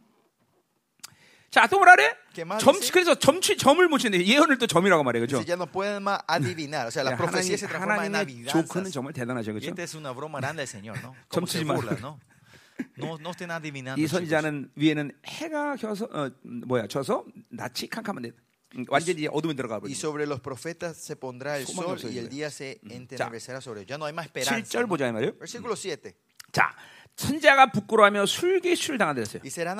자, 또 뭐라 그래?
¿Qué más
점,
dice?
그래서 점치, 점을 못 치는데 예언을 또 점이라고 말해. 그죠?
Dice, ya no pueden más adivinar. O sea, la
야,
profecía
하나님,
se transforma en
하나님의 조크는 예,
adivinanzas.
정말 대단하죠.
Y
그죠?
esta es una broma grande del Señor, *laughs* ¿no? Como
Chomchi지
se
마.
burla, ¿no? No, no estén adivinando.
이
chicos.
선지자는 위에는 해가 켜서 어, 음, 뭐야 져서 낯이 캄캄한데 음, 완전히 이제 어둠에 들어가
Y
버리죠.
sobre los profetas se pondrá el
Suma
sol
없어요,
y el
이제.
día se entenebrecerá sobre ellos. Mm, Ya no hay más esperanza.
7절 보자 이 말이에요.
Versículo 7.
자, 선지자가 부끄러워하며 술기술 당하되었어요.
Y serán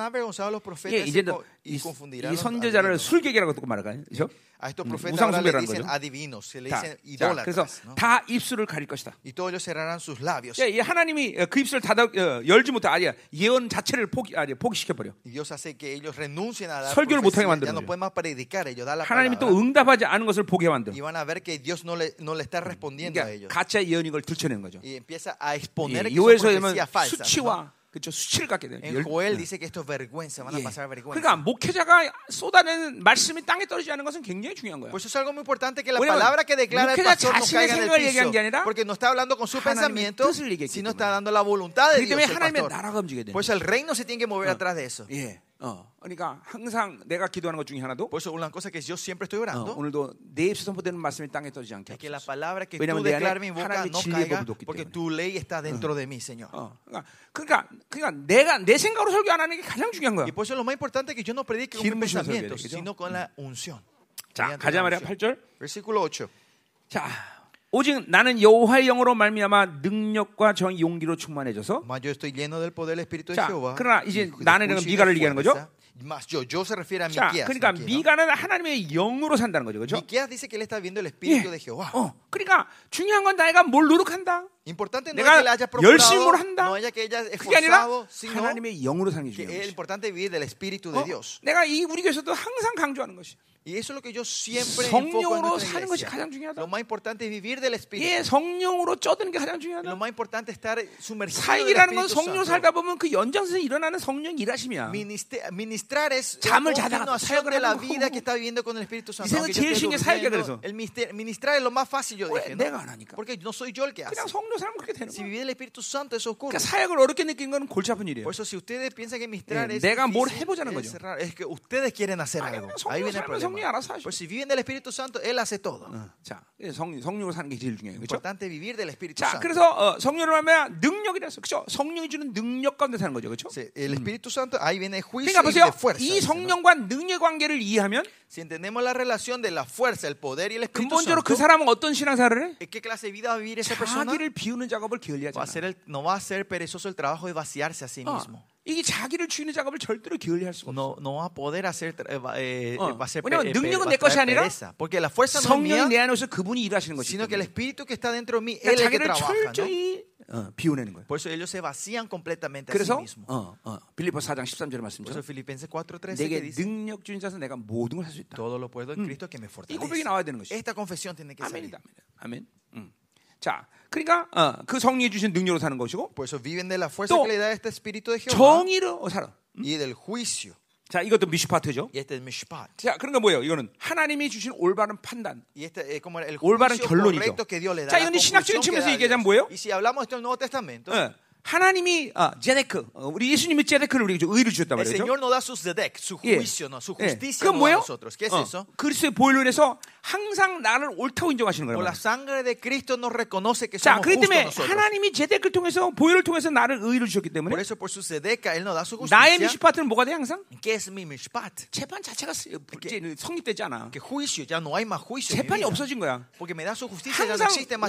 이게
avergonzados los profetas y,
이제는
co- y
뭐 이,
confundirán
이
los
선지자를
adivinos.
술객이라고 또 말할까요? 그죠?
A estos
음,
profetas ahora le
우상숭배라는
dicen
거죠.
adivinos, se le
자,
dicen
자, 그래서
idólatras. ¿no?
다 입술을 가릴 것이다.
Y todos ellos cerrarán sus labios.
예, 이 하나님이 그 입술을 닫아 어, 열지 못해 아니야 예언 자체를 포기 아니 포기시켜 버려.
Y Dios hace que ellos renuncien a dar
설교를 못하게
profecías.
만드는
Ya no
거죠.
pueden más predicar, ellos dan la
하나님이 또
palabra.
응답하지 않은 것을 보게 만들어.
Y van a ver que Dios no le, no le está respondiendo a
그러니까
ellos.
가짜 예언인 걸 들춰내는 거죠.
Y empieza a exponer que
예,
son
요에서 예, 되면
profecías falsas. ¿no?
수치와 그쵸 수치를 갖게 돼요.
En Joel dice que esto es vergüenza, van a
예.
pasar vergüenza.
그러니까 목회자가 쏟아내는 말씀이 땅에 떨어지지 않는 것은 굉장히 중요한 거예요.
Por eso es algo muy importante que la
왜냐면
palabra que declara el
목회자
pastor no
자신의
caiga en el
생각을 얘기한 게 아니라
piso. Porque no está hablando con su
하나님의
pensamiento,
뜻을 얘기했기
sino
때문에.
está dando la voluntad de
그렇기
Dios.
때문에
el
하나님의
pastor.
나라가 움직여야 되는
Por eso el reino se tiene que mover
Ah.
atrás de eso.
예, 어, 그러니까 항상 내가 기도하는 것 중에 하나도
Por eso Pues, una cosa que yo siempre estoy
어,
orando
오늘도 내 입에서 선포되는 말씀이 땅에 떨어지지 않게
es que la
하옵소서.
palabra que
왜냐면
tú
내 안에
declaras en mi boca
하나님의
no
진리의
caiga
법이 없기
porque
때문에.
tu ley está dentro de mí, Señor.
어, 그러니까, 그러니까, 그러니까 내가 내 생각으로 설교 안 하는 게 가장 중요한 거야.
Y por eso lo más importante es que Mm. yo no predique con
기름
mis
부으셔서
pensamientos,
그래요, 그죠?
sino con la unción.
자,
mediante
가자
la
말이야.
unción.
8절.
Versículo 8.
자, 오직 나는 여호와의 영으로 말미암아 능력과 정 용기로 충만해져서
Mas yo estoy lleno del poder del Espíritu de
자,
Jehová.
그러나 이제
y de
나는
juicio y de
미가를 얘기하는 거죠?
fuerza. Mas yo, yo se refiere a
자,
Miqueas.
그러니까
aquí, ¿no?
미가는 하나님의 영으로 산다는 거죠. 그렇죠?
Miqueas dice que él está viendo el
예.
Espíritu de Jehová.
어, 그러니까 중요한 건 내가 뭘 노력한다.
Importante no es
내가
que le haya
열심으로
procurado,
한다.
no haya que ella
그게 아니라
esforzado, sino
하나님의 영으로 사는 게 중요한
que es
거지.
importante vivir del Espíritu de
어,
Dios.
내가 이 우리 교회에서도 항상 강조하는 것이
Y eso es lo que yo siempre enfoco en
성령으로
nuestra
사는 것이
iglesia.
가장 중요하다.
Lo más importante es vivir del Espíritu.
예, 성령으로 쪄드는 게 가장
Lo
중요하다.
más importante es estar sumergido en el
사역이라는 건
Espíritu
성령으로
Santo.
살다 보면 그 연장선에 일어나는 성령 일하심이야. 이
Ministe- ministrar es la
잠을 자다가
continuación
사역을
de la
하는 거고.
vida que está viviendo con el Espíritu
인생은
Santo. Aunque yo
제일
esté
쉬운 게 사역이야,
durmiendo,
그래서.
el mister- ministrar es lo más fácil, yo
왜
dije. ¿no?
내가 안 하니까?
Porque no soy yo el que hace.
그냥 성령 사람 그렇게 되는
Si
거야.
vive el Espíritu Santo, eso ocurre.
그러니까 사역을 어렵게 느낀 건 골치 아픈 일이에요.
Por eso, si ustedes piensan que ministrar
예,
es,
내가 뭘
difícil,
해보자는
es,
거죠.
raro, es que ustedes quieren hacer
아니, 그냥
algo. Ahí
성령
viene el
살면 성령이
problema.
알아서 하시죠.
Pues si viven del Espíritu Santo, Él hace todo.
어, 자, 예, 성, 성령으로 사는 게 제일 중요해요. 그렇죠?
Importante vivir del Espíritu
자,
Santo.
그래서 어, 성령을 하면 능력이라서 그렇죠? 성령이 주는 능력 가운데 사는 거죠. 그렇죠?
Sí, El Espíritu Santo, ahí viene el juicio
그러니까
pues, y de
보세요.
fuerza.
이
dice, ¿no?
성령과 능력 관계를 이해하면
Si entendemos la relación de la fuerza, el poder y el Espíritu
근본적으로 그
Santo,
사람은 어떤 신앙사를 해?
¿qué clase de vida va a vivir esa persona?
자기를 비우는 작업을
Va
게을리하지
a Ah. ser
않아.
el- no va a ser perezoso el trabajo de vaciarse a sí
어,
mismo.
이게 자기를 죽이는 작업을 절대로 게을리할 수가 없어.
No, no va a poder hacer, tra- eh, va, eh,
Ah.
va a ser
왜냐면
pe- eh,
능력은
va
내
a
것이
traer
아니라
pereza. Porque la fuerza no es
성령이
mía,
내 안에서 그분이 일하시는 것이기
sino que
때문에
el espíritu que está dentro de mí, él es
그러니까
el que
자기를
trabaja. ¿no?
철저히 어, 비워내는 거예요.
Por eso ellos se vacían completamente a sí
그래서
mismos.
어, 어, 빌리포 4장 13절
Por eso
말씀처럼
Filipenses 4.13 que Mm.
내게
dice,
능력 주인 자서 내가 모든 걸 할 수 있다.
todo lo puedo en Cristo que me
고백이 나와야 되는 것이죠.
fortalece. Esta confesión tiene que salir.
아멘이다. 아멘. 아멘. 음. 자, 그러니까 어, 그 성령이 주신 능력으로 사는 것이고
Por eso viven de la fuerza
또
que le da este espíritu de Jehová
정의로 살아.
y del juicio.
자, 이것도 미슈파트죠.
Y este es Mishpat.
자, 그러니까 뭐예요? 이거는 하나님이 주신 올바른 판단.
Y este es como el
올바른
juicio
결론이죠.
correcto que Dios le da.
자,
la
이건 신학적인
conclusión que Ah,
측면에서
da
얘기하자면
Dios.
뭐예요?
Y si hablamos esto en el Nuevo Testamento,
예. 하나님이 아, 제데크, 어, 우리 예수님이 제데크를 우리에게 좀 의를 주셨단
el
말이죠.
네, Señor nos da sus dedek, su
예.
juicio, no, su
예.
justicia
그건
nos da a
뭐예요?
nosotros. ¿Qué Eh, es Ah,
어,
eso?
그리스도의 보혈로 해서 항상 나를 옳다고 인정하시는
Por
거예요.
la sangre de Cristo nos reconoce que
자,
somos
그렇기
justos
때문에
nosotros.
하나님이 제데크를 통해서 보혈을 통해서 나를 의를 주셨기
Por
때문에
eso, por su sedeca, Él nos da su
나의
justicia.
미슈파트는 뭐가 돼 항상?
¿Qué es mi mishpat?
재판 자체가 스- 이제 성립되지 않아.
Que juicio, ya no hay más juicio. en mi
재판이
vida.
없어진 거야.
Porque me da su justicia, ya no
항상
existe más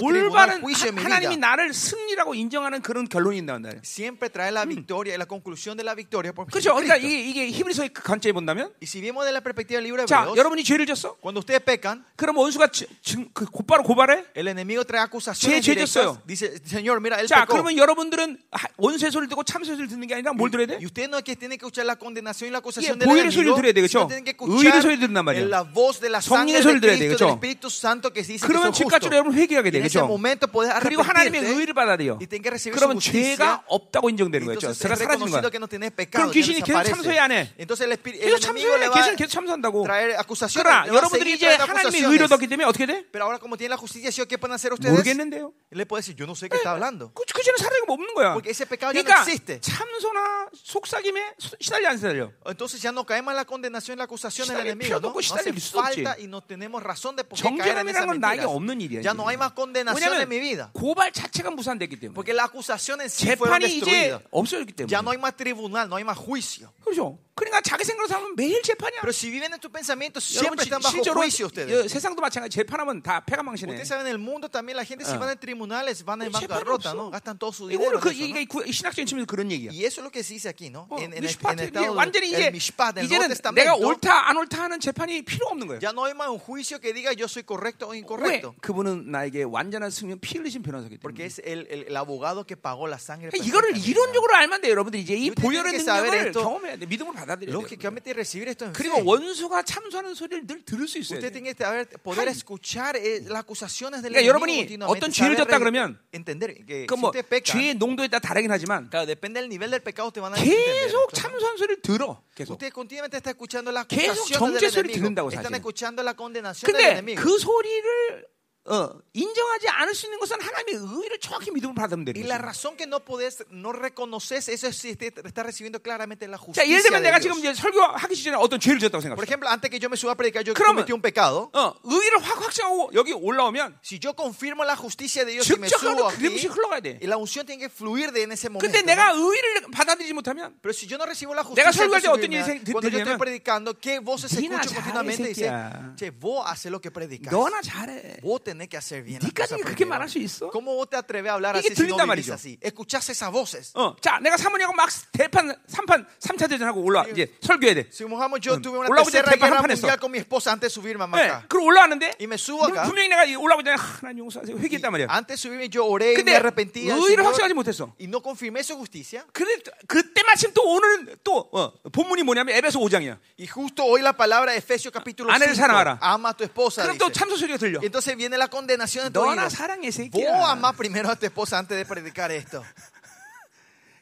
올바른
tribunal, juicio en mi
하- 하나님이
vida.
나를 승리라고 인정하는 그런 결론이 나온다.
Siempre trae la victoria, la conclusión de la victoria por
그렇죠. 그러니까
Cristo.
이게, 이게 히브리서의 그 관점에 본다면
Y si vemos de la perspectiva del libro de
자,
Hebreos,
여러분이 죄를 졌어?
cuando ustedes pecan,
그럼 원수가 지- 증- 그 곧바로 고발해?
El enemigo trae acusaciones
죄
directas.
지었어요.
Dice, Señor, mira, él
자,
pecó.
그러면 여러분들은 하- 원수의 소리를 듣고 참수의 소리를 듣는 게 아니라 뭘 들어야 돼?
Y usted no es que tiene que escuchar la condenación y la acusación
예,
del
보혈의 소리를
enemigo,
들어야 돼, 그쵸?
sino tienen que
의의 소리를 듣는단
escuchar
말이야.
la voz de la sangre
성령의
de
소리를 들어야 돼,
Cristo,
그쵸?
del Espíritu Santo que dice que
그러면
son justos.
즉각적으로 여러분 회개하게
Y
돼,
en ese
그렇죠?
momento puedes
그리고 하나님의
arrepentirte
의를 받아들여.
y tienen que recibir su
그러면
justicia.
죄가
justicia.
없다고 인정되는 거죠.
Entonces es
제가 사라지는 거야.
reconocido que no tienes pecado.
그럼
ya
귀신이 계속
desaparece.
참소해, 안 해?
Entonces el, espíritu, el
계속
enemigo le
참소해.
va
계속
a
계속 참소한다고.
traer acusaciones.
그러나
le va a
여러분들이
seguir
이제
trayendo
하나님의
acusaciones.
의로웠기 때문에 어떻게 돼?
Pero ahora como tiene la justicia, ¿sí? ¿qué pueden hacer ustedes?
모르겠는데요.
Él le puede decir, yo no sé qué está hablando.
그, 그 전에 사라진 거 없는 거야.
Porque ese pecado ya no
그러니까
existe.
참소나 속삭임에 수- 시달려 안 시달려.
Entonces ya no caemos en la condenación y la acusación del
시달릴
enemigo.
필요도
No,
없고
no hace
시달릴 수도 없지.
falta y no tenemos razón de por qué caer en
어, 정죄감이라는
esas
건 나에게
mentiras.
없는 일이야.
Ya no hay más condenación en mi
왜냐하면
vida.
고발 자체가 무산됐기 때문에
Porque la acusación en sí fue
재판이 이제
destruida.
없어졌기 때문에
Ya no hay más tribunal, no hay más juicio.
그렇죠. 그러니까 자기 생각으로 살면 매일 재판이야.
Pero si viven en tus pensamientos,
여러분
siempre
시-
están bajo
실제로
juicio ustedes.
여- 세상도 마찬가지 재판하면 다 패가망신해.
Ustedes saben, en el mundo también la gente, si
eh. Ah.
van a tribunales, van en
재판이
bancarrota,
없어.
¿no? Gastan todo su
이거는
dinero. en
그
eso, ¿no?
이게 구- 신학적인 측면에서 그런 얘기야.
Y eso es lo que se dice aquí, ¿no?
어,
en, en el, en
미슈파트
el
이제
estado,
완전히 이제
el Mishpat, el Nuevo
이제는 내가
Testamento,
옳다 안 옳다 하는 재판이 필요 없는 거예요.
ya no hay más un juicio que diga yo soy correcto o
왜
incorrecto.
그분은 나에게 완전한 승리 피 흘리신 변호사기
Porque
때문에.
es el, el- el abogado que pagó la sangre.
그러니까 이거를
perfectamente.
이론적으로 알면 돼요, 여러분들. 이제 이
You think
보혈의
it's a ver
능력을
esto?
경험해야 돼. 믿음을 받아들여야 돼.
Lógicamente, recibir esto en
그리고
fe.
원수가 참소하는 소리를 늘 들을 수 있어야
Usted
돼.
tiene que saber- poder
한-
escuchar eh, las acusaciones del
그러니까
enemigo
여러분이
continuamente,
어떤 죄를
saber
졌다
re-
그러면
entender que si
그러니까 그뭐
usted peca,
죄의 농도에 따라 다르긴 하지만
claro, depende del nivel del pecado te van a decir entender,
계속
entonces,
참소하는 소리를 들어. 계속.
Usted continuamente está escuchando las
계속
acusaciones
정죄
del
소리
enemigo.
듣는다고,
Están
사실은.
escuchando la condenación
근데
del enemigo.
그 소리를 어, 인정하지 않을 수 있는 것은 하나님의 의를 정확히 믿음을 받으면
Y
되는
la
거예요.
razón que no podés, no reconoces eso es si te- te está recibiendo claramente la
자,
justicia.
예를 들면
de
내가
Dios.
지금 이제 설교하기 전에 어떤 죄를 졌다고
Por
생각해.
ejemplo, antes que yo me suba a predicar, yo
그러면-
cometí un pecado.
어, 의를 확 확증하고 여기 올라오면
Si yo confirmo la justicia de Dios y me subo
즉각으로
aquí,
그림이 흘러가야 돼.
y la unción tiene que fluir de en ese momento.
근데
¿no?
내가 의를 받아들이지 못하면
Pero si yo no recibo la
내가
justicia,
설교할 때
entonces,
어떤 일이 생- 들-
cuando yo estoy
들리냐면,
predicando, ¿qué voces
"니나
escucho
잘해,
continuamente? Dice,
새끼야.
che, vos haces lo que predicas.
너나 잘해.
Vos tenés que hacer bien. las
¿Dica
cosas
que
primero.
qué mal has visto?
¿Cómo vos te atreves a hablar
Diga
así si no
들린단
vivís
말이죠.
así? Escuchás esas voces.
어, 자, 내가 사모님하고 막 대판 3판 3차 대전하고 올라
예.
이제 설교해야 돼.
Si mojamos, yo
음.
tuve una
올라오고
tercera
이제 대판
guerra
한판 했어.
mundial con mi esposa antes de subirme a
네,
Maca.
그럼 올라왔는데
이미 수호가-
물론 분명히 내가 이 올라오기 전에 하나님 용서하세요 회개했단 말이야.
Antes de subirme, yo oré y
근데
me arrepentí. al
의를
Señor
확증하지 못했어.
Y no confirmé su justicia.
그래, 그때 마침 또 오늘은 또 어, 본문이 뭐냐면 에베소 5장이야.
Y justo hoy la palabra de Efesios capítulo
Anhel
5.
사랑하라.
Ama a tu esposa.
그럼 또
dice.
참소 소리가 들려.
Y entonces viene la condenación de tu
너나
oído.
사랑해 새끼야.
Vos amás primero a tu esposa antes de predicar esto.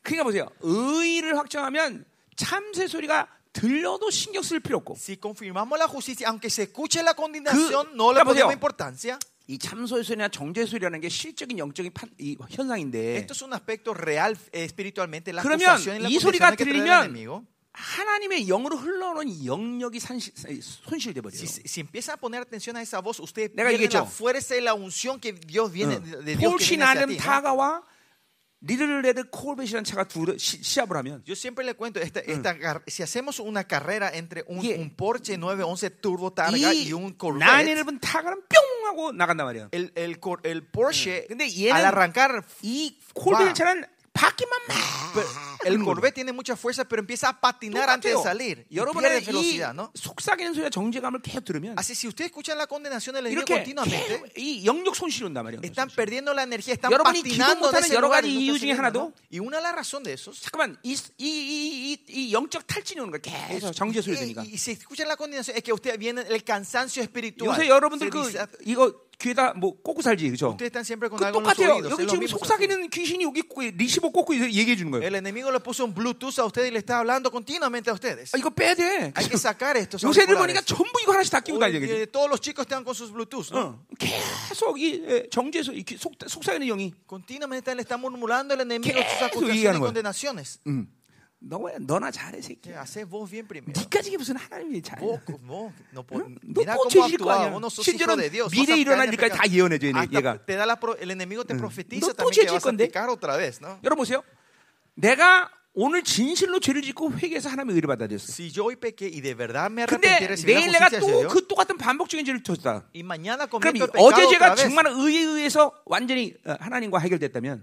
그러니까 보세요. 의를 확정하면 참새 소리가 들려도 신경 쓸 필요 없고
Si confirmamos la justicia, aunque se escuche la condenación,
그-
no le
야, 보세요.
ponemos importancia.
이 참소 소리나 정제 소리라는 게 실적인 영적인 판- 이 현상인데
Esto es un aspecto real eh, espiritualmente. La
그러면
acusación y la
이 소리가
condenación que trae el
들리면
enemigo.
하나님의 영으로 흘러오는 이 영역이 산시- 손실돼 버려요.
Si, si empieza a poner atención a esa voz, usted
내가
pierde
얘기했죠.
la fuerza y la unción que Dios viene de Dios que viene hacia
어. 폴시나름
ti, ¿no?
타가와 리들레드 콜벳이라는 차가 둘 시, 시합을 하면
Yo siempre le cuento, esta, esta gar- si hacemos una carrera entre un,
이게-
un Porsche 911 Turbo Targa y
이
un Corvette,
911 타가는 뿅 하고 나간단 말이야.
el, el, cor- el Porsche
근데 얘는
al arrancar
이
와.
콜벳 차는 바퀴만 막
Pero
그
el Corvette tiene mucha fuerza, pero empieza a patinar antes de
똑같아요.
salir. Y pierde
여러분의 이
velocidad, ¿no?
속삭이는 소리와 정제감을 계속 들으면
Así, si ustedes escuchan la condenación del enemigo
이렇게 뭐 계속
continuamente,
이 영역 손실이 온단 말이에요.
están perdiendo la energía, están
여러분이 기도
patinando de
못하는
ese
여러
lugar.
가지
y no están
이유 중에
saliendo,
하나도
¿no? Y una de las razones de esos
잠깐만 이 이 이 이 영적 탈진이 오는 거야. 계속 정제 소리
y,
되니까.
y si escuchan la condenación, es que ustedes vienen el cansancio espiritual.
요새
Se
여러분들 그
disa-
이거 귀에다 뭐 꽂고 살지 그죠?
ustedes están siempre con
그
algo en los oídos.
똑같아요.
es
여기
lo
지금
mismo,
속삭이는 귀신이 여기 꽂고 리시버 꽂고 얘기해 주는 거예요.
El enemigo le puso un Bluetooth a ustedes y le está hablando continuamente a ustedes.
아, 이거 빼야 돼.
Hay que sacar estos.
요새 들 보니까
auriculares.
전부 어, 이거 하나씩 다 끼고
Hoy,
다니는 거지.
eh, todos los chicos están con sus Bluetooth. ¿no?
어, 계속 이 에, 정제소 이 귀- 속 속삭이는 영이
Continuamente le está murmurando el enemigo
Queso,
sus acusaciones
digan,
y
güey. Mm.
condenaciones.
너 너나 잘해
Que
새끼야.
haces vos bien primero.
니까지 무슨 하나님이 잘해.
Vos, vos, no, po-
¿Eh? No
mira
puedo
cómo
decir
actúa,
cuál,
vos no sos
si yo
hijo
no-
de Dios.
mire
vas a
y no
caer en
nadie cae,
pecado.
está lleno, lleno,
Hasta
llega. Mm.
Te da la pro- el enemigo te profetiza
No
también que
puedo
vas a
decir
pecar otra vez, ¿no?
여러분 보세요. 내가 오늘 진실로 죄를 짓고 회개해서 하나님의 의를 받아들였어.
Si yo hoy pequé y de
아,
verdad me arrepentí y
근데
recibí la
내일 내가
justicia de
또
Dios,
그 똑같은 반복적인 죄를 졌다.
y mañana
어, 그럼 이
cometo el
어제
pecado otra
죄가
vez,
정말 의에 의해서 완전히 어, 하나님과 해결됐다면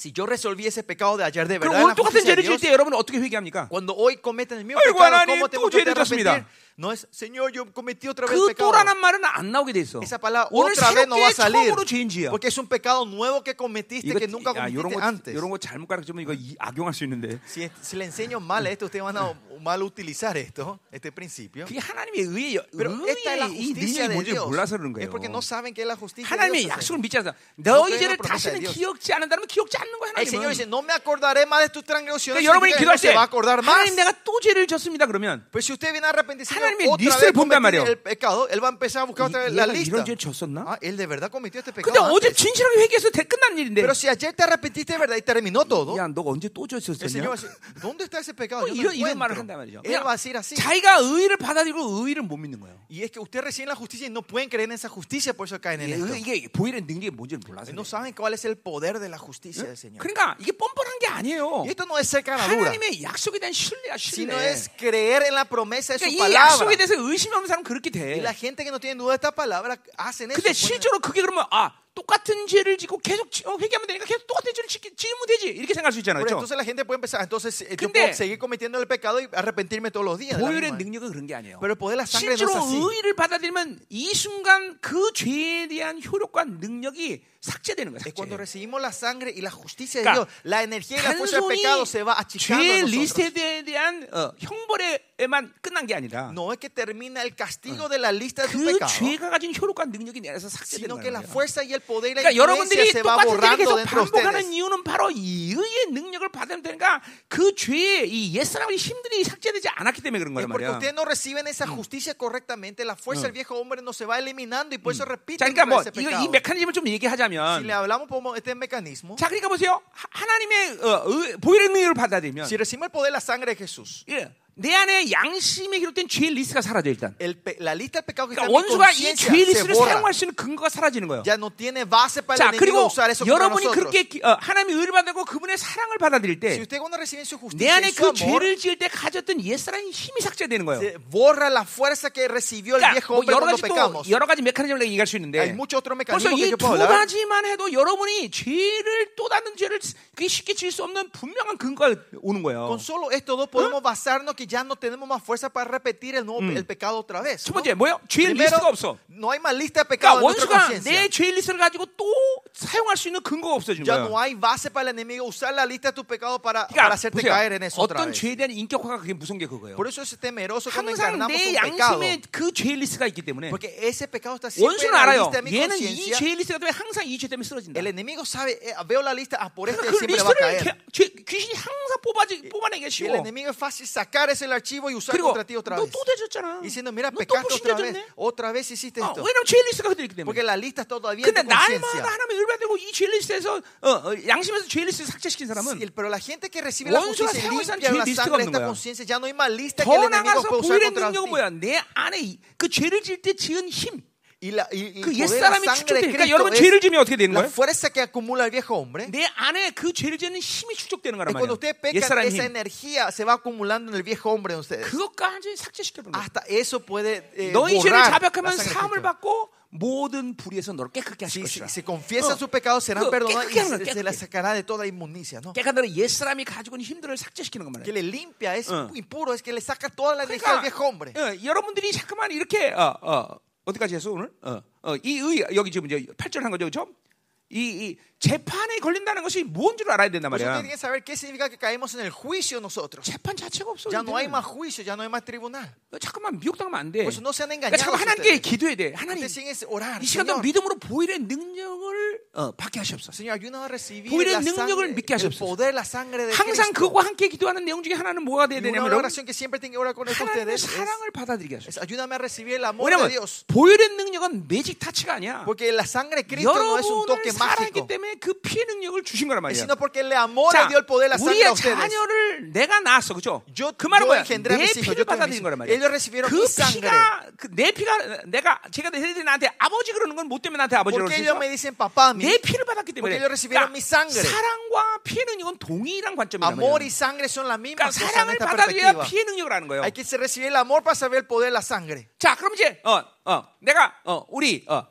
si yo resolví ese pecado de ayer de
그럼
verdad, en la
오늘 똑같은
justicia de
죄를
Dios,
질때 여러분 어떻게 회개합니까?
cuando hoy cometen el mismo
Oigo,
pecado,
Anani,
¿cómo
tú
tengo que
죄를 졌습니다.
arrepentir? No es, Señor, yo cometí otra vez
그
pecado.
또라는 말은 안 나오게 돼 있어.
Esa palabra
오늘
otra vez no
새롭게
va a salir.
처음으로 죄인지야.
Porque es un pecado nuevo que cometiste que nunca
아, 요런
cometiste
거
antes.
요런 거 잘못 가르치면 이거 이- 악용할 수 있는데.
Si, es- si le enseño mal esto, ustedes van a mal utilizar esto, este principio.
그게 하나님의 의의 여-
Pero esta es la
의의 이 능력이
justicia de
뭔지
Dios.
몰라서 그런
Es
거예요.
porque no saben qué es la justicia de
하나님의
Dios.
약속을
Señor.
믿지 않아.
No
너희
creen
죄를
la promesa de
다시는
Dios.
기억지 않는다면 기억지 않는 거야
El Señor
하나님은.
dice, no me acordaré más de tus transgresiones.
그러니까 여러분이
Significa que no
기도할 때
se va a acordar más.
하나님 내가 또 죄를 졌습니다 그러면
Pero si usted viene a arrepentirse
하나님의
otra
리스트를
vez
본단
cometer
말이에요.
el pecado, él va a empezar a buscar otra vez
이-
la
얘가
lista.
이런 죄를 졌었나?
Ah, él de verdad cometió este
근데
pecado.
어제
antes.
진실하게 회개해서 되- 끝난 일인데
Pero si ayer te arrepentiste de verdad y terminó todo,
야 너가 언제 또
El Señor
졌었냐?
va a decir, ¿dónde está ese pecado? Yo no
어, 이런, 이런 말을 한단 말이죠
encuentro. Él va a decir así.
자기가 의의를 받아들이고 의의를 못 믿는 거예요
Y es que ustedes reciben la justicia y no pueden creer en esa justicia, por eso caen en
이게,
esto.
예, 의- 이게 보일의 능력이 뭔지를 몰라서
No
그래요.
saben cuál es el poder de la justicia del Señor.
그러니까 이게 뻔뻔한 게 아니에요
Y esto no es ser caradura,
하나님의 약속에 대한 신뢰야 신뢰
sino es creer en la promesa de su
그러니까 이
palabra.
약속에 대해서 의심이 없는 사람은 그렇게
Y
돼
la gente que no tiene duda de esta palabra hacen eso.
근데
ponen-
실제로 그게 그러면 아 똑같은 죄를 짓고 계속 지- 어, 회개하면 되니까 계속 똑같은 죄를 짓, 지으면 되지 이렇게 생각할 수 있잖아요
Pero
그렇죠?
entonces la gente puede empezar, entonces eh, yo
근데-
puedo seguir cometiendo el pecado y arrepentirme todos los días. de la
보혈의
misma manera.
능력은 그런 게 아니에요
Pero el poder de la sangre no
실제로
es así.
의의를 받아들이면 이 순간 그 죄에 대한 효력과 능력이 삭제되는 거예요
Es
삭제.
cuando recibimos la sangre y la justicia de
그러니까
Dios, la energía y la fuerza del
단순히
pecado se va achicando.
죄의
en nosotros.
리스트에 대한 어, 형벌에만 끝난 게 아니라
No es que termina el castigo de la lista de tu
그
pecado,
죄가 가진 효력과 능력이 내려서 삭제되는
sino
거예요
que la fuerza y el poder y la
그러니까
influencia
여러분들이
se va
똑같은 죄를
borrando
계속
dentro de
반복하는
ustedes.
이유는 바로 이 의의 능력을 받으면 되니까 그 죄의 이 옛사람의 힘들이 삭제되지 않았기 때문에 네, 그런
Es
거란
porque
말이야
ustedes no reciben esa justicia correctamente, la fuerza del viejo hombre no se va eliminando y por eso
자
repiten
그러니까 뭐
ese
이, 이
pecado.
메커니즘을 좀
Si le
얘기하자면
hablamos como este mecanismo,
자 그러니까 보세요 하- 하나님의 어, 의- 보혈의 능력을 받아들이면
si recibimos el poder de la sangre de Jesús,
예, 내 안에 양심에 기록된 죄의 리스트가 사라져 일단
el pe- la lista del pecado que está
그러니까
en mi
원수가 이
conciencia
죄의
se
리스트를
borra.
사용할 수 있는 근거가 사라지는 거예요
Ya no tiene base para
자
el enemigo
그리고
usar eso contra
여러분이
nosotros.
그렇게 어, 하나님의 의를 받고 그분의 사랑을 받아들일
Si
때 내
usted cuando recibe su justicia
안에
y
그
su amor,
죄를 지을 때 가졌던 옛사람의 힘이 삭제되는 거예요
se borra la fuerza que recibió el
그러니까
viejo
뭐
hombre
여러
cuando
가지 또
pecamos.
여러 가지 메커니즘을 얘기할 수
Hay
있는데
muchos otros
벌써
mecanismos que
이
yo
두
puedo hablar.
가지만 해도 여러분이 죄를 또 다른 죄를 그게 쉽게 지을 수 없는 분명한 근거가 오는 거예요
Con solo estos dos podemos basarnos que ya no tenemos más fuerza para repetir el, nuevo, el pecado otra vez.
첫
¿no?
번째 뭐예요? 죄의
Primero,
리스트가 없어
no hay más lista de
그러니까
pecado en nuestra
원수가 내
conciencia.
죄의 리스트를 가지고 또 사용할 수 있는 근거가 없어지는
Ya
거예요
no hay base para el enemigo usar la lista de tu pecado para, para
그러니까
hacerte
보세요.
caer en eso otra
어떤
vez.
죄에 대한 인격화가 그게 무서운 게 그거예요.
Por eso es temeroso cuando
항상
encarnamos
내
un pecado.
양심에 그 죄의 리스트가 있기 때문에
Porque ese pecado está siempre
원수는
en la
알아요.
lista de mi
얘는 이
conciencia.
죄의 리스트가 때문에 항상 이 죄 때문에 쓰러진다.
El enemigo sabe, eh, veo la lista, ah, por este
그러니까 그
siempre va a
리스트를
caer.
개- 죄- 귀신이 항상 뽑아지, 뽑아내기
Y el
쉬워.
enemigo es fácil sacar ese archivo y usar
그리고
contra ti otra vez.
너또 되졌잖아.
Diciendo, mira,
너또
pecaste otra vez.
불신자졌네.
Otra vez hiciste
어,
esto.
왜냐면 죄의 리스트가 그대로 있기 때문에.
Porque la lista Ah, está todavía en
근데
tu
날마다
conciencia.
하나님의 의받되고 이 죄의 리스트에서 어, 어, 양심에서 죄의 리스트를 삭제시킨
Sí,
사람은
pero la gente que recibe la
원수가
justicia y
사용한
limpia la
죄의
sangre de
리스트가 없는
esta
거야.
conciencia ya no hay más lista que el
더
enemigo
나가서
puede usar
보일의
contra ti.
능력은 뭐야? 내 안에 이- 그 죄를 지을 때 지은 힘.
Y la, y, y
그
el poder de
옛사람이
la sangre de
축적되니까
Cristo
여러분 죄를 지면 어떻게
es
되는
la
거예요?
fuerza que acumula el viejo hombre.
내 안에 그 죄를 짓는 힘이 축적되는
Y
거란 말이에요.
cuando ustedes pecan,
옛사람
esa
힘.
energía se va acumulando en el viejo hombre de ustedes.
그것까지 삭제시켜버린 거예요.
Hasta eso puede eh,
너희 죄를
borrar la
자백하면
sangre de
사함을
Cristo.
받고 모든 불의에서 너를 깨끗게 하실
Si, si,
것이라.
si confiesan
어.
sus pecados serán
그
perdonados y
깨끗하는 거야,
se, se la
깨끗해.
sacará de toda inmundicia. ¿no?
깨끗한 너를 옛사람이 가지고 있는 힘들을 삭제시키는 거
Que
말이에요.
le limpia, es
어.
impuro, es que le saca toda la energía del
그러니까
viejo hombre.
어, 여러분들이 잠깐만 이렇게 어, 어, 어디까지 했어 오늘? 어, 어, 이의 여기 지금 이제 8절 한 거죠, 그렇죠? 이, 이 재판에 걸린다는 것이 뭔지를 알아야 된단
Por eso
말이야.
ustedes tienen que saber qué significa que caemos en el juicio nosotros.
재판 자체가 없어.
Ya no hay
이제는.
más juicio, ya no hay más tribunal.
너 잠깐만 미혹당하면 안 돼.
벌써 너세는
그러니까 잠깐
engañados
하나님께
ustedes.
기도해야 돼. 하나님,
Ustedes siguen orar.
이 시간도
Señor,
믿음으로 보일의 능력을 어, 받게 하시옵소서.
Señor, ayúdanos a recibir
보일의
la
능력을
sangre,
믿게
el
하시옵소서.
poder, la sangre de
항상
Cristo.
네, 그와 함께 기도하는 내용 중에 하나는 뭐가 돼야
Y una
되냐면
oración que siempre tengo que orar con esto
하나님의
ustedes es,
사랑을 받아들이게
es,
하소서.
ayúdame a recibir el amor de
왜냐면
Dios.
보일의 능력은 매직 타치가 아니야.
Porque la sangre de Cristo no es un
여러분을
toque
사랑했기
mágico,
때문에 그 피의 능력을 주신 거란 말이야.
sino porque el amor le
자,
dio el poder, la sangre a
우리의
ustedes.
자녀를 내가 낳았어, 그죠?
Yo-
그 말은
yo
뭐야?
engendré a
내
mis hijos,
피를
yo tuve
받아들인
mis
거란
hijos.
말이야.
Ellos recibieron
그
mi sangre.
피가 그 내 피가 내가 제가 내들이 나한테 아버지 그러는 건 못 때문에 나한테 아버지라고
Porque ellos
그랬어?
me dicen papá a mí.
내 피를 받았기 때문에. 그러니까
Porque ellos recibieron mi sangre.
사랑과 피의 능력은 동일한 관점이란
Amor y
말이야.
sangre son las
그러니까
mismas cosas en
아, 사랑을
esta
받아들여야
perspectiva.
피의 능력을 아는 거예요.
Hay que recibir el amor para saber el poder de la sangre.
자, 그럼 이제 어, 어, 내가 어, 우리 어, 어,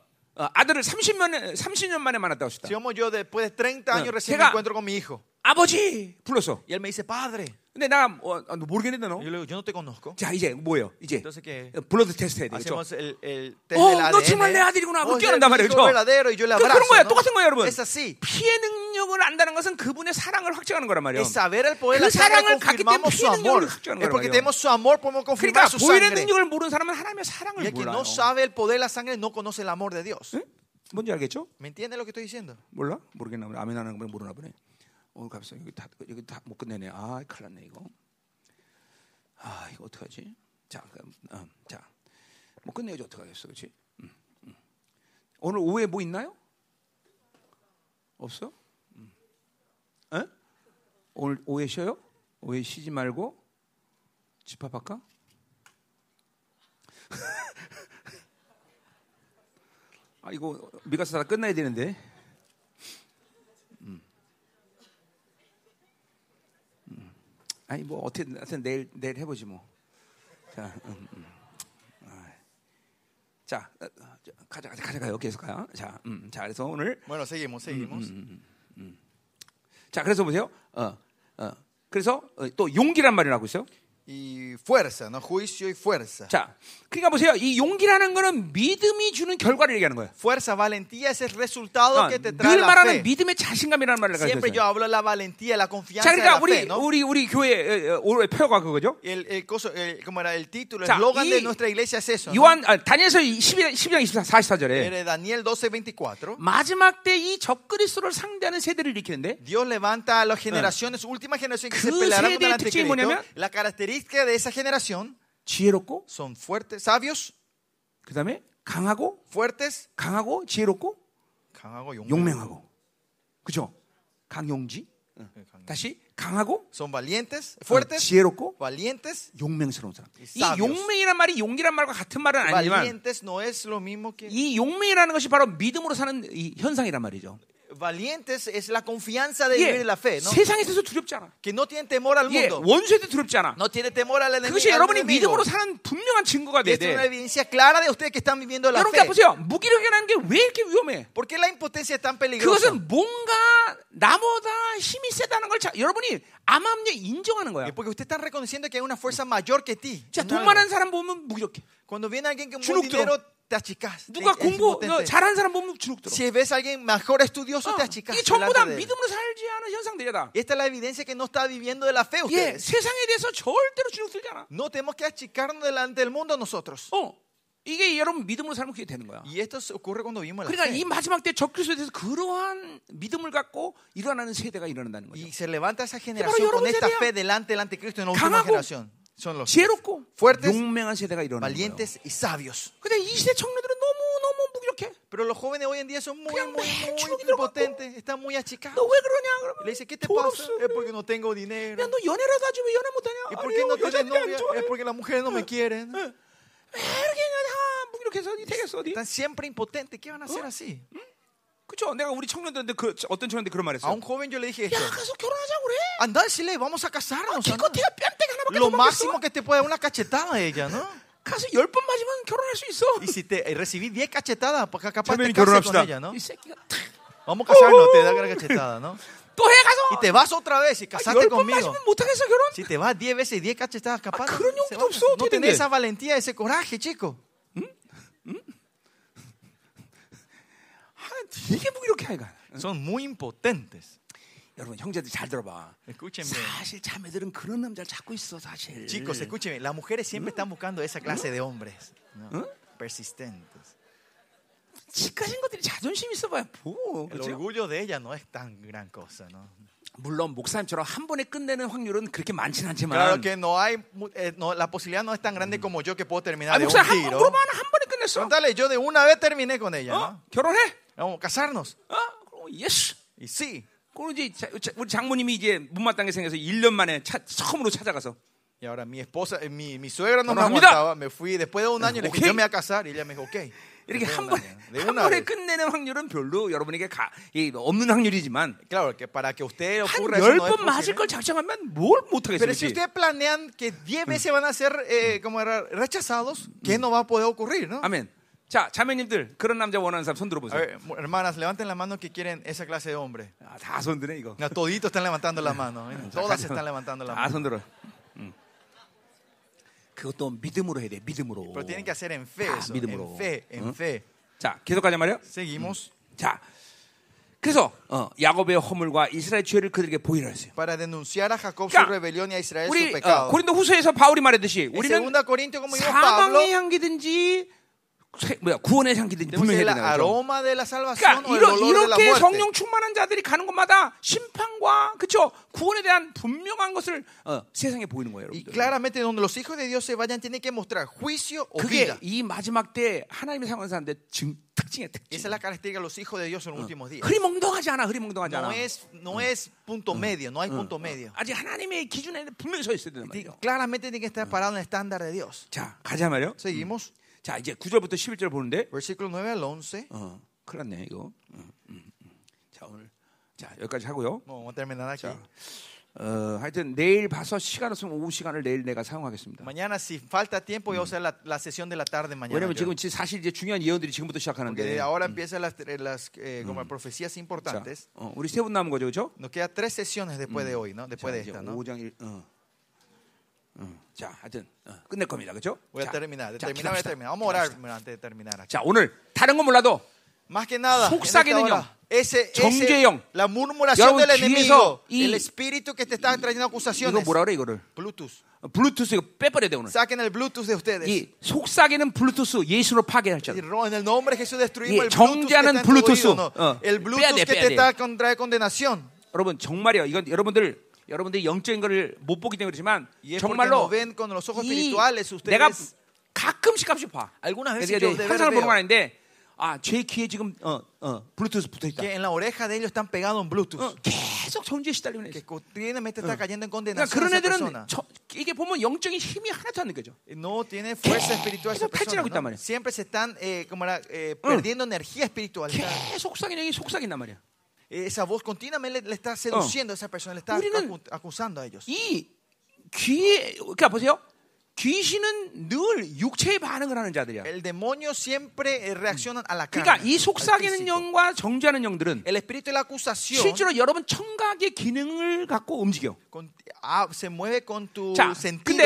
아들을 30년 30년 만에 만났다고 했다.
Si como yo después de 30
Yeah.
años recién
Llega-
me encuentro con mi hijo.
아버지 불렀어.
Y él me dice, padre.
근데 나 어, 어, 모르겠는데 너.
Y yo le digo, yo no te conozco.
자 이제 뭐예요? 이제
Entonces, ¿qué?
블러드 테스트 해야 되겠죠.
Hacemos el, el test
Oh,
del
no,
ADN.
정말 내 아들이구나.
Oh,
그렇게
es el
한단 말이에요,
hijo
그렇죠?
verdadero y yo le
그,
abrazo.
그런 거예요.
¿no?
똑같은 거예요, 여러분.
Es así.
피해 능력을 안다는 것은 그분의 사랑을 확증하는 거란 말이에요.
Es saber el poder de
그
la sangre
사랑을 갖기
confirmamos su
때문에 피해
amor.
능력을 확증하는
Es porque
거란 말이에요.
tenemos su amor, podemos
그러니까
confirmar su
보일의
sangre.
능력을 모르는 사람은 하나님의
Y
사랑을
el que
몰라요.
no sabe el poder de la sangre no conoce el amor de Dios.
응? 뭔지 알겠죠?
¿Me entiende lo que estoy diciendo?
몰라? 모르겠나 보네. 아멘 하는 거 모르나 보네. 오늘 갑자기 여기 다 여기 다 못 끝내네. 아, 큰일 났네 이거. 아, 이거 어떡하지? 자, 그럼, 어, 자. 못 끝내야지 어떡하겠어. 그렇지? 음, 음. 오늘 오후에 뭐 있나요? 없어? 음. 에? 오늘 오후에 쉬어요? 오후에 쉬지 말고 집합할까? *laughs* 아 이거 미가서 다 끝나야 되는데. 아니 뭐 어떻게 하여튼 내일 내일 해보지 뭐. 자, 음, 음. 아. 자, 어, 어, 자, 가자 가자 가자 가요 계속 가요. 자, 음, 자 그래서 오늘
Bueno, seguimos, seguimos.
자 그래서 보세요. 어, 어. 그래서 어, 또 용기란 말이 나고 있어요.
Y fuerza, ¿no? Juicio y fuerza.
자, 그러니까 보세요. 이 용기라는 거는 믿음이 주는 결과를 얘기하는 거예요.
Fuerza, valentía es el resultado
어,
que te trae
늘
la
말하는
fe.
믿음의 자신감이라는 말을 가지고
Siempre yo
있어요.
hablo de la valentía, la confianza
자,
de la
그러니까
fe,
우리
¿no?
우리 우리 교회 어, 올해 표가 그거죠.
El, el coso- el- como era el título, el
자,
eslogan
이
de nuestra iglesia es eso. ¿no?
요한 아, 다니엘서 12, 12장 44절에
Era Daniel 12, 24.
마지막 때 이 적그리스도를 상대하는 세대를 일으키는데
Dios levanta a las generaciones, última generación que se
그
peleará contra el
세대의 특징이
anticristo.
뭐냐면
La característica de esa generación
지혜롭고
son fuertes, sabios,
그다음에 강하고
fuertes,
강하고 지혜롭고
강하고 용-
용맹하고 그죠? 네, 강용지 다시 강하고
son valientes,
어,
fuertes,
지혜롭고
valientes.
용맹스러운 사람. 이
사비오스.
용맹이란 말이 용기란 말과 같은 말은 아니지만
Valientes no es lo mismo que
이 용맹이라는 것이 바로 믿음으로 사는 이 현상이란 말이죠.
valientes es la confianza de
예,
vivir la fe, ¿no?
세상에 있어서 두렵지 않아.
Que no tienen temor al
예,
mundo,
원수에도 두렵지 않아.
no tiene temor al enemigo.
그것이
al
여러분이
enemigo.
믿음으로 사는 분명한 증거가
Que
돼야
Es una
돼.
evidencia clara de ustedes que están viviendo la
여러분께 그러니까
fe.
보세요. 무기력이라는 게 왜 이렇게 위험해?
¿Por qué la impotencia es tan peligrosa?
그것은 뭔가 나보다 힘이 세다는 걸 자- 여러분이 암암리에 인정하는 거야.
Es porque usted está reconociendo que hay una fuerza mayor que ti.
자,
en
돈
algo.
많은 사람 보면 무기력해.
Cuando viene alguien con
주눅
mucho
들어.
dinero, te achicas. te-
누가
es
공부
impotente.
잘하는 사람 보면 주눅 들어.
Si ves a alguien mejor estudioso,
어,
te achicas.
이게 전부 다
delante de él.
믿음으로 살지 않은 현상들이다.
Esta es la evidencia que no está viviendo de la fe
예,
ustedes.
세상에 대해서 절대로 주눅 들지 않아.
No tenemos que achicarnos delante del mundo nosotros.
어, 이게 여러분 믿음으로 살면 그게 되는 거야.
Y esto se ocurre cuando vivimos la
그러니까 이
fe.
마지막 때 적그리스도에 대해서 그러한 믿음을 갖고 일어나는 세대가 일어난다는 거죠.
Y se levanta esa
pero
generación
yo no
con
me
esta
sabía.
fe delante del anticristo en la última
Cagago.
generación. Son los
지혜롭고
fuertes,
용맹한 세대가 일어나는 거예요.
valientes y sabios.
근데 이 시대 청년들은 너무 너무 무기력해.
Pero los jóvenes hoy en día son muy,
Claro,
muy,
me chulo que
muy
droga,
impotentes. Están muy achicados.
너 왜 그러냐? 그러면
Le dice, ¿qué te
돈
pasa?
없어.
Es porque no tengo dinero.
야, 너 연애라도 하지 왜 연애 못하냐?
¿Y por
아니,
qué no tienes
여자들이 안
novia?
좋아해.
Es porque las mujeres no me quieren.
왜 아, 이렇게 그냥 다 무기력해서 니 되겠어, 어디?
Están siempre impotentes. ¿Qué van a hacer así?
그쵸? 내가 우리 청년들한테 그, 어떤 청년한테 그런 말했어. 요
A un joven yo le dije
야,
esto.
가서 결혼하자고 그래.
Andá, decirle, vamos a casarnos. andá.
기껏해야 뺨때기 하나밖에
Lo
못 먹겠어.
máximo que te puede dar una cachetada a ella, ¿no?
가서 열 번 맞으면 결혼할 수 있어.
Y si te eh, recibí 10 cachetadas, pues capaz
Chamin,
te cases con
결혼합시다.
ella, ¿no?
이 새끼가
Vamos a casarnos, te da la cachetada, ¿no?
또 해
Y
가서 아,
te vas otra vez
열
y casate
번
conmigo.
맞으면 못하겠어 결혼.
Si te vas 10 veces y 10 cachetadas,
Ah,
capaz no
그런
se
용기도
va a
없어,
casar. no
어떻게 돼?
tenés esa valentía, ese coraje, chico.
아, 되게 무기력해 아이가.
Son muy impotentes.
여러분 형제들 잘 들어봐.
Escúchenme.
사실 자매들은 그런 남자를 찾고 있어 사실.
Chicos, escúchenme, las mujeres siempre están buscando esa clase de hombres. ¿no? Persistentes.
지가진 것들이 자존심 있어봐야 뭐.
El
그렇죠?
orgullo de ella no es tan gran cosa, ¿no?
물론 목사님처럼 한 번에 끝내는 확률은 그렇게 많진 않지만.
Claro que no hay, mu- eh, no, la posibilidad no es tan grande como yo que puedo terminar
아
de un
목사 한번
tiro.
물어봐 한 번에 끝냈어.
Contale, yo de una vez terminé con ella,
어?
¿no?
결혼해?
Vamos a casarnos.
어? 그럼 예스.
Y sí.
그럼 이제 자- 자- 우리 장모님이 이제 못마땅하게 생겨서 1년 만에 차- 처음으로 찾아가서
Y ahora mi esposa, eh, mi, mi suegra no me
Ramita.
aguantaba, me fui después de un año, le dije,
Ok.
yo me voy a casar. Y ella me dijo, ok.
이렇게
Después de
한
un
번에
año, de
한
una
번에
vez.
끝내는 확률은 별로 여러분에게 가, 이, 없는 확률이지만
Claro, que para que usted
한
ocurra eso
열
no es
번 맞을
posible.
걸 작정하면 뭘 못하겠어요.
Pero si
그렇지?
ustedes planean que 10 veces van a ser eh, como era, rechazados, ¿qué no va a poder ocurrir, no?
아멘. 자, 자매님들 그런 남자 원하는 사람 손
A
들어보세요.
ver, mu- hermanas, levanten la mano que quieren esa clase de hombre.
아, 다 손드네 이거.
No, toditos están levantando la
*laughs*
mano. miren, Todas están levantando la
다
mano.
손들어. 음. 그것도 믿음으로 해야 돼. 믿음으로.
Pero tienen que hacer en fe
Ah,
eso.
믿음으로.
En fe, en
¿Eh?
fe.
자, 계속 가자 말이야.
Seguimos
자, 그래서 어, 야곱의 허물과 이스라엘 죄를 그들에게 보이라 했어요.
para denunciar a Jacob su
Claro.
rebelión y a Israel su
우리 어,
pecado.
고린도 후서에서 바울이 말했듯이
En
우리는
2 Corintios, como dijo Pablo,
사망의 향기든지 세- 뭐야 구원의 향기든지
debe ser
분명해야
el
된다. 그죠?
aroma de la salvación
그러니까
o el olor de la
이렇게
muerte.
성령 충만한 자들이 가는 곳마다 심판과 그쵸 구원에 대한 분명한 것을 어, 세상에 보이는 거예요,
Y
여러분들.
claramente donde los hijos de Dios se vayan tienen que mostrar juicio o
그게
vida.
이 마지막 때 하나님이 사용하는 사람들의 증, 특징의 특징.
Esa es la característica de los hijos de Dios en los últimos días.
흐리멍덩하지 않아, 흐리멍덩하지
No
않아.
es, no es punto medio, no hay punto medio.
아직 하나님의 기준에 분명히 서 있어야 되는
Ti-
말이에요.
Claramente tiene que estar parado en el estándar de Dios.
자, 가자 말이요.
Seguimos,
자, 이제 9절부터 11절 보는데
versículo 9 al 11.
어, 큰일 났네 이거. 음, 음, 음. 자 오늘 자 여기까지 하고요.
No, vamos a terminar aquí.
어, 하여튼 내일 봐서 시간 없으면 오후 시간을 내일 내가 사용하겠습니다.
Mañana, si falta tiempo, voy a usar la, la sesión de la tarde mañana.
왜냐면
yo.
지금 지- 사실 이제 중요한 예언들이 네, 지금부터
Porque
시작하는데.
de ahora empiezan las, las, eh, como profecías
자,
importantes.
어, 우리 세 분 남은 거죠, 그렇죠?
Nos quedan tres sesiones después de hoy, ¿no? Después de
이제
esta, ¿no?
5장 1. 어. 어. 자, 하여튼 어, 끝낼 겁니다, 그렇죠?
Voy a
자,
terminar, de
자,
terminar, voy a
기도합시다.
terminar. Vamos a orar antes de terminar aquí.
자, 오늘 다른 건 몰라도
Más que nada, en esta
속삭이는
hora,
영,
ese,
정죄의
ese,
영.
la murmuración
여러분
del enemigo,
귀에서 이-
el espíritu que te está trayendo
이거
acusaciones.
뭐라 그래 이거를?
Bluetooth.
어, 블루투스 이거 빼버려야 돼 오늘.
Saquen el Bluetooth de ustedes.
이 속삭이는 블루투스 예수로 파괴할 줄.
Y ro- En el nombre de Jesús destruimos
예,
el Bluetooth. Ah. Que está
정죄하는
en tu
Bluetooth.
oído, ¿no?
어,
El
빼야
Bluetooth
돼,
que
빼야
te
돼.
está contrae condenación.
여러분 정말이요. 이건 여러분들 여러분들이 영적인 거를 못 보기 때문에 그렇지만
Y es porque no
정말로
ven con los ojos
이
espirituales ustedes.
내가 가끔씩 가끔씩 봐.
Algunas veces
그러니까
yo
내가
de
항상
ver
보는 건
veo.
아닌데 아제 귀에 지금 어, 어, 블루투스 붙어 있다.
Que en la oreja de ellos están pegados en Bluetooth.
어, 계속 정지에 시달리는 애.
Que continuamente está cayendo en
그러니까
condenación.
그런
Esa
애들은
persona.
저, 이게 보면 영적인 힘이 하나도 안 느껴져.
No tiene fuerza espiritual. esa
계속
persona,
탈진하고 있단
¿no?
말이야.
Siempre se están eh, como era, eh, perdiendo energía espiritual. Está-
계속 속삭이는 속삭인단 말이야.
Eh, Esa voz continuamente le, le está seduciendo a esa persona, le está
Uri는-
acu- acusando a ellos.
이 귀에 그러니까 보세요. 귀신은 늘 육체의 반응을 하는 자들이야.
El demonio siempre eh, reacciona a la
그러니까
carne.
이
al
속삭이는
físico.
영과 정죄하는 영들은
el espíritu de la acusación
실제로 여러분 청각의 기능을 갖고 움직여.
con- ah, se mueve con tus
자, 근데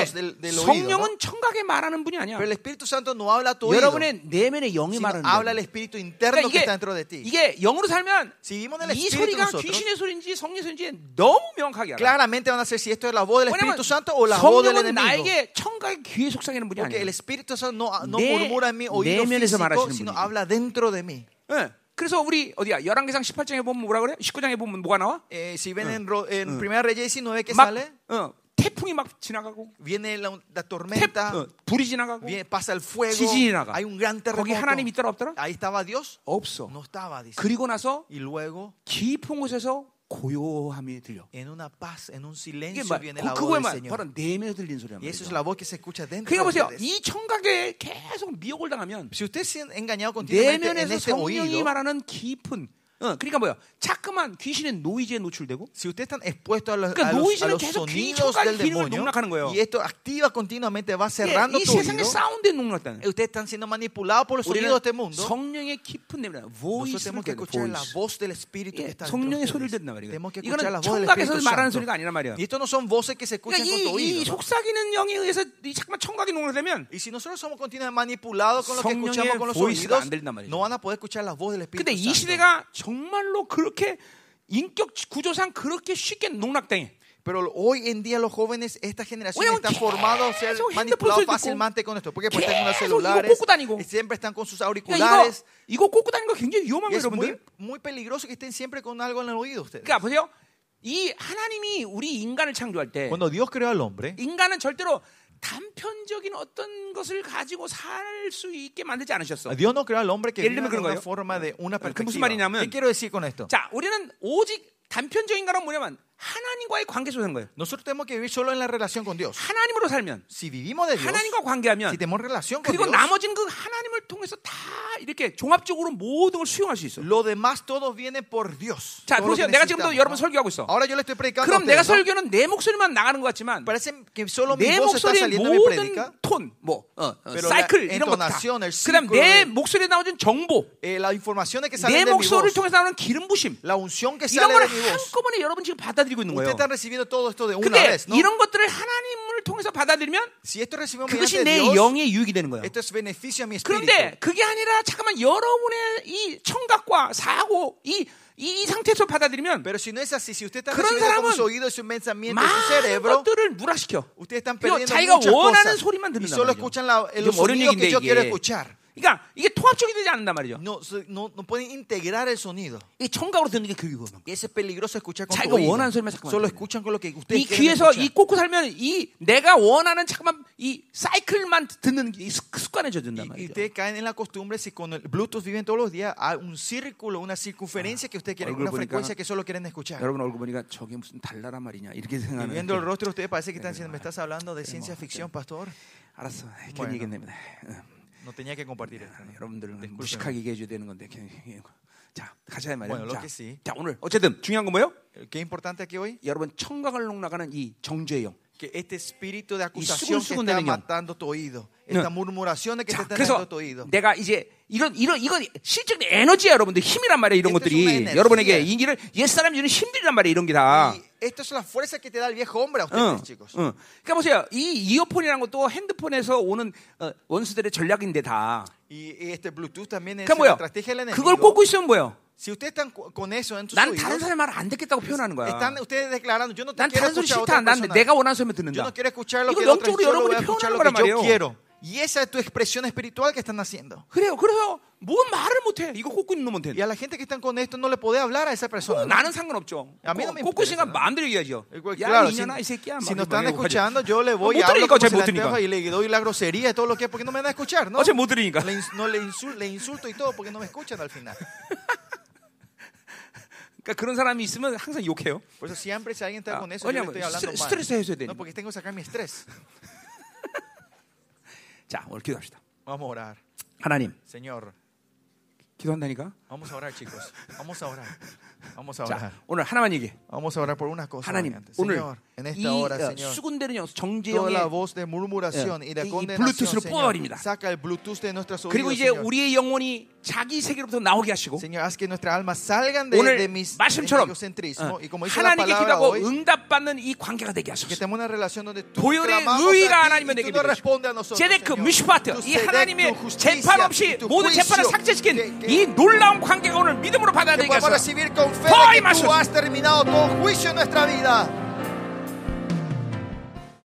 sentidos del, del oído. ¿no?
성령은 청각에 말하는 분이 아니야.
Pero el Espíritu Santo no habla a tu oído,
여러분의 내면의 영이
sino
말하는
habla
거야.
el espíritu interno
그러니까
que
이게,
está dentro de ti.
이게 영으로 살면
Si vivimos en el
이
espíritu
소리가
nosotros,
귀신의 소리인지 성령의 소리인지 너무 명확하게 알아.
claramente van a ser si esto es la voz del
왜냐면
네, Espíritu Santo o la voz del
성령은
enemigo.
나에게 청각의 귀에 속삭이는 분이
Porque
아니야.
el Espíritu Santo no, ah, no
내-
murmura en mi oído
내면에서
físico,
말하시는
sino
분이지.
habla dentro de mí.
예. 그래서 우리 어디야? 11개상 18장에 보면 뭐라 그래? 19장에 보면 뭐가 나와?
Eh, si ven en, Ro- en Primera Reyes 19 que
막
sale,
어, 태풍이 막 지나가고
viene la, la
태,
tormenta,
어, 불이 지나가고
viene- pasa el fuego,
지진이 나가.
hay un gran
uh, 거기 하나님
terremoto.
있더라 없더라?
Ahí estaba Dios,
없어.
no estaba, dice.
그리고 나서
Y luego,
깊은 곳에서 고요함이 들려.
en una paz, en un
이게
silencio,
말,
viene
그-
la voz
그거에
del
말,
Señor.
바로 내면에서 들리는 소리야.
Y eso es la voz que se escucha dentro
그러니까
de
보세요.
ustedes.
이 청각에 계속 미혹을 당하면
Si ustedes se han engañado continuamente en
내면에서
este
성령이
oído,
말하는 깊은 어, 그러니까 뭐야? 자꾸만 귀신의 노이즈에 노출되고
si ustedes están expuestos a los,
그러니까
a los- a
노이즈는
los
계속 귀
sonidos
청각의
del
기능을
demonio,
농락하는 거예요.
y esto activa continuamente, va
이게
cerrando
네, 이
tu
세상의
oído,
사운드에 녹락다는 거예요.
ustedes están siendo manipulados por los sonidos de
우리는
este mundo.
성령의 깊은 내면
Nosotros
voice를
tenemos que
듣는
escuchar la
voice.
voz del Espíritu que
예,
está dentro de
성령의 소리를
ustedes.
듣는단 말이에요.
Tenemos que escuchar la
이거는
voz del
청각에서
Espíritu
말하는 소리가
Santo.
아니란 말이야.
Y esto no son voces que se
그러니까
escuchan con
이,
tu
이
oído. ¿no?
속삭이는 영에 의해서 이 잠깐 청각이 농락되면
Y si nosotros somos continuamente manipulados con lo que
성령의
escuchamos con los
voice가 안
oídos,
들린단 말이죠.
no van a poder escuchar la voz del Espíritu
근데 이
Santo.
시대가 정말로 그렇게 인격 구조상 그렇게 쉽게 농락당해.
Pero hoy en día los jóvenes, esta generación
Oye,
está
¿qué?
formada a ser
Eso, gente, pues, soy
manipulados fácilmente con esto. Porque pues
¿Qué?
están con los
Eso,
celulares,
digo, poco,
y siempre están con sus
그러니까 이거
auriculares.
이거 꽂고 다니는 거 굉장히 위험한
Y
거예요,
es muy,
여러분들.
muy peligroso que estén siempre con algo en el oído ustedes.
그러니까 보세요. 이 하나님이 우리 인간을 창조할 때
Cuando Dios creó al hombre,
인간은 절대로 단편적인 어떤 것을 가지고 살 수 있게 만들지 않으셨어.
Dios no creó al hombre que
예를
vive
들면
de
그런
una
거예요.
forma de una
그 무슨
perspectiva.
말이냐면-
¿Qué quiero decir con esto?
자, 우리는 오직 단편적인 거는 뭐냐면 하나님과의 관계 속에 사는 거예요.
Nosotros tenemos que vivir solo en la relación con Dios.
하나님으로 살면
Si vivimos de Dios,
하나님과 관계하면
si tenemos relación con
그리고
Dios,
나머지는 그 하나님을 통해서 다 이렇게 종합적으로 모든 걸 수용할 수 있어.
lo demás todo viene por Dios.
자,
Todo lo que
보세요. 내가 지금도
necesitamos,
여러분
¿no?
설교하고 있어.
Ahora yo le estoy predicando. a
그럼 내가
ustedes, ¿no?
설교는 내 목소리만 뭐 나가는 것 같지만
Parece que solo mi
내
voz está
목소리의
saliendo en mi prédica.
모든 톤, 뭐 어, 어,
Pero
사이클
la
이런 것 다.
entonación, el
그다음
círculo
내
de-
목소리에 나오는 정보,
Eh, la información que sale
내
de mi
목소리를
voz,
통해서 나오는 기름 부심
la unción que
이런
sale
걸
de mi voz.
한꺼번에 여러분 지금 받아들이고 있는
Usted
거예요.
está recibiendo todo esto de una
근데
vez, ¿no?
이런 것들을 하나님을 통해서 받아들이면
Si esto recibimos
그것이
mediante
내
Dios,
영의 유익이 되는 거예요.
esto es beneficio a mi espíritu.
그런데 그게 아니라 잠깐만 여러분의 이 청각과 사고 이, 이, 이 상태에서 받아들이면
Pero si no es así, si usted está
그런
recibiendo
사람은
con su oído, su pensamiento, su
많은
cerebro,
것들을 무락시켜.
ustedes están
그리고
perdiendo
자기가
muchas
원하는
cosas.
소리만
Y
듣는단
solo
말이죠.
escuchan la-
좀
los
어려운
sonidos
얘기인데
que yo quiero
이게.
escuchar.
그러니까 이게 통합적이 되지 않는단 말이죠.
No, so- no, no pueden integrar el sonido.
이 청각으로 듣는 게 교육이고.
Y eso es peligroso escuchar con
자기가
tu oído.
원하는 소리만 자꾸만
Solo
듣는
escuchan con lo que
이
ustedes quieren
귀에서 이
escuchar.
꽂고 살면 이 내가 원하는 잠깐만 이 사이클만 듣는 이 습- 습관해져 든단 말이죠.
Y, y ustedes caen en la costumbre si con el Bluetooth viven todos los días a un círculo, una circunferencia que ustedes quieren,
얼굴
una
보니까
frecuencia que solo quieren escuchar.
여러분 얼굴 보니까 저게 무슨 달나라 말이냐 이렇게
Y viendo el
생각하는.
rostro de ustedes parece que están diciendo, me estás hablando de ciencia ficción, pastor.
알았어.
뭐야,
괜히 얘기했네. 응.
No tenía que compartir esto.
아,
¿no?
여러분들은 무식하게 얘기해 줘야 되는 건데 그냥 얘기해. 자 가자 이 말이야
뭐야,
자,
럭키씨.
자 오늘 어쨌든 중요한 건 뭐예요?
Qué importante aquí hoy,
여러분 청각을 농락하는 이 정죄의 영
que este espíritu de acusación que
수근수근
está
되는 영.
matando tu oído, estas murmuraciones que te
자
están
그래서
dando tu oído.
내가 이제 이런 이런 이건 실적인 에너지야 여러분들 힘이란 말이야 이런
이것도
것들이
순간의
여러분에게
에너지야.
이 길을 옛사람 주는 힘들이란 말이야 이런 게다
Y esto es la fuerza que te da el viejo hombre a ustedes,
응,
chicos.
응. 그러니까 보세요 이 이어폰이라는 것도 핸드폰에서 오는 어, 원수들의 전략인데 다
Y, y este Bluetooth también es
그러니까
la
뭐예요
estrategia del
그걸
enemigo.
꽂고 있으면 뭐예요
Si ustedes están cu- con eso en sus
난 다른
oídos,
사람 말을 안 듣겠다고 표현하는 거야
están ustedes declarando, yo no te
난
quiero
다른 소리 싫다.
escuchar a otra
난
persona.
내가 원하는 소리만
Yo
듣는다.
no quiero escuchar lo
이거
que la otra
영적으로
yo lo voy a
여러분이
escuchar
표현하는
lo
거란
que yo
말이에요.
quiero. Y esa es tu expresión espiritual que están haciendo.
그래요. 그래서 뭔 말을 못해. 이거 꽂고 있는 놈한테.
Y a la gente que están con esto no le podés hablar a esa persona.
어,
¿no?
나는 상관없죠.
야, 미놈이
꽂고 있으니까
그랬잖아.
마음대로 얘기하죠.
Eh, pues,
야,
Claro, si,
이년아 이 새끼야.
si
막 이렇게
no
막
están
이러고
escuchando,
가지고.
yo le voy
못
a hablar
들으니까
como
어차피
se
못
la
들으니까.
anteojo y le doy la grosería y todo lo que es porque no me van a escuchar, ¿no?
어차피 못 들으니까.
Le, ins- no, le, insul- le insulto y todo porque no me escuchan al final.
그러니까 그런 사람이 있으면 항상 욕해요.
Por eso siempre si alguien está
Ah,
con eso,
oye,
yo le estoy
pues,
hablando
estre-
mal.
estrés eso de-
No, porque tengo que sacar mi estrés.
자, 오늘 기도합시다.
Vamos a orar,
하나님,
Señor.
기도한다니까.
Vamos a orar, chicos. Vamos a orar. Vamos a orar.
자, 오늘 하나만 얘기. 해
Vamos a orar por una cosa.
하나님,
obviamente.
오늘
Señor, en
이
esta hora,
어,
Señor.
수군대는 영,
Toda la
정죄영의
voz de murmuración
예,
y de
이
condenación,
Bluetooth를
Señor,
뽑아버립니다.
saca el Bluetooth de nuestros
그리고
oídos,
이제
Señor.
우리의 영혼이 자기 세계로부터 나오게 하시고
Señor, haz que nuestras almas salgan de, de
오늘
mis
말씀처럼
egocentrismo
어,
y como dice la
하나님께
palabra
기도하고
hoy,
응답받는 이 관계가 되게
que
하소서.
tenemos una relación donde tú
보혈의
clamamos
의가
a ti
하나님의
y
내게
tú no respondes
믿어주시고
a nosotros,
제데크
Señor.
뮤슈파트
Tu
이
sedec,
하나님의
tu justicia
재판
y
없이
tu
모든 재판을
juicio
삭제시킨
que- que-
이 놀라운 관계가 오늘 믿음으로 받아들이게
que podamos
하소서.
recibir con fe
Hoy,
de que tú
maestro.
has terminado todo juicio en nuestra vida.